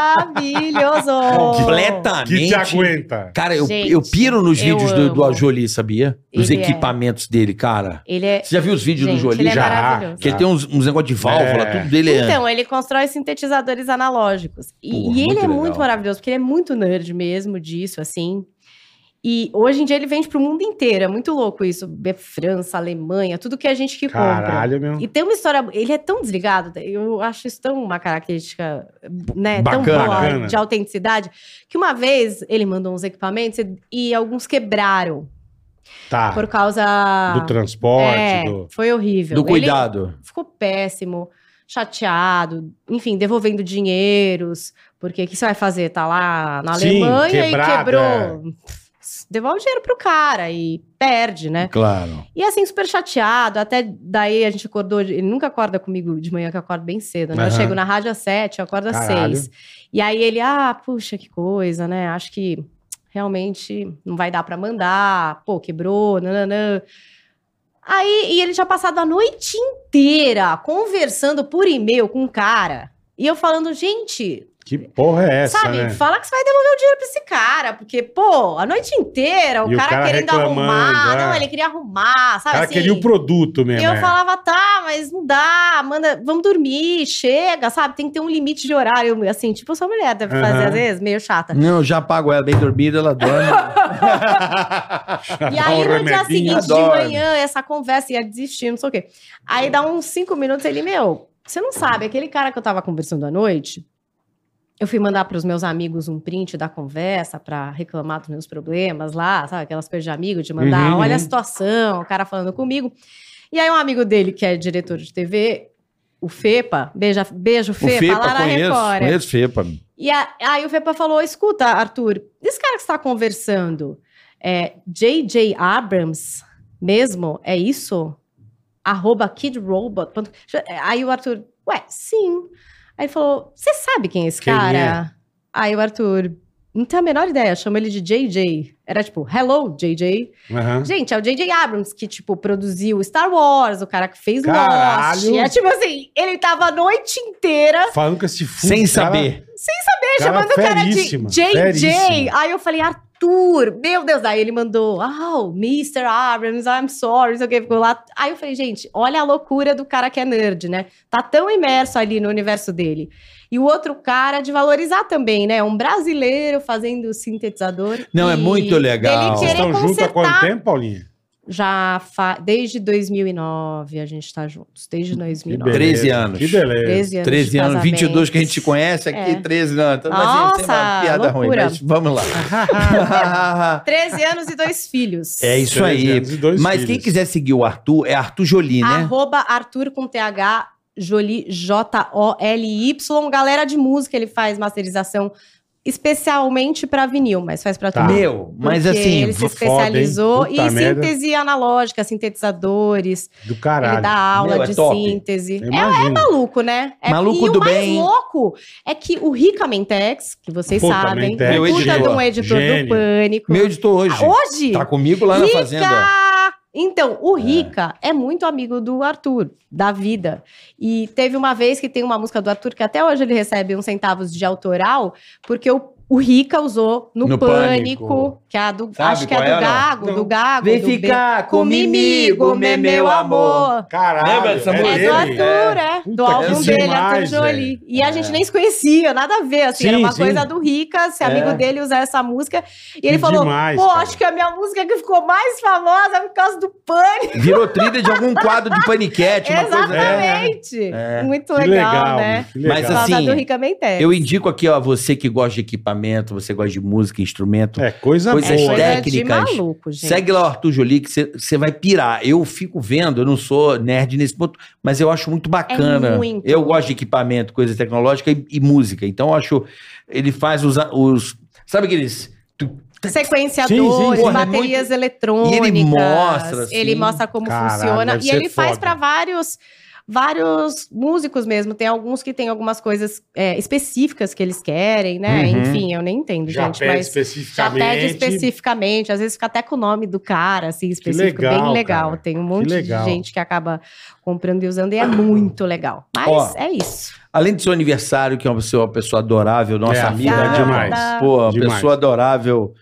Speaker 2: maravilhoso.
Speaker 3: Completamente.
Speaker 4: Que te aguenta.
Speaker 3: Cara, eu,
Speaker 2: Ah, Gente,
Speaker 3: eu piro nos
Speaker 2: eu
Speaker 3: vídeos do, do
Speaker 2: amo.
Speaker 3: Jolie, sabia? Dos
Speaker 2: Ele é.
Speaker 3: equipamentos dele, cara.
Speaker 2: Ele é.
Speaker 3: Você já viu os vídeos
Speaker 2: Gente,
Speaker 3: do Jolie?
Speaker 2: ele é
Speaker 3: já.
Speaker 2: maravilhoso.
Speaker 3: Que ele tem uns, uns negócios de válvula,
Speaker 4: É.
Speaker 3: tudo dele é.
Speaker 2: Então, ele constrói sintetizadores analógicos. E,
Speaker 3: Porra,
Speaker 2: e ele
Speaker 3: muito
Speaker 2: é
Speaker 3: legal.
Speaker 2: muito maravilhoso, porque ele é muito nerd mesmo disso, assim. E hoje em dia ele vende pro mundo inteiro. É muito louco isso. É França, Alemanha, tudo que a gente que compra.
Speaker 4: Caralho, meu.
Speaker 2: E tem uma história. Ele é tão desligado, eu acho isso tão uma característica né, tão
Speaker 3: Bacana.
Speaker 2: boa
Speaker 4: Bacana.
Speaker 2: de autenticidade, que uma vez ele mandou uns equipamentos e- e alguns quebraram
Speaker 4: Tá.
Speaker 2: por causa.
Speaker 4: Do transporte,
Speaker 2: É,
Speaker 4: do...
Speaker 2: Foi horrível.
Speaker 3: do
Speaker 2: Ele
Speaker 3: cuidado.
Speaker 2: ficou péssimo, chateado, enfim, devolvendo dinheiros, porque o que você vai fazer? Tá lá na
Speaker 4: Sim, é.
Speaker 2: Alemanha
Speaker 4: quebrado,
Speaker 2: e quebrou. Devolve o dinheiro pro cara e perde, né?
Speaker 3: Claro.
Speaker 2: E assim, super chateado. Até daí a gente acordou. Ele nunca acorda comigo de manhã, que eu acordo bem cedo, né?
Speaker 4: Aham.
Speaker 2: Eu chego na rádio às sete, eu acordo às
Speaker 4: Caralho.
Speaker 2: seis. E aí ele, ah, puxa, que coisa, né? Acho que realmente não vai dar pra mandar. Pô, quebrou, nananã. Aí, e ele tinha passado a noite inteira conversando por e-mail com o cara. E eu falando, gente,
Speaker 4: Que porra é essa,
Speaker 2: sabe,
Speaker 4: né?
Speaker 2: fala que você vai devolver o dinheiro pra esse cara, porque, pô, a noite inteira, o,
Speaker 4: E o
Speaker 2: cara,
Speaker 4: cara
Speaker 2: querendo
Speaker 4: reclamando,
Speaker 2: arrumar,
Speaker 4: é.
Speaker 2: não, ele queria arrumar,
Speaker 4: O
Speaker 2: sabe?
Speaker 4: cara
Speaker 2: assim?
Speaker 4: queria o produto
Speaker 2: E
Speaker 4: mesmo.
Speaker 2: eu
Speaker 4: é.
Speaker 2: falava, tá, mas não dá, manda, vamos dormir, chega, sabe? Tem que ter um limite de horário, eu, assim, tipo, eu sou mulher, deve fazer
Speaker 4: Aham.
Speaker 2: às vezes, meio chata.
Speaker 3: Não, eu já pago ela bem dormida, ela dorme.
Speaker 2: E aí, no dia
Speaker 4: remedinho,
Speaker 2: seguinte
Speaker 3: adoro.
Speaker 2: de manhã, essa conversa ia desistir, não sei o quê. Aí dá uns cinco minutos, ele, meu, você não sabe, aquele cara que eu tava conversando à noite, eu fui mandar pros meus amigos um print da conversa pra reclamar dos meus problemas lá, sabe? Aquelas coisas de amigo, de mandar,
Speaker 4: Uhum,
Speaker 2: olha
Speaker 4: uhum.
Speaker 2: a situação, o cara falando comigo. E aí, um amigo dele, que é diretor de TV, o Fepa, beija, beijo,
Speaker 3: O
Speaker 2: Fepa, lá
Speaker 3: Fepa,
Speaker 2: na
Speaker 3: conheço.
Speaker 2: Record. é.
Speaker 3: Conheço Fepa.
Speaker 2: E a- aí o Fepa falou: escuta, Arthur, esse cara que está tá conversando, É, J.J. Abrams mesmo, é isso? Arroba kidrobot. ponto- Aí o Arthur, ué, sim. Aí ele falou, você sabe quem é esse
Speaker 4: Quem
Speaker 2: cara? Aí o Arthur, não tenho a menor ideia, chama ele de JJ. Era tipo, hello, JJ.
Speaker 4: Aham.
Speaker 2: Gente, é o J.J. Abrams que, tipo, produziu Star Wars, o cara que fez
Speaker 4: Caralho!
Speaker 2: Lost. É tipo assim, ele tava a noite inteira
Speaker 4: Falando com esse fundo.
Speaker 3: Sem
Speaker 4: cara-
Speaker 3: saber.
Speaker 2: né,
Speaker 4: Cara
Speaker 2: chamando o cara de
Speaker 4: feríssimo,
Speaker 2: J.J.
Speaker 4: feríssimo.
Speaker 2: Aí eu falei, Arthur, meu Deus. Aí ele mandou, oh, Mr. Abrams, I'm sorry, não sei o que, ficou lá. Aí eu falei, gente, olha a loucura do cara que é nerd, né? Tá tão imerso ali no universo dele. E o outro cara de valorizar também, né? Um brasileiro fazendo sintetizador.
Speaker 3: Não, é
Speaker 2: E
Speaker 3: muito legal.
Speaker 2: dele
Speaker 3: Vocês
Speaker 4: Vocês
Speaker 2: querer
Speaker 4: estão juntos há quanto
Speaker 2: consertar
Speaker 4: tempo, Paulinha?
Speaker 2: Já fa- desde 2009 a gente tá juntos, desde
Speaker 4: Que
Speaker 2: 2009.
Speaker 4: beleza,
Speaker 3: 13 anos.
Speaker 4: Que beleza.
Speaker 2: 13 anos.
Speaker 3: 13
Speaker 2: de
Speaker 3: anos,
Speaker 2: casamento.
Speaker 3: 22 que a gente conhece aqui,
Speaker 2: É.
Speaker 3: 13 anos. Então,
Speaker 2: Nossa,
Speaker 3: mas é uma piada ruim,
Speaker 2: loucura.
Speaker 3: mas vamos lá.
Speaker 2: 13 anos e dois filhos.
Speaker 3: é isso
Speaker 4: 13
Speaker 3: aí.
Speaker 4: anos e dois
Speaker 3: Mas quem
Speaker 4: filhos.
Speaker 3: quiser seguir o Arthur, é Arthur Jolie, né?
Speaker 2: Arroba Arthur com TH, Jolie, J-O-L-Y. Galera de música, ele faz masterização especialmente pra vinil, mas faz pra
Speaker 4: Tá.
Speaker 2: tudo.
Speaker 3: Meu, mas
Speaker 2: Porque
Speaker 3: assim,
Speaker 2: ele se
Speaker 4: foda, hein?
Speaker 2: especializou
Speaker 4: Puta
Speaker 2: em
Speaker 4: merda.
Speaker 2: síntese analógica, sintetizadores,
Speaker 4: Do
Speaker 2: ele
Speaker 4: caralho.
Speaker 2: dá aula
Speaker 3: Meu, é
Speaker 2: de
Speaker 3: top.
Speaker 2: síntese.
Speaker 4: Eu
Speaker 2: É
Speaker 4: imagino.
Speaker 2: maluco, né? É-
Speaker 3: Maluco
Speaker 2: e
Speaker 3: do
Speaker 2: o mais
Speaker 3: bem.
Speaker 2: louco é que o Rica Mentex, que vocês
Speaker 4: Puta,
Speaker 2: sabem,
Speaker 4: Mentex,
Speaker 2: o puta
Speaker 3: gênio.
Speaker 2: de um editor
Speaker 4: Gênio.
Speaker 2: do Pânico. Ah,
Speaker 3: meu editor hoje.
Speaker 2: Hoje,
Speaker 3: Tá comigo lá na
Speaker 2: Rica!
Speaker 3: fazenda.
Speaker 2: Então, o Rica é. muito amigo do Arthur, da vida. E teve uma vez que tem uma música do Arthur que até hoje ele recebe uns centavos de autoral, porque o, o Rica usou no,
Speaker 3: No
Speaker 2: Pânico,
Speaker 3: Pânico.
Speaker 2: que é a do,
Speaker 3: Sabe
Speaker 2: acho que é a
Speaker 3: qual
Speaker 2: do
Speaker 3: é, não?
Speaker 2: Gago,
Speaker 4: Não.
Speaker 2: do Gago.
Speaker 3: Vem
Speaker 2: do
Speaker 3: ficar
Speaker 2: Be- comigo, meu, meu amor.
Speaker 4: Caralho.
Speaker 3: Lembra dessa
Speaker 2: É,
Speaker 3: música?
Speaker 2: do
Speaker 3: dele?
Speaker 2: Arthur, é.
Speaker 4: Puta,
Speaker 2: do
Speaker 4: que
Speaker 2: álbum dele, Arthur
Speaker 4: demais,
Speaker 2: Jolie. E a gente nem
Speaker 3: É.
Speaker 2: se conhecia, nada a ver. Assim,
Speaker 3: Sim,
Speaker 2: era uma
Speaker 3: sim.
Speaker 2: coisa do Rica, se amigo dele usar essa música. E ele
Speaker 4: Que
Speaker 2: falou:
Speaker 4: demais,
Speaker 2: pô,
Speaker 4: cara.
Speaker 2: acho que a minha música que ficou mais famosa é por causa do pânico.
Speaker 3: Virou trilha de algum quadro de paniquete, uma coisa. né?
Speaker 2: Exatamente. Muito
Speaker 4: Que
Speaker 2: legal,
Speaker 4: legal,
Speaker 2: né?
Speaker 4: bicho, que legal.
Speaker 3: Mas
Speaker 2: Por causa
Speaker 3: assim,
Speaker 2: do Rica Mentex.
Speaker 3: Eu indico aqui, ó, você que gosta de equipamento, você gosta de música, instrumento.
Speaker 4: É coisa
Speaker 3: Coisas
Speaker 4: boa.
Speaker 3: técnicas.
Speaker 4: né?
Speaker 2: de maluco, gente.
Speaker 3: Segue lá o Arthur Jolie, que você vai pirar. Eu fico vendo, eu não sou nerd nesse ponto, mas eu acho muito bacana.
Speaker 2: É muito.
Speaker 3: Eu gosto de equipamento, coisa tecnológica e, e música. Então eu acho. Ele faz os. os sabe aqueles.
Speaker 2: Sequenciadores,
Speaker 4: Sim, sim, sim.
Speaker 3: Porra, é
Speaker 2: baterias
Speaker 3: muito-
Speaker 2: eletrônicas.
Speaker 3: E ele mostra, assim.
Speaker 2: Ele mostra como
Speaker 4: Caralho,
Speaker 2: funciona.
Speaker 4: deve
Speaker 2: E
Speaker 4: ser
Speaker 2: ele faz
Speaker 4: foda.
Speaker 2: para vários vários músicos mesmo. Tem alguns que tem algumas coisas é, específicas que eles querem, né?
Speaker 4: Uhum.
Speaker 2: Enfim, eu nem entendo,
Speaker 4: Já
Speaker 2: gente. Mas
Speaker 4: pede
Speaker 2: já
Speaker 4: especificamente.
Speaker 2: pede especificamente. Às vezes fica até com o nome do cara, assim, específico.
Speaker 4: legal,
Speaker 2: bem legal.
Speaker 4: cara.
Speaker 2: Tem um monte
Speaker 4: legal.
Speaker 2: de gente que acaba comprando e usando. E é muito legal. Mas
Speaker 3: Ó,
Speaker 2: é isso.
Speaker 3: Além do seu aniversário, que é uma pessoa, uma pessoa adorável, nossa
Speaker 4: É,
Speaker 3: amiga.
Speaker 2: é
Speaker 3: né,
Speaker 4: demais.
Speaker 3: rapaz? Pô, uma
Speaker 4: Demais.
Speaker 3: pessoa adorável,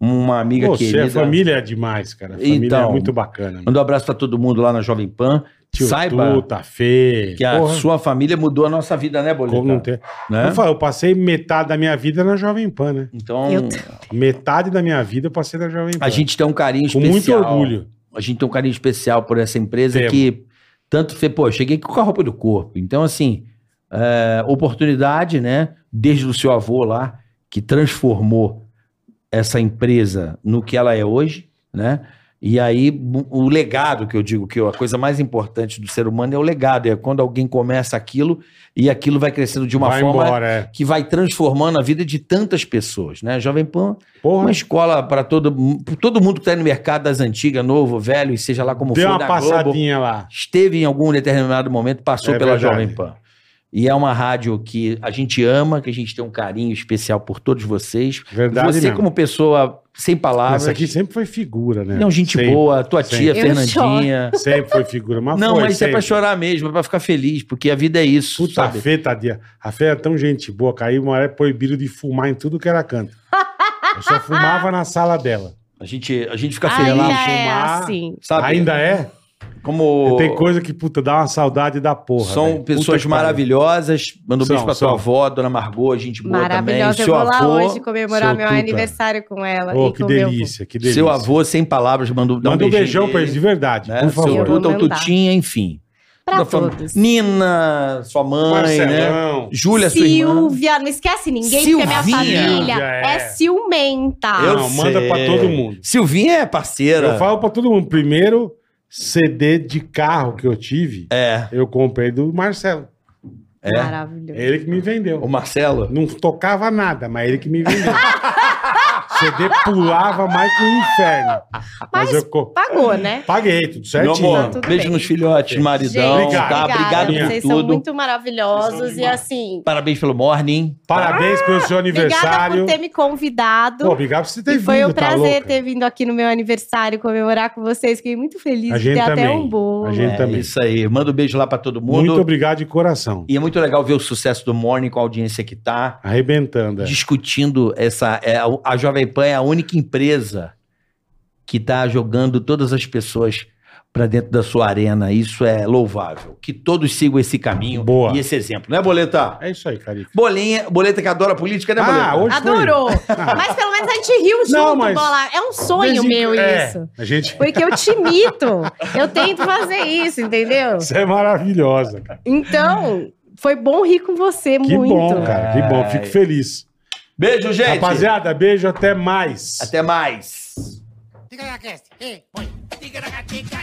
Speaker 3: uma amiga
Speaker 4: Você,
Speaker 3: querida.
Speaker 4: a família é demais, cara. A família
Speaker 3: Então,
Speaker 4: é muito bacana.
Speaker 3: Manda um abraço pra todo mundo lá na Jovem Pan. Saiba
Speaker 4: Tuta, Fê.
Speaker 3: que a
Speaker 4: porra,
Speaker 3: sua família mudou a nossa vida, né, Bolívar?
Speaker 4: como não tem...
Speaker 3: Né?
Speaker 4: Eu, falo, eu passei metade da minha vida na Jovem Pan, né?
Speaker 3: Então,
Speaker 2: Eu-
Speaker 4: Metade da minha vida eu passei na Jovem Pan.
Speaker 3: a gente tem um carinho
Speaker 4: Com muito
Speaker 3: especial.
Speaker 4: orgulho.
Speaker 3: A gente tem um carinho especial por essa empresa
Speaker 4: Temos.
Speaker 3: que tanto fez. Pô, eu cheguei com a roupa do corpo. Então, assim, é, oportunidade, né? Desde o seu avô lá, que transformou essa empresa no que ela é hoje, né? E aí, bu- o legado que eu digo que a coisa mais importante do ser humano é o legado. É quando alguém começa aquilo e aquilo vai crescendo de uma
Speaker 4: Vai
Speaker 3: forma
Speaker 4: embora, é.
Speaker 3: que vai transformando a vida de tantas pessoas, né? Jovem Pan
Speaker 4: Porra,
Speaker 3: uma escola para todo, mu- pro todo mundo que está no mercado das antigas, novo, velho, e seja lá como
Speaker 4: deu
Speaker 3: for,
Speaker 4: uma
Speaker 3: da Globo,
Speaker 4: passadinha lá.
Speaker 3: esteve em algum determinado momento, passou
Speaker 4: É
Speaker 3: pela
Speaker 4: verdade.
Speaker 3: Jovem Pan. E é uma rádio que a gente ama, que a gente tem um carinho especial por todos vocês.
Speaker 4: Verdade
Speaker 3: Você,
Speaker 4: mesmo.
Speaker 3: como pessoa sem palavras,
Speaker 4: Essa aqui sempre foi figura, né?
Speaker 3: não, gente
Speaker 4: sempre,
Speaker 3: boa, tua
Speaker 4: sempre.
Speaker 3: tia,
Speaker 2: Eu
Speaker 3: Fernandinha.
Speaker 4: Sempre foi figura. Mas
Speaker 3: não,
Speaker 4: foi,
Speaker 3: mas é
Speaker 4: sempre.
Speaker 3: pra chorar mesmo, é pra ficar feliz, porque a vida é isso.
Speaker 4: Puta, a
Speaker 3: sabe?
Speaker 4: Fê, tadinha. A Fê era tão gente boa, caiu uma hora proibiram de fumar em tudo que era canto. Eu só fumava na sala dela.
Speaker 3: A gente, a gente fica feliz,
Speaker 2: Ainda é
Speaker 4: fumar.
Speaker 2: assim.
Speaker 3: sabe?
Speaker 4: Ainda é?
Speaker 3: como
Speaker 4: Tem coisa que, puta, dá uma saudade da porra.
Speaker 3: São
Speaker 4: velho. Puta
Speaker 3: pessoas
Speaker 4: que pariu.
Speaker 3: maravilhosas. Manda um
Speaker 4: São,
Speaker 3: beijo pra
Speaker 4: são.
Speaker 3: tua avó, dona Margot, gente boa também.
Speaker 2: Maravilhosa. Eu
Speaker 3: Seu
Speaker 2: vou lá
Speaker 3: avô,
Speaker 2: hoje comemorar
Speaker 4: seu
Speaker 2: meu
Speaker 4: Tuta.
Speaker 2: aniversário com ela.
Speaker 4: Ô,
Speaker 2: e
Speaker 4: que
Speaker 2: com meu avô.
Speaker 4: delícia, que delícia.
Speaker 3: seu avô, sem palavras, manda, dá
Speaker 4: Manda um beijão pra eles, de
Speaker 3: dele,
Speaker 4: verdade,
Speaker 3: né?
Speaker 4: por
Speaker 3: Seu
Speaker 4: favor.
Speaker 2: avô,
Speaker 3: Tuta, o
Speaker 2: mandar.
Speaker 3: Tutinha, enfim.
Speaker 2: Pra
Speaker 3: Da fam-
Speaker 2: todos.
Speaker 3: Nina, sua mãe, né?
Speaker 4: Marcelão.
Speaker 3: Júlia, sua irmã.
Speaker 2: Silvia, não esquece ninguém, porque é minha
Speaker 3: Silvinha.
Speaker 2: família
Speaker 4: Silvia,
Speaker 2: é.
Speaker 4: é.
Speaker 2: ciumenta.
Speaker 3: Eu
Speaker 4: Não, manda
Speaker 3: sei.
Speaker 4: pra todo mundo.
Speaker 3: Silvinha é parceira.
Speaker 4: Eu falo pra todo mundo. Primeiro CD de carro que eu tive,
Speaker 3: É,
Speaker 4: eu comprei do Marcelo.
Speaker 3: é.
Speaker 2: Maravilhoso.
Speaker 4: É ele que me vendeu.
Speaker 3: O Marcelo.
Speaker 4: Não tocava nada, mas ele que me vendeu. CD pulava mais que o inferno. Mas,
Speaker 2: Mas
Speaker 4: eu co-
Speaker 2: pagou, né?
Speaker 4: paguei tudo
Speaker 8: Meu
Speaker 4: certinho.
Speaker 8: amor,
Speaker 2: Tá tudo
Speaker 3: Beijo
Speaker 2: bem.
Speaker 3: nos filhotes, maridão.
Speaker 4: Gente,
Speaker 3: tá?
Speaker 2: obrigada,
Speaker 3: Obrigado por
Speaker 2: Vocês
Speaker 3: tudo.
Speaker 2: são muito maravilhosos e assim.
Speaker 3: Parabéns pelo morning.
Speaker 4: Parabéns pelo seu
Speaker 2: Obrigada
Speaker 4: aniversário.
Speaker 2: por ter me convidado.
Speaker 4: Pô, obrigado por você ter
Speaker 2: E
Speaker 4: vindo.
Speaker 2: foi um
Speaker 4: tá
Speaker 2: prazer
Speaker 4: louca?
Speaker 2: ter vindo aqui no meu aniversário comemorar com vocês. Fiquei muito feliz
Speaker 4: A
Speaker 2: de
Speaker 4: gente
Speaker 2: ter até
Speaker 4: também.
Speaker 2: um bolo.
Speaker 4: A gente
Speaker 3: É,
Speaker 4: também.
Speaker 3: Isso aí. Manda um beijo lá pra todo mundo.
Speaker 4: Muito obrigado de coração.
Speaker 3: E é muito legal ver o sucesso do morning com a audiência que tá.
Speaker 4: Arrebentando. é.
Speaker 3: Discutindo essa. é, a- a Jovem Pan é a única empresa que tá jogando todas as pessoas pra dentro da sua arena. Isso é louvável. Que todos sigam esse caminho
Speaker 4: Boa.
Speaker 3: e esse exemplo, né, Boleta?
Speaker 4: É isso aí, Carica.
Speaker 3: Bolinha, Boleta que adora política, né, Boleta?
Speaker 4: Ah, hoje foi.
Speaker 2: Adorou!
Speaker 4: Ah.
Speaker 2: Mas pelo menos a gente riu junto,
Speaker 4: mas-
Speaker 2: Bola. É um sonho
Speaker 4: Desde-
Speaker 2: meu
Speaker 4: é,
Speaker 2: isso.
Speaker 4: A gente...
Speaker 2: Porque eu te imito. Eu tento fazer isso, entendeu?
Speaker 4: Você é maravilhosa, cara.
Speaker 2: Então, foi bom rir com você
Speaker 4: Que
Speaker 2: muito.
Speaker 4: bom, cara. Que bom. Fico feliz.
Speaker 3: Beijo, gente.
Speaker 4: Rapaziada, beijo. Até mais.
Speaker 3: Até mais.
Speaker 10: Tica da cast, ei, põe. Tica da tica,